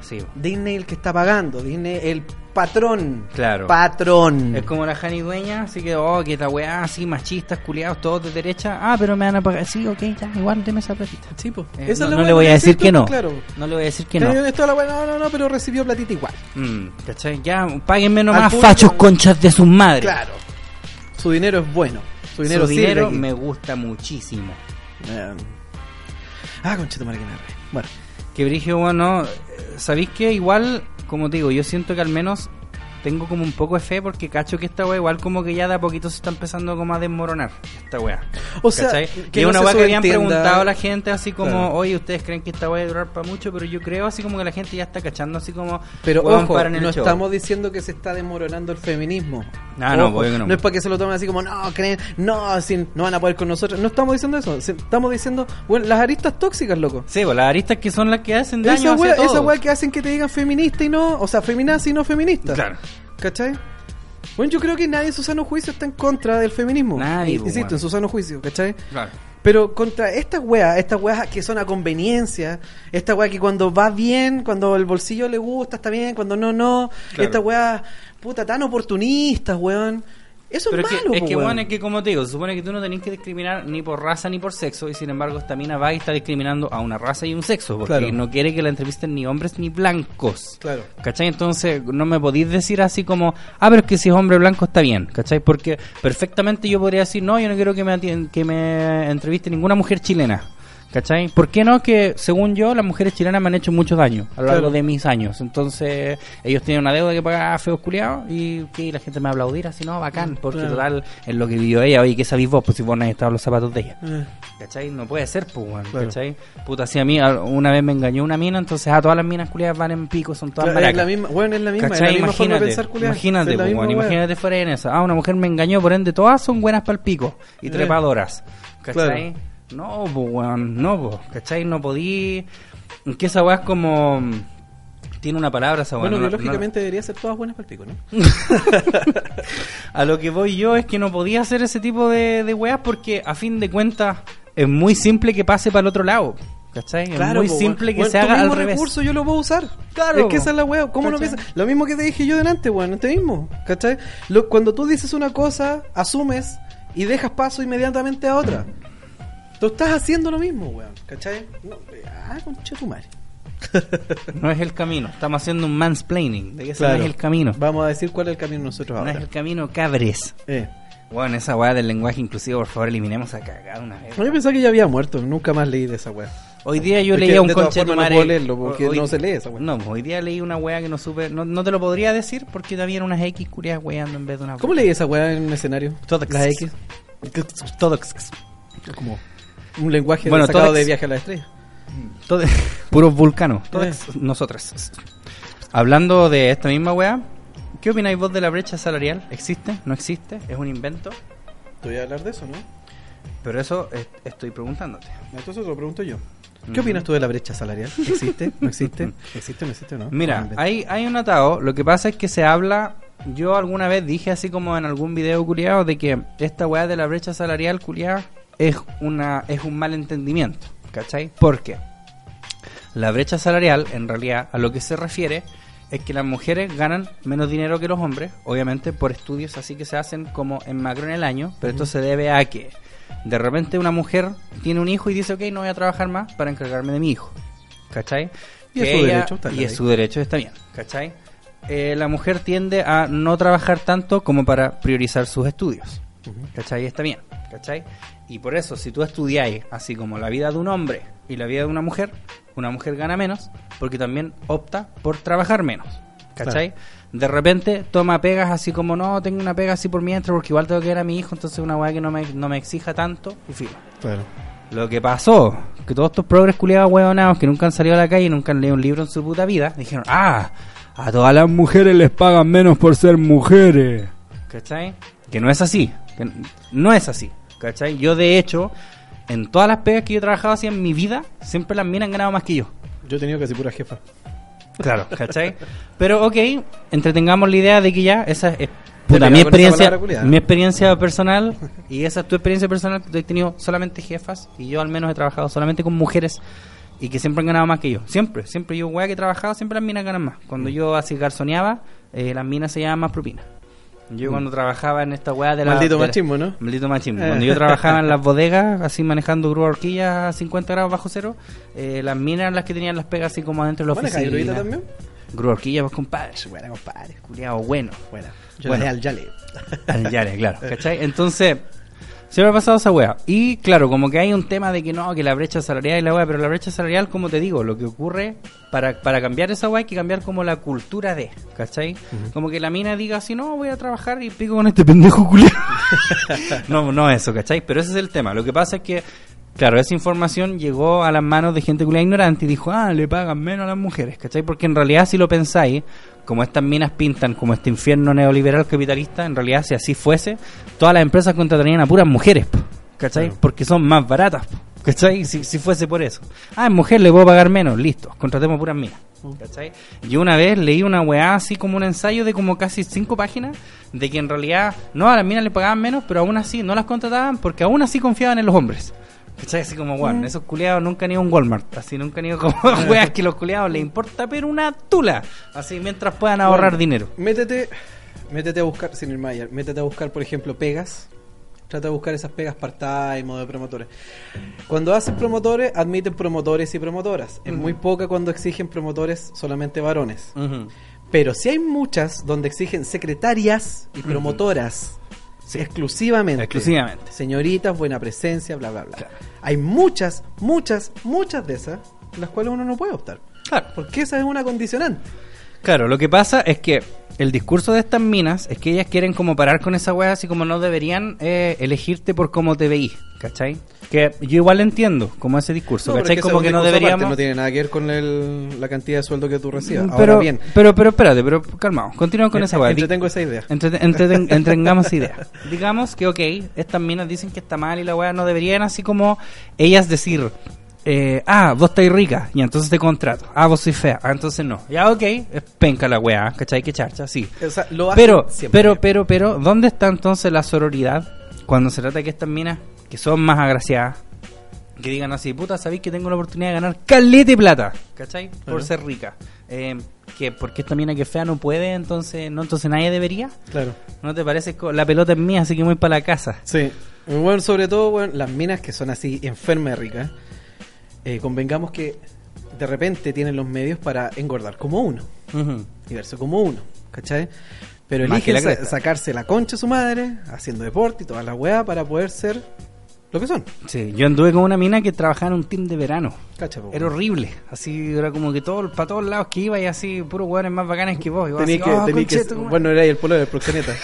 Speaker 2: Sí, bo.
Speaker 3: Disney el que está pagando, Disney el patrón.
Speaker 2: Claro.
Speaker 3: Patrón.
Speaker 2: Es como la Jani Dueña, así que, oh, que esta weá, así machistas, culiados, todos de derecha. Ah, pero me van a pagar. Sí, ok, ya, igual deme esa platita.
Speaker 3: Sí, po. Esa
Speaker 2: Eh, no,
Speaker 3: es la
Speaker 2: no
Speaker 3: weá
Speaker 2: le voy a
Speaker 3: que
Speaker 2: decir
Speaker 3: tú,
Speaker 2: que no.
Speaker 3: Claro. Eh.
Speaker 2: No le voy a decir que
Speaker 3: Tenía
Speaker 2: no.
Speaker 3: esto a la weá, no, no, no, pero recibió platita igual.
Speaker 2: Mm, ¿cachai? Ya, páguenme
Speaker 3: Al
Speaker 2: nomás
Speaker 3: público-
Speaker 2: fachos conchas de sus madres.
Speaker 3: Claro. Su dinero es bueno. Su dinero,
Speaker 2: Su
Speaker 3: sirve
Speaker 2: dinero
Speaker 3: aquí.
Speaker 2: me gusta muchísimo.
Speaker 3: Eh, Ah, conchito madre que me arre. Bueno,
Speaker 2: Que Brigio, bueno, eh, ¿sabéis que igual, como te digo, yo siento que al menos tengo como un poco de fe porque cacho que esta wea igual como que ya de a poquito se está empezando como a desmoronar esta wea.
Speaker 3: O sea,
Speaker 2: ¿Cachai?
Speaker 3: que
Speaker 2: y es
Speaker 3: no
Speaker 2: una
Speaker 3: se
Speaker 2: wea que habían
Speaker 3: sobreentienda.
Speaker 2: preguntado a la gente así como,
Speaker 3: Claro.
Speaker 2: oye, ustedes creen que esta wea va a durar para mucho, pero yo creo así como que la gente ya está cachando así como,
Speaker 3: pero
Speaker 2: "Weón,
Speaker 3: ojo,
Speaker 2: paren el
Speaker 3: no
Speaker 2: show".
Speaker 3: estamos diciendo que se está demoronando el feminismo.
Speaker 2: Ah, no,
Speaker 3: Ojo,
Speaker 2: obvio que no.
Speaker 3: no es para que se lo tomen así como, no, creen, no, si no van a poder con nosotros. No estamos diciendo eso. si- Estamos diciendo, bueno, las aristas tóxicas, loco.
Speaker 2: Sí, pues las aristas que son las que hacen daño
Speaker 3: Esa
Speaker 2: hacia
Speaker 3: wea, esa
Speaker 2: todos.
Speaker 3: wea que hacen que te digan feminista y no, o sea, feminazi y no feminista.
Speaker 2: Claro.
Speaker 3: ¿Cachai? Bueno, yo creo que nadie en su sano juicio está en contra del feminismo.
Speaker 2: Nadie, pues,
Speaker 3: Insisto,
Speaker 2: weón.
Speaker 3: en su sano juicio, ¿cachai?
Speaker 2: Claro.
Speaker 3: Pero contra estas weas, estas weas que son a conveniencia, esta wea que cuando va bien, cuando el bolsillo le gusta, está bien, cuando no, no,
Speaker 2: Claro.
Speaker 3: estas weas, puta, tan oportunistas, weón. Eso
Speaker 2: Pero
Speaker 3: es
Speaker 2: es
Speaker 3: malo,
Speaker 2: que, es
Speaker 3: po,
Speaker 2: que,
Speaker 3: weón.
Speaker 2: bueno, es que como te digo, se supone que tú no tenés que discriminar ni por raza ni por sexo, y sin embargo esta mina va y está discriminando a una raza y un sexo, porque
Speaker 3: Claro.
Speaker 2: no quiere que la entrevisten ni hombres ni blancos.
Speaker 3: Claro.
Speaker 2: ¿Cachai? Entonces no me podéis decir así como, ah, pero es que si es hombre blanco está bien, ¿cachai? Porque perfectamente yo podría decir, no, yo no quiero que me, atien- que me entreviste ninguna mujer chilena. ¿Cachai? ¿Por qué no? Que según yo, las mujeres chilenas me han hecho mucho daño a lo largo
Speaker 3: Claro.
Speaker 2: de mis años. Entonces, ellos tienen una deuda que pagar feos culiados y que la gente me va a aplaudir así, no, bacán, porque
Speaker 3: Claro.
Speaker 2: total es lo que vivió ella. Oye, ¿qué sabís vos? Pues si vos no has estado en los zapatos de ella.
Speaker 3: Eh,
Speaker 2: ¿Cachai? No puede ser, pues, weón,
Speaker 3: Claro.
Speaker 2: ¿cachai? Puta, si a mí a- una vez me engañó una mina, entonces a todas las minas culiadas van en pico, son todas
Speaker 3: es la
Speaker 2: maracas.
Speaker 3: misma, weón, es la misma, es la
Speaker 2: ¿Cachai?
Speaker 3: misma forma de
Speaker 2: Imagínate,
Speaker 3: pensar, culiao.
Speaker 2: imagínate,
Speaker 3: Es la
Speaker 2: pues,
Speaker 3: misma
Speaker 2: weón,
Speaker 3: wea.
Speaker 2: imagínate fuera en esa. Ah, una mujer me engañó, por ende todas son buenas para el pico y
Speaker 3: Eh.
Speaker 2: trepadoras. ¿Cachai? No, pues, weón, no, pues, ¿cachai? No podí... Que esa weá es como... Tiene una palabra esa weá.
Speaker 3: Bueno,
Speaker 2: no- no-
Speaker 3: biológicamente debería ser todas buenas para el pico, ¿no?
Speaker 2: a lo que voy yo es que no podía hacer ese tipo de, de weas porque a fin de cuentas es muy simple que pase para el otro lado. ¿Cachai? es muy
Speaker 3: po,
Speaker 2: simple
Speaker 3: weón.
Speaker 2: que
Speaker 3: Weón,
Speaker 2: se
Speaker 3: tu
Speaker 2: haga al
Speaker 3: mismo
Speaker 2: revés.
Speaker 3: recurso yo lo puedo usar.
Speaker 2: Claro,
Speaker 3: Es
Speaker 2: po.
Speaker 3: que esa es la wea. ¿Cómo no
Speaker 2: ¿Cachai?
Speaker 3: piensas? Lo mismo que te dije yo delante, weón. Este mismo. ¿Cachai? Lo- cuando tú dices una cosa, asumes y dejas paso inmediatamente a otra. Tú estás haciendo lo mismo, weón. ¿Cachai? No, eh, ah, concha tu madre.
Speaker 2: No es el camino. Estamos haciendo un mansplaining. De que ese no es el camino.
Speaker 3: Vamos a decir cuál es el camino nosotros
Speaker 2: No
Speaker 3: ahora.
Speaker 2: es el camino, cabres.
Speaker 3: Eh.
Speaker 2: Bueno, esa wea del lenguaje inclusivo, por favor, eliminemos a cagada una vez.
Speaker 3: A mí pensaba que ya había muerto. Nunca más leí de esa wea.
Speaker 2: Hoy día yo
Speaker 3: Es que
Speaker 2: leía un
Speaker 3: de todas
Speaker 2: conche
Speaker 3: formas no
Speaker 2: madre-
Speaker 3: puedo leerlo, porque no se lee esa wea.
Speaker 2: No, hoy día leí una wea que no supe. No, no te lo podría decir porque todavía eran unas X curias weando en vez de una
Speaker 3: ¿Cómo leí esa wea en un escenario?
Speaker 2: Todas.
Speaker 3: Las X.
Speaker 2: Todo.
Speaker 3: Como un lenguaje
Speaker 2: Bueno,
Speaker 3: sacado
Speaker 2: todas-
Speaker 3: de viaje a la estrella.
Speaker 2: Todo- puros vulcanos.
Speaker 3: Eh.
Speaker 2: Todas nosotras. Hablando de esta misma weá, ¿qué opináis vos de la brecha salarial? ¿Existe? ¿No existe? ¿Es un invento?
Speaker 3: Te voy a hablar de eso, ¿no?
Speaker 2: Pero eso es- estoy preguntándote.
Speaker 3: Entonces lo pregunto yo. ¿Qué
Speaker 2: Ujú.
Speaker 3: opinas tú de la brecha salarial? ¿Existe? ¿No existe? ¿Existe? ¿No existe? ¿No?
Speaker 2: Mira,
Speaker 3: Realmente.
Speaker 2: hay, hay un atado. Lo que pasa es que se habla. Yo alguna vez dije así como en algún video culiado de que esta weá de la brecha salarial culiada es una es un malentendimiento, ¿cachai? Porque la brecha salarial en realidad a lo que se refiere es que las mujeres ganan menos dinero que los hombres, obviamente por estudios así que se hacen como en macro en el año, pero esto se debe a que de repente una mujer tiene un hijo y dice, ok, no voy a trabajar más para encargarme de mi hijo, ¿cachai?
Speaker 3: Y es
Speaker 2: Que
Speaker 3: su derecho, está en la
Speaker 2: y es
Speaker 3: ley.
Speaker 2: su derecho, está bien, ¿cachai? Eh, la mujer tiende a no trabajar tanto como para priorizar sus estudios, ¿cachai? Está bien, ¿cachai? Y por eso, si tú estudiáis así como la vida de un hombre y la vida de una mujer, una mujer gana menos porque también opta por trabajar menos, ¿cachai? De repente toma pegas así como, no, tengo una pega así por mientras porque igual tengo que ver a mi hijo, entonces una weá que no me, no me exija tanto, y filo.
Speaker 3: Claro.
Speaker 2: Lo que pasó, que todos estos progres culiados huevonados que nunca han salido a la calle y nunca han leído un libro en su puta vida, dijeron, ah, a todas las mujeres les pagan menos por ser mujeres. ¿Cachai? Que no es así. que n- no es así. ¿Cachai? Yo, de hecho, en todas las pegas que yo he trabajado así en mi vida, siempre las minas han ganado más que yo.
Speaker 3: Yo he tenido casi pura jefa.
Speaker 2: Claro, ¿cachai? Pero ok, entretengamos la idea de que ya esa es
Speaker 3: pegó
Speaker 2: puta,
Speaker 3: con
Speaker 2: mi
Speaker 3: esa
Speaker 2: experiencia,
Speaker 3: palabra, culiao.
Speaker 2: mi experiencia personal y esa es tu experiencia personal. Yo he tenido solamente jefas y yo al menos he trabajado solamente con mujeres y que siempre han ganado más que yo. Siempre, siempre yo, weá, que he trabajado, siempre las minas ganan más. Cuando yo así garzoneaba, eh, las minas se llevaban más propina. Yo cuando trabajaba en esta weá de la...
Speaker 3: Maldito
Speaker 2: de la-
Speaker 3: machismo, ¿no?
Speaker 2: Maldito machismo.
Speaker 3: Eh.
Speaker 2: Cuando yo trabajaba en las bodegas, así manejando grúa horquilla a 50 grados bajo cero, eh, las minas eran las que tenían las pegas así como adentro de la
Speaker 3: Bueno,
Speaker 2: oficina.
Speaker 3: Cairruita también.
Speaker 2: Grúa horquilla, pues compadre.
Speaker 3: Buena, compadre.
Speaker 2: Culeado bueno.
Speaker 3: Buena.
Speaker 2: Yo
Speaker 3: Bueno.
Speaker 2: le
Speaker 3: al Yale.
Speaker 2: Yare, claro. ¿Cachai? Entonces, siempre ha pasado esa wea. Y claro, como que hay un tema de que no, que la brecha salarial y la wea, pero la brecha salarial, como te digo, lo que ocurre para, para cambiar esa wea hay que cambiar como la cultura de, ¿cachai? Como que la mina diga así, no, voy a trabajar y pico con este pendejo culero. no, no eso, ¿cachai? Pero ese es el tema. Lo que pasa es que, claro, esa información llegó a las manos de gente culiada ignorante y dijo, ah, le pagan menos a las mujeres, ¿cachai? Porque en realidad, si lo pensáis, como estas minas pintan como este infierno neoliberal capitalista, en realidad, si así fuese, todas las empresas contratarían a puras mujeres, po, ¿cachai? Porque son más baratas, po, ¿cachai? Si, si fuese por eso. Ah, es mujer, le puedo pagar menos, listo, contratemos puras minas. ¿Cachai? Yo una vez leí una weá así como un ensayo de como casi cinco páginas de que en realidad no a las minas le pagaban menos, pero aún así no las contrataban porque aún así confiaban en los hombres. ¿Cachai? Así como, weón, esos culeados nunca han ido a un Walmart. Así nunca han ido como a weas que los culeados les importa, pero una tula. Así mientras puedan ahorrar dinero.
Speaker 3: Métete, métete a buscar, sin ir más allá, métete a buscar, por ejemplo, pegas. Trata de buscar esas pegas part-time o de promotores. Cuando hacen promotores, admiten promotores y promotoras. Es muy poca cuando exigen promotores solamente varones.
Speaker 2: Ujú.
Speaker 3: Pero sí hay muchas donde exigen secretarias y promotoras. Exclusivamente.
Speaker 2: Exclusivamente.
Speaker 3: Señoritas, buena presencia, bla, bla, bla.
Speaker 2: Claro.
Speaker 3: Hay muchas, muchas, muchas de esas, las cuales uno no puede optar.
Speaker 2: Claro.
Speaker 3: Porque esa es una condicionante.
Speaker 2: Claro, lo que pasa es que el discurso de estas minas es que ellas quieren como parar con esa weá, así como no deberían eh, elegirte por cómo te veís, ¿cachai? Que yo igual entiendo como ese discurso,
Speaker 3: pero es
Speaker 2: ¿cachai?
Speaker 3: ese
Speaker 2: como
Speaker 3: es
Speaker 2: que
Speaker 3: un
Speaker 2: no
Speaker 3: discurso aparte,
Speaker 2: deberíamos...
Speaker 3: no tiene nada que ver con el- la cantidad de sueldo que tú recibas.
Speaker 2: Mm,
Speaker 3: Ahora
Speaker 2: pero,
Speaker 3: bien,
Speaker 2: pero, pero espérate, pero calmado, continuamos con esa weá.
Speaker 3: yo tengo esa idea.
Speaker 2: Entrete- entreten- entretengamos ideas. Digamos que, ok, estas minas dicen que está mal y la weá no deberían así como ellas decir, eh, ah, vos estáis rica, y entonces te contrato. Ah, vos sois fea, ah, entonces no. Ya, ok, es penca la weá, ¿cachai? Que charcha, sí.
Speaker 3: O sea, lo hacen
Speaker 2: Pero,
Speaker 3: siempre.
Speaker 2: pero, pero, pero, ¿dónde está entonces la sororidad cuando se trata de que estas minas, que son más agraciadas, que digan así, puta, sabéis que tengo la oportunidad de ganar caleta y plata, ¿cachai? Por
Speaker 3: Claro.
Speaker 2: ser rica. Eh, que porque esta mina que es fea no puede, entonces, no, entonces nadie debería.
Speaker 3: Claro.
Speaker 2: ¿No te parece? Co- La pelota es mía, así que voy para la casa.
Speaker 3: Sí. Bueno, sobre todo, bueno, las minas que son así enfermas de ricas, eh, convengamos que de repente tienen los medios para engordar como uno y verse como uno, ¿cachai? Pero
Speaker 2: Más que
Speaker 3: eligen
Speaker 2: la
Speaker 3: sa-
Speaker 2: cresta.
Speaker 3: sacarse la concha a su madre, haciendo deporte y toda la weá para poder ser lo que son.
Speaker 2: Sí, yo anduve con una mina que trabajaba en un team de verano.
Speaker 3: ¿Cachai? po?
Speaker 2: Era horrible, así era como que todo, para todos lados que iba y así, puros hueones más bacanes que vos. Y vos
Speaker 3: Tenés
Speaker 2: así,
Speaker 3: que,
Speaker 2: "Oh,
Speaker 3: tenés que-
Speaker 2: concheto, ¿cómo-"
Speaker 3: bueno, era ahí el polo del proxeneta.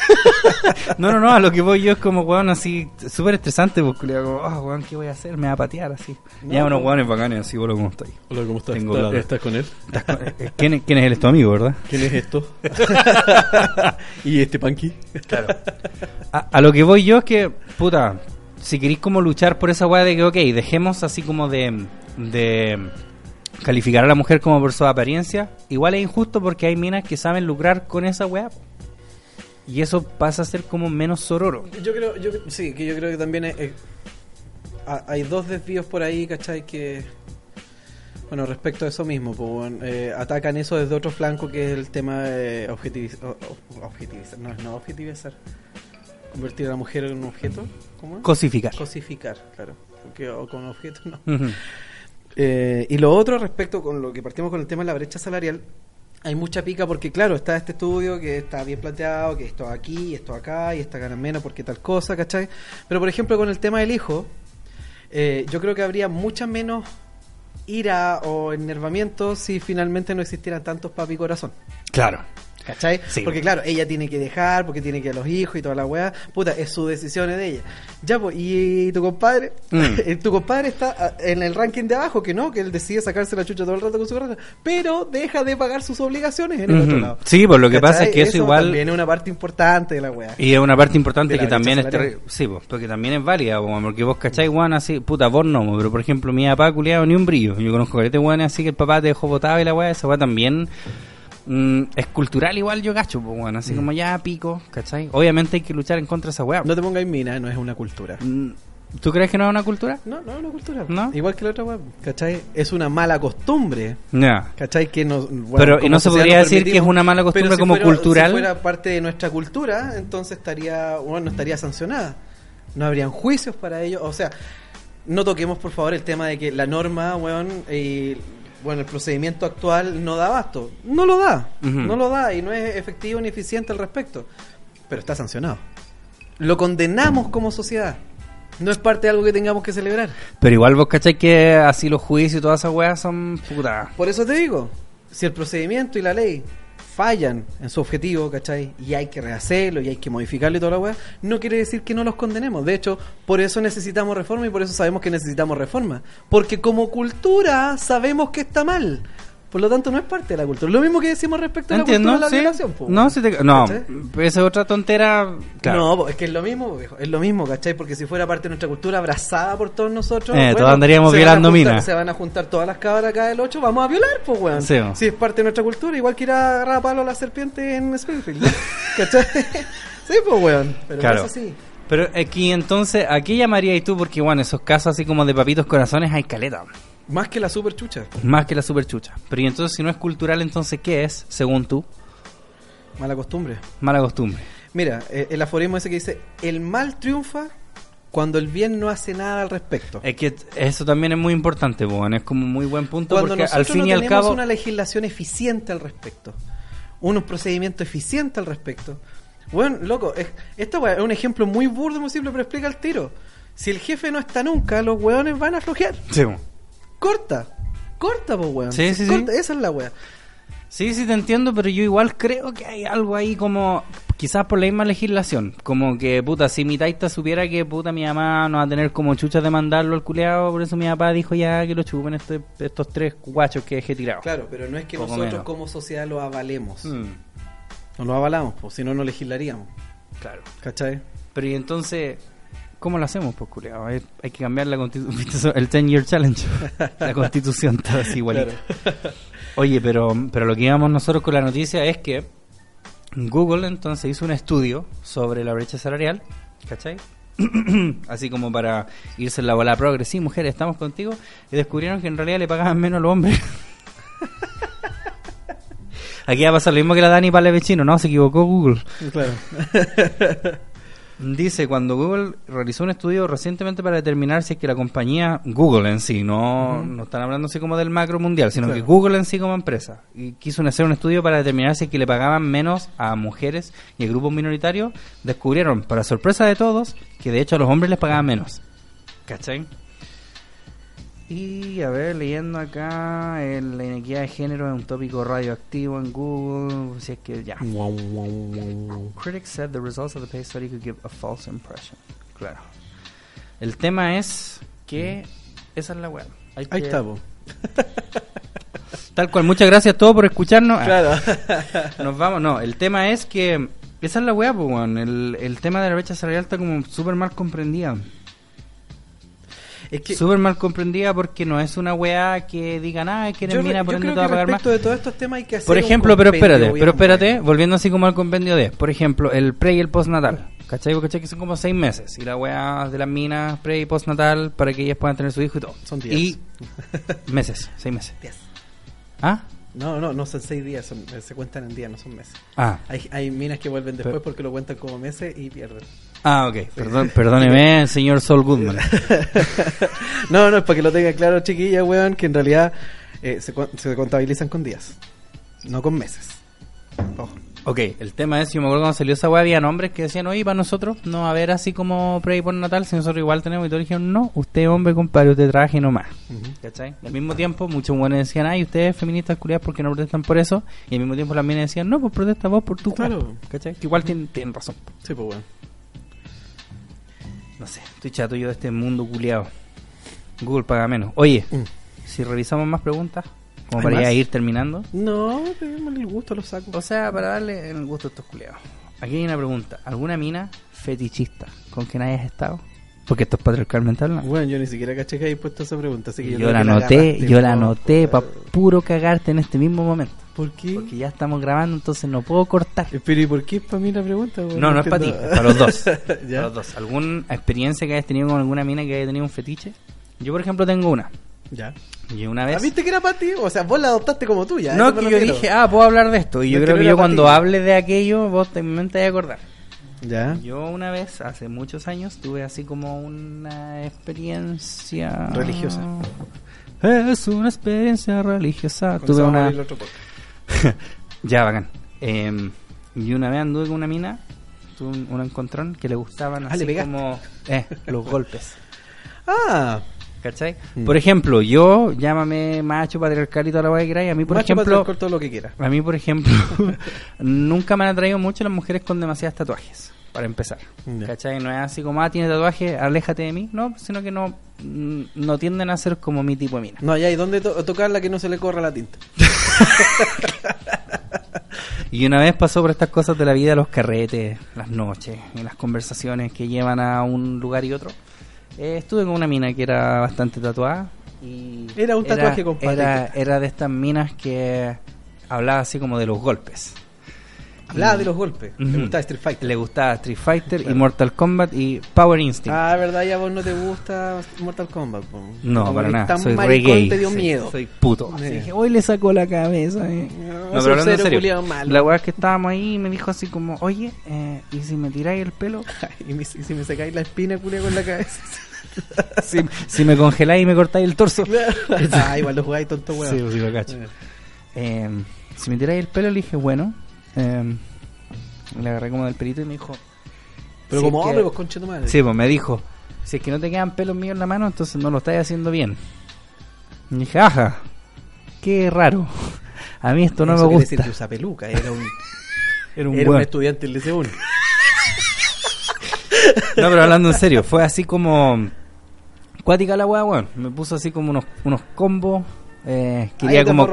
Speaker 2: No, no, no, a lo que voy yo es como, weón, así, súper estresante, pues, culiao, como, oh, weón, ¿qué voy a hacer? Me va a patear, así. ya unos weones bacanes, así, boludo, ¿cómo estoy?
Speaker 1: Hola, ¿cómo estás?
Speaker 2: Tengo
Speaker 1: ¿Estás,
Speaker 2: plata.
Speaker 1: estás con él?
Speaker 2: Estás con- eh, ¿Quién, es- ¿Quién es él, tu amigo, verdad?
Speaker 1: ¿Quién es esto? ¿Y este panqui?
Speaker 2: A, a lo que voy yo es que, puta, si queréis como luchar por esa weá de que, ok, dejemos así como de, de calificar a la mujer como por su apariencia, igual es injusto porque hay minas que saben lucrar con esa weá. Y eso pasa a ser como menos sororo.
Speaker 3: Yo creo, yo, sí, que yo creo que también es- es- ha- hay dos desvíos por ahí, ¿cachai? Que, bueno, respecto a eso mismo, pues, bueno, eh, atacan eso desde otro flanco que es el tema de objetiviz- o- o- objetivizar, no, no objetivizar, convertir a la mujer en un objeto, ¿cómo es?
Speaker 2: Cosificar.
Speaker 3: Cosificar, claro, porque o con objeto no.
Speaker 2: Ujú.
Speaker 3: Eh, y lo otro respecto con lo que partimos con el tema de la brecha salarial, hay mucha pica porque claro, está este estudio que está bien planteado, que esto aquí, esto acá, y esta ganan menos porque tal cosa, ¿cachai? Pero por ejemplo con el tema del hijo, eh, yo creo que habría mucha menos ira o enervamiento si finalmente no existieran tantos papi corazón.
Speaker 2: Claro.
Speaker 3: ¿Cachai?
Speaker 2: Sí.
Speaker 3: Porque claro, ella tiene que dejar, porque tiene que a los hijos y toda la weá. Puta, es su decisión es de ella. Ya, pues, y tu compadre, eh,
Speaker 2: Mm.
Speaker 3: tu compadre está ah, en el ranking de abajo, que no, que él decide sacarse la chucha todo el rato con su carrera, pero deja de pagar sus obligaciones en el otro
Speaker 2: Ujú.
Speaker 3: lado.
Speaker 2: Sí, pues lo que pasa es que eso igual-
Speaker 3: También es una parte importante de la weá.
Speaker 2: Y es una parte importante
Speaker 3: De la
Speaker 2: que
Speaker 3: brecha
Speaker 2: también es
Speaker 3: salarial.
Speaker 2: terri- sí, po, porque también es válida, po, porque vos cacháis weón así, puta, vos no, mo, pero por ejemplo mi papá culiado ni un brillo. Yo conozco este weón así que el papá te dejó botado y la weá, esa weá también mm, es cultural igual yo cacho, pues weón,
Speaker 3: Mm.
Speaker 2: así como ya pico, ¿cachai? Obviamente hay que luchar en contra de esa weá.
Speaker 6: No te pongáis mina, no es una cultura.
Speaker 2: Mm, ¿Tú crees que no es una cultura?
Speaker 6: No, no es una cultura.
Speaker 2: ¿No?
Speaker 6: Igual que la otra weá, ¿cachai? Es una mala costumbre.
Speaker 2: No.
Speaker 6: ¿Cachai? Que nos, bueno,
Speaker 2: Pero, ¿y
Speaker 6: como
Speaker 2: no se
Speaker 6: sociedad
Speaker 2: podría
Speaker 6: nos
Speaker 2: decir que es
Speaker 6: permitimos-
Speaker 2: una mala
Speaker 6: pero
Speaker 2: costumbre
Speaker 6: si
Speaker 2: como
Speaker 6: fuera-
Speaker 2: cultural?
Speaker 6: Si fuera parte de nuestra cultura, entonces estaría, bueno, no estaría sancionada.
Speaker 3: No habrían juicios para ello. O sea, no toquemos por favor el tema de que la norma, weón, y bueno, el procedimiento actual no da abasto. No lo da,
Speaker 2: Ujú.
Speaker 3: no lo da y no es efectivo ni eficiente al respecto. Pero está sancionado. Lo condenamos como sociedad. No es parte de algo que tengamos que celebrar.
Speaker 2: Pero igual vos cacháis que así los juicios y todas esas weas son puta.
Speaker 3: Por eso te digo, si el procedimiento y la ley fallan en su objetivo, ¿cachai? Y hay que rehacerlo y hay que modificarlo y toda la weá, no quiere decir que no los condenemos. De hecho, por eso necesitamos reforma y por eso sabemos que necesitamos reforma. Porque como cultura sabemos que está mal. Por lo tanto, no es parte de la cultura. Lo mismo que decimos respecto a la
Speaker 2: ¿Entiendo?
Speaker 3: cultura de la
Speaker 2: ¿Sí?
Speaker 3: violación. po,
Speaker 2: No,
Speaker 3: weón.
Speaker 2: si te- no,
Speaker 3: ¿Cachai?
Speaker 2: esa es otra tontera. Claro.
Speaker 3: No, po, es que es lo mismo, po, viejo, es lo mismo, ¿cachai? Porque si fuera parte de nuestra cultura abrazada por todos nosotros,
Speaker 2: Eh, todos andaríamos
Speaker 3: se van a
Speaker 2: violando
Speaker 3: juntar-
Speaker 2: minas.
Speaker 3: Se van a juntar todas las cabras acá del 8, vamos a violar, pues, weón.
Speaker 2: Sí, po.
Speaker 3: Si es parte de nuestra cultura, igual que ir a agarrar a palo a la serpiente en Springfield, ¿cachai? sí, pues, weón. Pero
Speaker 2: Claro.
Speaker 3: eso sí.
Speaker 2: Pero aquí entonces, ¿a qué llamarías tú? Porque bueno, esos casos así como de papitos corazones hay caleta.
Speaker 3: Más que la super chucha,
Speaker 2: Más que la superchucha. Pero y entonces si no es cultural, entonces ¿qué es, según tú?
Speaker 3: mala costumbre.
Speaker 2: Mala costumbre.
Speaker 3: Mira, eh, el aforismo ese que dice: el mal triunfa cuando el bien no hace nada al respecto.
Speaker 2: Es que eso también es muy importante, Boban. Es como muy buen punto
Speaker 3: cuando
Speaker 2: porque
Speaker 3: nosotros
Speaker 2: al fin
Speaker 3: no
Speaker 2: y al
Speaker 3: tenemos
Speaker 2: cabo...
Speaker 3: una legislación eficiente al respecto, un procedimiento eficiente al respecto. Bueno, loco, es, esta weá es un ejemplo muy burdo, muy simple, pero explica el tiro. Si el jefe no está nunca, los weones van a flojear.
Speaker 2: Sí, bo.
Speaker 3: Corta, corta, pues weón.
Speaker 2: Sí, sí, sí.
Speaker 3: corta. Esa es la weá.
Speaker 2: Sí, sí, te entiendo, pero yo igual creo que hay algo ahí como, quizás por la misma legislación, como que, puta, si mi taita supiera que, puta, mi mamá no va a tener como chuchas de mandarlo al culeado, por eso mi papá dijo ya que lo chupen este- estos tres guachos que dejé tirados.
Speaker 3: Claro, pero no es que
Speaker 2: Poco
Speaker 3: nosotros
Speaker 2: menos.
Speaker 3: como sociedad lo avalemos.
Speaker 2: Mm,
Speaker 3: No lo avalamos, pues si no, no legislaríamos.
Speaker 2: claro.
Speaker 3: ¿Cachai?
Speaker 2: Pero y entonces, ¿cómo lo hacemos, pues, culeado? Hay, hay que cambiar la constitución, el 10-year challenge, la constitución, todo así igualito. Oye, pero, pero lo que íbamos nosotros con la noticia es que Google entonces hizo un estudio sobre la brecha salarial, ¿cachai? Así como para irse en la bola progre, sí, mujeres, estamos contigo, y descubrieron que en realidad le pagaban menos a los hombres. Aquí va a pasar lo mismo que la Dani Palevechino, ¿no? Se equivocó Google.
Speaker 6: Claro.
Speaker 2: Dice, cuando Google realizó un estudio recientemente para determinar si es que la compañía Google en sí, no, no están hablando así como del macro mundial, sino que Google en sí como empresa, y quiso hacer un estudio para determinar si es que le pagaban menos a mujeres y a grupos minoritarios, descubrieron, para sorpresa de todos, que de hecho a los hombres les pagaban menos. ¿Cachai? Y a ver, leyendo acá, eh, la inequidad de género es un tópico radioactivo en Google, si es que ya. Critics said the results of the pay study could give a false impression. Claro. El tema es que
Speaker 3: Mm.
Speaker 2: esa es la web.
Speaker 6: Ahí está, po.
Speaker 2: Tal cual, muchas gracias a todos por escucharnos. Ah,
Speaker 6: Claro.
Speaker 2: nos vamos, no, el tema es que esa es la web, el, el tema de la brecha salarial está como súper mal comprendida.
Speaker 3: Es que
Speaker 2: Súper mal comprendida porque no es una weá que digan, ah, es que eres
Speaker 3: yo,
Speaker 2: mina,
Speaker 3: yo
Speaker 2: por ende
Speaker 3: creo
Speaker 2: te
Speaker 3: que
Speaker 2: va a pagar más.
Speaker 3: respecto de todos estos temas hay que hacer
Speaker 2: Por
Speaker 3: un
Speaker 2: ejemplo, pero
Speaker 3: compendio,
Speaker 2: espérate,
Speaker 3: viejo,
Speaker 2: pero espérate,
Speaker 3: weón.
Speaker 2: volviendo así como al compendio de, por ejemplo, el pre y el postnatal. ¿Cachai? Porque cachai que son como seis meses. Y la weá de las minas, pre y postnatal, para que ellas puedan tener su hijo y todo.
Speaker 3: Son diez.
Speaker 2: Y meses, seis meses.
Speaker 3: Diez.
Speaker 2: ¿Ah?
Speaker 3: No, no, no son seis días, son- se cuentan en días, no son meses.
Speaker 2: Ah,
Speaker 3: Hay, hay minas que vuelven después
Speaker 2: Pero-
Speaker 3: porque lo cuentan como meses y pierden.
Speaker 2: ah ok. Perdón, perdóneme, señor Sol Goodman.
Speaker 6: No, no, es para que lo tenga claro, chiquilla, weón, que en realidad eh, se, cua- se contabilizan con días, no con meses. Ojo.
Speaker 2: Ok, el tema es, yo me acuerdo cuando salió esa weá, había nombres que decían, oye, para nosotros no va a haber así como pre y por natal, si nosotros igual tenemos. Y todos dijeron, no, usted es hombre, compadre, usted trabaje nomás. ¿Cachai? Al mismo tiempo, muchos buenos decían, ay, ustedes feministas curiosas porque no protestan por eso. Y al mismo tiempo las minas decían, no, pues protesta vos por tu
Speaker 3: Claro.
Speaker 2: cuerpo. ¿Cachai? Que igual tienen, tienen razón.
Speaker 3: Sí, pues bueno.
Speaker 2: No sé, estoy chato yo de este mundo culiado. Google paga menos. Oye,
Speaker 3: Mm.
Speaker 2: si revisamos más preguntas, como
Speaker 3: ¿Hay
Speaker 2: para ya
Speaker 3: más?
Speaker 2: ir terminando.
Speaker 3: No, démosle el gusto a los
Speaker 2: O
Speaker 3: sacos.
Speaker 2: sea, para darle el gusto a estos culeados. Aquí hay una pregunta. ¿Alguna mina fetichista con quien hayas estado? Porque esto es patriarcal mental, ¿no?
Speaker 3: Bueno, yo ni siquiera caché que habéis puesto esa pregunta, así que
Speaker 2: yo
Speaker 3: creo
Speaker 2: la
Speaker 3: que
Speaker 2: anoté,
Speaker 3: agarraste,
Speaker 2: yo la
Speaker 3: po.
Speaker 2: anoté para puro cagarte en este mismo momento.
Speaker 3: ¿Por qué?
Speaker 2: Porque ya estamos grabando, entonces no puedo cortar.
Speaker 3: Eh, Pero ¿y por qué es para mí la pregunta? weón?
Speaker 2: No, no es para ti,
Speaker 3: entiendo.
Speaker 2: es para los dos.
Speaker 3: ¿Ya?
Speaker 2: Para los dos. ¿Alguna experiencia que hayas tenido con alguna mina que haya tenido un fetiche? Yo, por ejemplo, tengo una.
Speaker 3: Ya.
Speaker 2: Y una
Speaker 3: ¿Ah,
Speaker 2: vez...
Speaker 3: ¿Viste que era para ti? O sea, vos la adoptaste como tuya. a
Speaker 2: No,
Speaker 3: eso me
Speaker 2: que yo
Speaker 3: refiero.
Speaker 2: dije, ah, puedo hablar de esto. Y yo
Speaker 3: No, que
Speaker 2: creo
Speaker 3: no
Speaker 2: que
Speaker 3: era
Speaker 2: yo
Speaker 3: para
Speaker 2: cuando
Speaker 3: ti.
Speaker 2: hable de aquello, vos te me vas a acordar.
Speaker 3: Ya.
Speaker 2: Yo una vez, hace muchos años, tuve así como una experiencia
Speaker 3: Religiosa.
Speaker 2: Es una experiencia religiosa. tuve una... Ya, bacán. Em, y una vez anduve con una mina, tuve un, un encontrón que le gustaban
Speaker 3: Ah,
Speaker 2: así
Speaker 3: le pegaste.
Speaker 2: como eh, los golpes.
Speaker 3: Ah,
Speaker 2: ¿Cachai?
Speaker 3: Mm.
Speaker 2: Por ejemplo, yo llámame macho patriarcal y toda la weá que queráis. A mí, por
Speaker 3: macho
Speaker 2: ejemplo,
Speaker 3: patriarcal, todo lo que quiera.
Speaker 2: a mí, por ejemplo, nunca me han atraído mucho las mujeres con demasiados tatuajes, para empezar.
Speaker 3: Ya.
Speaker 2: ¿Cachai? No es así como, ah, tiene tatuaje, aléjate de mí. No, sino que no, mm, no tienden a ser como mi tipo de mina.
Speaker 3: No, ya, ¿y dónde to- tocarla que no se le corra la tinta?
Speaker 2: Y una vez pasó por estas cosas de la vida, los carretes, las noches, y las conversaciones que llevan a un lugar y otro. eh, estuve con una mina que era bastante tatuada. Y
Speaker 3: Era un tatuaje con
Speaker 2: era,
Speaker 3: patas.
Speaker 2: era de estas minas que hablaba así como de los golpes.
Speaker 3: Hablaba de los golpes.
Speaker 2: Ujú.
Speaker 3: Me gustaba Street Fighter.
Speaker 2: Le gustaba Street Fighter y Mortal Kombat y Power Instinct.
Speaker 3: Ah, verdad, ya vos no te gusta Mortal Kombat. po.
Speaker 2: No,
Speaker 3: Como
Speaker 2: para
Speaker 3: eres
Speaker 2: nada.
Speaker 3: Tan
Speaker 2: Soy re
Speaker 3: maricón,
Speaker 2: gay.
Speaker 3: te dio
Speaker 2: Sí,
Speaker 3: miedo.
Speaker 2: Soy puto.
Speaker 3: Sí.
Speaker 2: Así dije, hoy le sacó la cabeza. eh". No, pero hablando en
Speaker 3: Sub-Zero,
Speaker 2: serio.
Speaker 3: culiao malo.
Speaker 2: La weá es que estábamos ahí y me dijo así como, oye, eh, ¿y si me tiráis el pelo?
Speaker 3: y, me- y si me sacáis la espina, culia con la cabeza.
Speaker 2: si, si me congeláis y me cortáis el torso.
Speaker 3: ah, igual lo jugáis tonto,
Speaker 2: Sí, pues,
Speaker 3: weón.
Speaker 2: sí, lo cacho. Eh, si me tiráis el pelo, le dije, bueno. eh, le agarré como del pelito y me dijo,
Speaker 3: Pero
Speaker 2: Sí,
Speaker 3: como
Speaker 2: es que-
Speaker 3: hombre, vos concha tu madre.
Speaker 2: Sí, pues me dijo, si es que no te quedan pelos míos en la mano, entonces no lo estás haciendo bien. Y dije, ajá, qué raro. A mí esto no
Speaker 3: Eso
Speaker 2: me
Speaker 3: quiere decir
Speaker 2: gusta.
Speaker 3: que usa peluca, era un,
Speaker 2: Era
Speaker 3: era un
Speaker 2: weón.
Speaker 3: estudiante del liceo 1.
Speaker 2: No, pero hablando en serio, fue así como... Cuática la weá, weón. Me puso así como unos, unos combos. eh, quería como...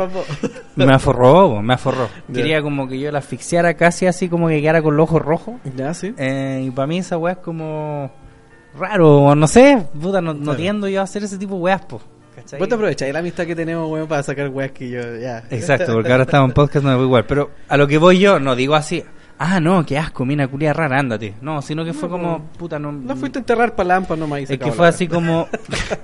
Speaker 2: Me aforró, weón, me aforró.
Speaker 3: Ya.
Speaker 2: Quería como que yo la asfixiara casi así como que quedara con los ojos rojos.
Speaker 3: Ya, sí.
Speaker 2: Eh, y para mí esa weá es como... Raro, o no sé, puta, no, no
Speaker 3: Claro.
Speaker 2: tiendo yo a hacer ese tipo de weas, po. ¿cachai?
Speaker 3: Vos te aprovecháis la amistad que tenemos, weón, para sacar weas que yo, ya.
Speaker 2: Exacto, porque ahora estamos en podcast, no me voy igual. Pero a lo que voy yo, no digo así, ah, no, qué asco, mina culia rara, ándate. No, sino que fue como, puta, no.
Speaker 3: No fuiste a enterrar palampa nomás. y se
Speaker 2: Es que
Speaker 3: acabó
Speaker 2: fue
Speaker 3: la
Speaker 2: así como.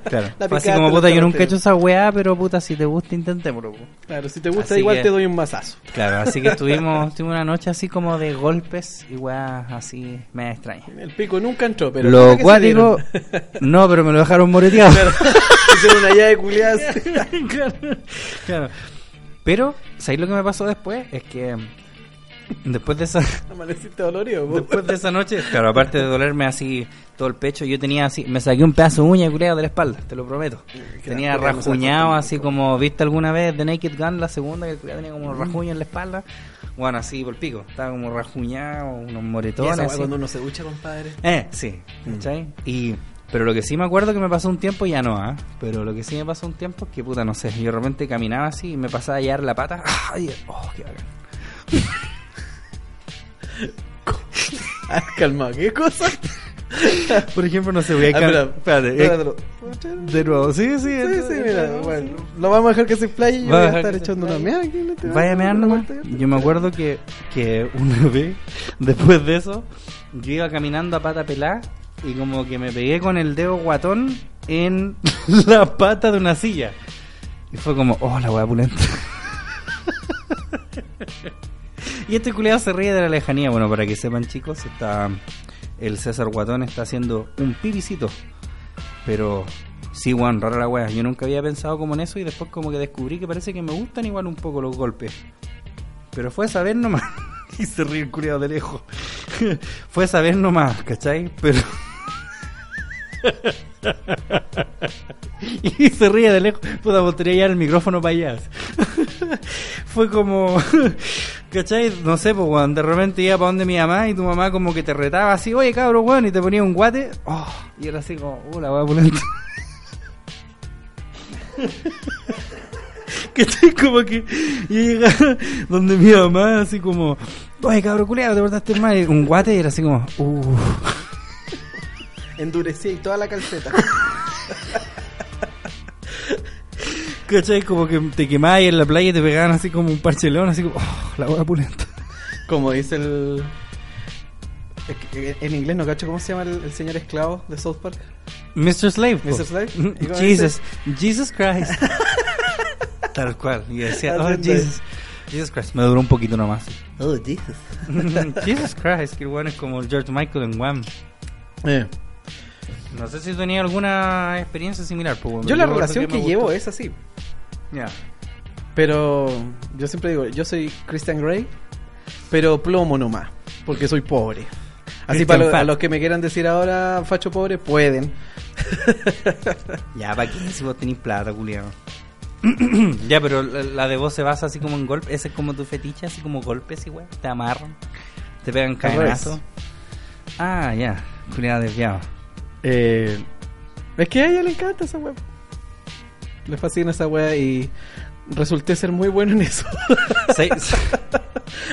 Speaker 2: claro,
Speaker 3: La
Speaker 2: fue así
Speaker 3: picaste,
Speaker 2: como,
Speaker 3: la
Speaker 2: puta, yo nunca
Speaker 3: picaste.
Speaker 2: he hecho esa weá, pero puta, si te gusta, intentémoslo. po.
Speaker 3: wea. Claro, si te gusta,
Speaker 2: Así
Speaker 3: igual
Speaker 2: que-
Speaker 3: te doy un mazazo.
Speaker 2: Claro, así que estuvimos, tuvimos una noche así como de golpes y weá, así, me extraña.
Speaker 3: El pico nunca entró, pero.
Speaker 2: lo
Speaker 3: puta que se
Speaker 2: cuático.
Speaker 3: dieron.
Speaker 2: No, pero me lo dejaron moreteado.
Speaker 3: Hicieron una llave de culiadas.
Speaker 2: Claro. Pero, ¿sabéis lo que me pasó después? Es que. Después de esa.
Speaker 3: Amaneciste dolorido, po.
Speaker 2: Después de esa noche, claro, aparte de dolerme así todo el pecho, yo tenía así, me saqué un pedazo de uña culeado de la espalda, te lo prometo. Tenía
Speaker 3: asco, no se
Speaker 2: rajuñado
Speaker 3: acostumbra,
Speaker 2: así como, ¿viste alguna vez The Naked Gun, la segunda, que el culiao tenía como rajuño en la espalda? Bueno, así por el pico, estaba como rajuñado, unos
Speaker 3: Y esa
Speaker 2: moretones.
Speaker 3: wea
Speaker 2: así.
Speaker 3: cuando uno se ducha, compadre.
Speaker 2: Eh, sí, ¿cachai? Y, pero lo que sí me acuerdo que me pasó un tiempo, ya no, ¿ah? Pero lo que sí me pasó un tiempo es que, puta, no sé, yo de repente caminaba así y me pasaba a llevar la pata. ¡Ay! ¡Oh, qué bacán!
Speaker 3: Ah, calmado, ¿qué cosa?
Speaker 2: Por ejemplo, no sé, voy a...
Speaker 3: Ah,
Speaker 2: cam-
Speaker 3: espera,
Speaker 2: espérate, eh,
Speaker 3: espérate,
Speaker 2: de nuevo, sí, sí.
Speaker 3: Sí,
Speaker 2: entonces-
Speaker 3: sí, mira, bueno, lo vamos a dejar que se explaye y yo
Speaker 2: Va a
Speaker 3: voy a
Speaker 2: dejar
Speaker 3: estar
Speaker 2: que se
Speaker 3: echando una mea aquí. no te va
Speaker 2: Vaya a mear
Speaker 3: dar
Speaker 2: nomás.
Speaker 3: vuelta, ya.
Speaker 2: Yo me acuerdo que, que una vez, después de eso, yo iba caminando a pata pelada y como que me pegué con el dedo guatón en la pata de una silla. Y fue como, oh, la hueá pulenta. y este culeado se ríe de la lejanía. Bueno, para que sepan, chicos, está el César Guatón está haciendo un pibicito. Pero sí, Juan, rara la wea. Yo nunca había pensado como en eso y después como que descubrí que parece que me gustan igual un poco los golpes. Pero fue saber nomás. y se ríe el culiado de lejos. Fue saber nomás, ¿cachai? Pero. y se ríe de lejos. Puta, voltería ya el micrófono para allá. Fue como. ¿cachai? No sé, pues, weón. De repente iba para donde mi mamá y tu mamá como que te retaba así, oye, cabrón, weón, y te ponía un guate. Oh, y era así como, oh, la weá pulenta. ¿Cachai? Como que yo llegaba donde mi mamá, así como, oye, cabrón culiado, te portaste mal. Y un guate y era así como, uh.
Speaker 1: Endurecí toda la calceta.
Speaker 2: ¿Cachai? Como que te quemabas ahí en la playa y te pegaban así como un parchelón, así como, oh, la hueá pulenta.
Speaker 3: Como dice el. es que eh, En inglés no cacho, ¿cómo se llama el, el señor esclavo de South Park?
Speaker 2: Mr. Slave. po.
Speaker 3: Mr. Slave.
Speaker 2: Mm,
Speaker 3: ¿Y cómo
Speaker 2: Jesus. Jesus Christ. Tal cual. Y decía, oh, Jesus. Jesus Christ. Me duró un poquito nomás. Mm,
Speaker 1: Oh, Jesus.
Speaker 2: Jesus Christ, que bueno es como el George Michael en Wham. Eh. No sé si tenía alguna experiencia similar. pues, bueno,
Speaker 3: Yo la
Speaker 2: me acuerdo
Speaker 3: relación que
Speaker 2: me
Speaker 3: llevo
Speaker 2: gustó.
Speaker 3: es así.
Speaker 2: Ya.
Speaker 3: Pero yo siempre digo, yo soy Christian Grey, pero plomo nomás, porque soy pobre. Así
Speaker 2: Christian
Speaker 3: para lo-
Speaker 2: Fat.
Speaker 3: a los que me quieran decir ahora, facho pobre, pueden.
Speaker 2: Ya, ¿para qué si vos tenés plata, culiado? ya, pero la, la de vos se basa así como en golpe. Ese es como tu fetiche, así como golpes y weá. Te amarran. Te pegan
Speaker 3: Al revés.
Speaker 2: cadenazo. Ah, ya. Culiado desviado.
Speaker 3: Eh, es que a ella le encanta esa web. Le fascina esa web y resulté ser muy bueno en eso.
Speaker 2: Sí, sí.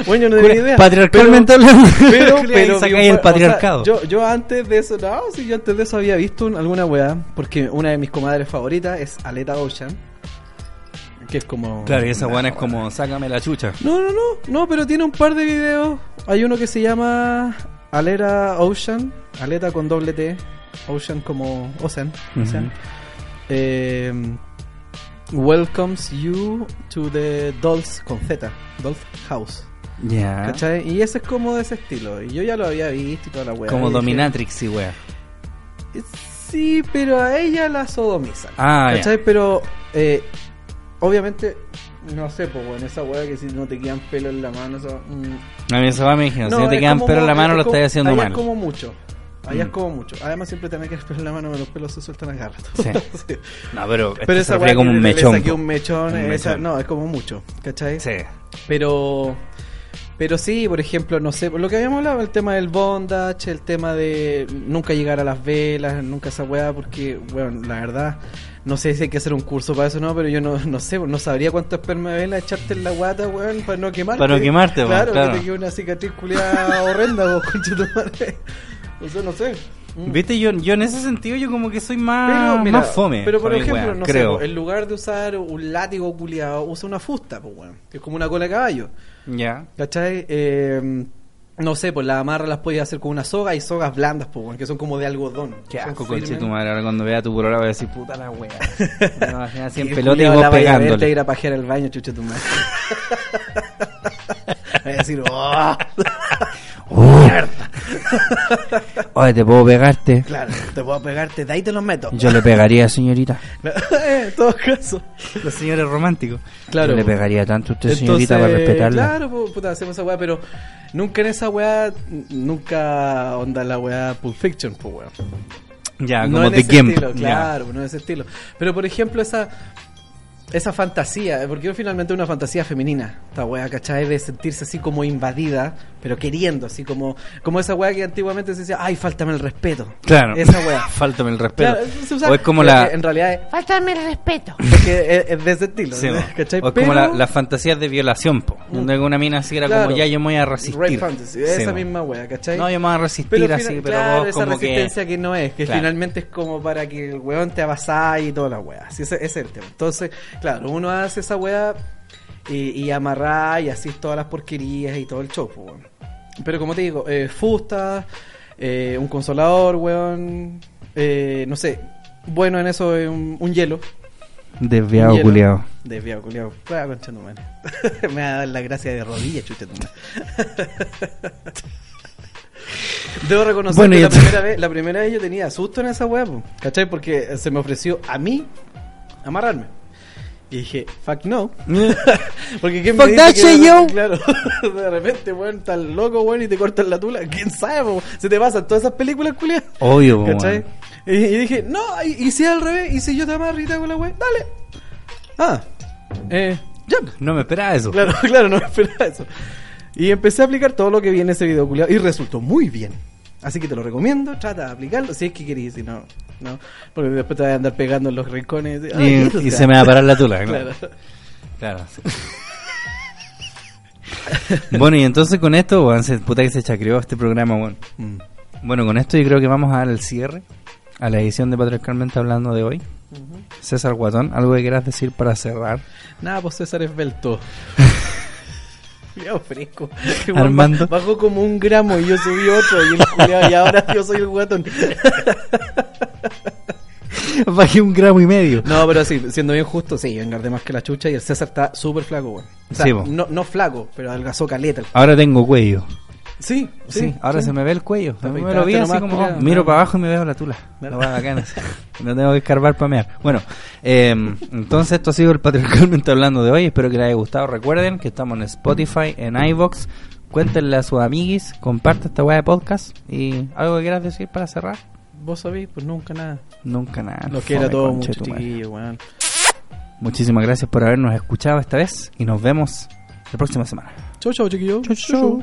Speaker 3: bueno, yo no tenía
Speaker 2: Cura-
Speaker 3: idea.
Speaker 2: Patriarcalmente hablando.
Speaker 3: Pero,
Speaker 2: Culiao,
Speaker 3: pero
Speaker 2: y saca
Speaker 3: vi un par-
Speaker 2: ahí el
Speaker 3: o sea,
Speaker 2: patriarcado.
Speaker 3: yo, yo antes de eso, no, sí, yo antes de eso había visto un- alguna weá, porque una de mis comadres favoritas es Aleta Ocean. Que es como.
Speaker 2: Claro, y esa buena es como, sácame la chucha.
Speaker 3: No, no, no, no, pero tiene un par de videos. Hay uno que se llama Aleta Ocean, Aleta con doble T, Ocean como Ocean. Ocean.
Speaker 2: Ujú.
Speaker 3: Eh, welcomes you to the Dolls con Z, Dolls House.
Speaker 2: Ya.
Speaker 3: ¿Cachai? Y ese es como de ese estilo. Y yo ya lo había visto y toda la weá.
Speaker 2: Como
Speaker 3: Y dije, "Eh,
Speaker 2: dominatrix y wea.
Speaker 3: Sí, pero a ella la sodomizan.
Speaker 2: Ah, ya.
Speaker 3: ¿Cachai? Pero, eh, obviamente, no sé, pues, en esa weá que si no te quedan pelos en la mano, eso. mm,
Speaker 2: A mí se va me dijeron, si no te
Speaker 3: es
Speaker 2: quedan
Speaker 3: como-
Speaker 2: pelo en la mano
Speaker 3: es
Speaker 2: lo
Speaker 3: como-
Speaker 2: estás haciendo
Speaker 3: allá
Speaker 2: mal.
Speaker 3: es como mucho. Allá es
Speaker 2: Mm.
Speaker 3: como mucho. Además, siempre también que pelo en la mano, pero los pelos se sueltan a garra.
Speaker 2: Sí.
Speaker 3: Sí.
Speaker 2: No, pero, esto
Speaker 3: Pero
Speaker 2: se
Speaker 3: esa
Speaker 2: refiere
Speaker 3: weá
Speaker 2: como un
Speaker 3: le- le
Speaker 2: mechón.
Speaker 3: saqué un mechón.
Speaker 2: Un
Speaker 3: esa-
Speaker 2: mechón.
Speaker 3: no, es como mucho. ¿Cachai?
Speaker 2: Sí.
Speaker 3: Pero. Pero sí, por ejemplo, no sé, por lo que habíamos hablado, el tema del bondage, el tema de nunca llegar a las velas, nunca esa weá, porque, bueno, la verdad, no sé si hay que hacer un curso para eso o no, pero yo no, no sé, no sabría cuánto esperma de vela echarte en la guata, weón, para no quemarte.
Speaker 2: Para no quemarte, weón,
Speaker 3: claro.
Speaker 2: claro.
Speaker 3: que te quede una cicatriz culiada horrenda, vos, concha tu madre. O sea, no sé. Mm.
Speaker 2: Viste, yo, yo en ese sentido yo como que soy Ah, más,
Speaker 3: Pero, mira,
Speaker 2: más fome.
Speaker 3: Pero por
Speaker 2: para mi
Speaker 3: ejemplo,
Speaker 2: wea,
Speaker 3: no sé,
Speaker 2: creo.
Speaker 3: po, en lugar de usar un látigo culiado, usa una fusta, pues, weón, que es como una cola de caballo.
Speaker 2: Ya.
Speaker 3: ¿Cachai? Eh, no sé, pues las amarras las podías hacer con una soga y sogas blandas, pues, weón, que son como de algodón.
Speaker 2: Qué
Speaker 3: Son
Speaker 2: asco,
Speaker 3: firmes.
Speaker 2: coche tu madre. Ahora cuando vea tu polola voy a decir, puta la wea. Me imaginas así
Speaker 3: Y
Speaker 2: en
Speaker 3: el
Speaker 2: pelota y
Speaker 3: culiao
Speaker 2: vos
Speaker 3: la vaya a este ver, Te
Speaker 2: pegándole.
Speaker 3: ir a pajear al baño, chucha tu madre. Voy a decir, "Oh,
Speaker 2: Oye, ¿te puedo pegarte?
Speaker 3: claro, te puedo pegarte, de ahí te los meto.
Speaker 2: Yo le pegaría, señorita.
Speaker 3: en todo caso.
Speaker 2: Los señores románticos.
Speaker 3: Claro.
Speaker 2: Yo le pegaría tanto a usted, señorita, para
Speaker 3: Entonces,
Speaker 2: respetarla.
Speaker 3: Claro, pu- puta, hacemos esa weá, pero nunca en esa weá, n- nunca onda la weá Pulp Fiction, pues weón.
Speaker 2: Ya,
Speaker 3: no
Speaker 2: Ah, como
Speaker 3: en
Speaker 2: The
Speaker 3: ese
Speaker 2: Game.
Speaker 3: estilo, claro, no en ese estilo. Pero por ejemplo, esa esa fantasía, eh, porque finalmente es una fantasía femenina, esta wea, ¿cachai? De sentirse así como invadida, pero queriendo, así como como esa wea que antiguamente se decía, ay, faltame el respeto.
Speaker 2: Claro.
Speaker 3: Esa wea.
Speaker 2: Fáltame el respeto.
Speaker 3: Claro, se usa-
Speaker 2: o es como
Speaker 3: pero
Speaker 2: la.
Speaker 3: que En realidad es,
Speaker 4: Faltame el respeto.
Speaker 3: es que es- es de ese estilo,
Speaker 2: Sí, bo.
Speaker 3: ¿cachai?
Speaker 2: o es como la-
Speaker 3: Pero- Mm.
Speaker 2: las fantasías de violación, po. Donde una mina así era
Speaker 3: Claro.
Speaker 2: como, ya yo me voy a
Speaker 3: Rape
Speaker 2: resistir.
Speaker 3: fantasy,
Speaker 2: Sí,
Speaker 3: esa
Speaker 2: bo.
Speaker 3: misma wea, ¿cachai?
Speaker 2: No, yo me voy a resistir
Speaker 3: Pero
Speaker 2: así,
Speaker 3: fina-
Speaker 2: pero
Speaker 3: claro,
Speaker 2: vos
Speaker 3: esa
Speaker 2: como que.
Speaker 3: resistencia que... no es, que
Speaker 2: Claro.
Speaker 3: finalmente es como para que el weón te avasalla y toda la weá. Sí, ese, ese es el tema. Entonces, claro, uno hace esa weá y, y amarrá y así todas las porquerías y todo el show, pues, weón. Pero como te digo, eh, fusta, eh, un consolador, weón, eh, no sé, bueno en eso es un, un hielo. Un
Speaker 2: Desviado,
Speaker 3: hielo.
Speaker 2: culiado.
Speaker 3: Desviado, culiao. Claro, concha tu madre. Me va a dar la gracia de rodillas, chucha tu madre. Debo reconocer
Speaker 2: Bueno,
Speaker 3: que
Speaker 2: y
Speaker 3: la
Speaker 2: entonces-
Speaker 3: primera, vez, la primera vez yo tenía susto en esa hueá, po, ¿cachai? Porque se me ofreció a mí amarrarme. Y dije, fuck no. Porque ¿quién
Speaker 2: Mm. Fuck
Speaker 3: me
Speaker 2: that
Speaker 3: dice que-
Speaker 2: shit, yo.
Speaker 3: Claro, de repente, weón, tan loco, weón, y te cortan la tula. ¿Quién sabe, po? Se te pasan todas esas películas, culia.
Speaker 2: Obvio, po,
Speaker 3: ¿Cachai?
Speaker 2: weón.
Speaker 3: Y, y dije, no, y, y si al revés, Eh, y si yo te amarro y te hago la weón, dale. Ah, eh, ya.
Speaker 2: No me esperaba eso.
Speaker 3: Claro, claro, no me esperaba eso. Y empecé a aplicar todo lo que viene ese video culiado y resultó muy bien. Así que te lo recomiendo, trata de aplicarlo si es que querés, si no, no, porque después te vas a andar pegando en los rincones.
Speaker 2: Y,
Speaker 3: "Ay, eso
Speaker 2: y
Speaker 3: está".
Speaker 2: se me va a parar la tula.
Speaker 3: Claro.
Speaker 2: Claro. Claro, sí. bueno, y entonces con esto, weón, se- puta que se chacreó este programa, weón.
Speaker 3: Mm.
Speaker 2: Bueno, con esto yo creo que vamos al cierre, a la edición de Patriarcalmente hablando de hoy. César Guatón, ¿algo que quieras decir para cerrar?
Speaker 3: Nada, pues César Esbelto. Culeado fresco.
Speaker 2: Armando.
Speaker 3: Ba- Bajó como un gramo y yo subí otro y, el culiao- y ahora yo soy el guatón.
Speaker 2: Bajé un gramo y medio.
Speaker 3: No, pero sí, siendo bien justo, sí, yo engardé más que la chucha y el César está súper flaco, weón. O sea,
Speaker 2: Sí, po.
Speaker 3: no, no flaco, pero adelgazó caleta. el-
Speaker 2: Ahora tengo cuello.
Speaker 3: Sí,
Speaker 2: Sí, ahora se me ve el cuello.
Speaker 3: Te
Speaker 2: A mí me lo vi
Speaker 3: afeitaste nomás,
Speaker 2: así como,
Speaker 3: culiao.
Speaker 2: miro para abajo y me veo la tula.
Speaker 3: Claro.
Speaker 2: No va bacán, así. No tengo que escarbar para mear. Bueno, eh, entonces esto ha sido el Patriarcalmente Hablando de hoy. Espero que les haya gustado. Recuerden que estamos en Spotify, en iVox. Cuéntenle a sus amiguis, comparte esta weá de podcast. ¿Y algo que quieras decir para cerrar?
Speaker 3: Vos sabés, pues nunca nada.
Speaker 2: Nunca nada.
Speaker 3: Los quiero a
Speaker 2: Fome,
Speaker 3: todos
Speaker 2: conche
Speaker 3: mucho,
Speaker 2: tu madre.
Speaker 3: chiquillos, weón.
Speaker 2: Muchísimas gracias por habernos escuchado esta vez y nos vemos la próxima semana.
Speaker 3: Chau, chau, chiquillos.
Speaker 2: chau.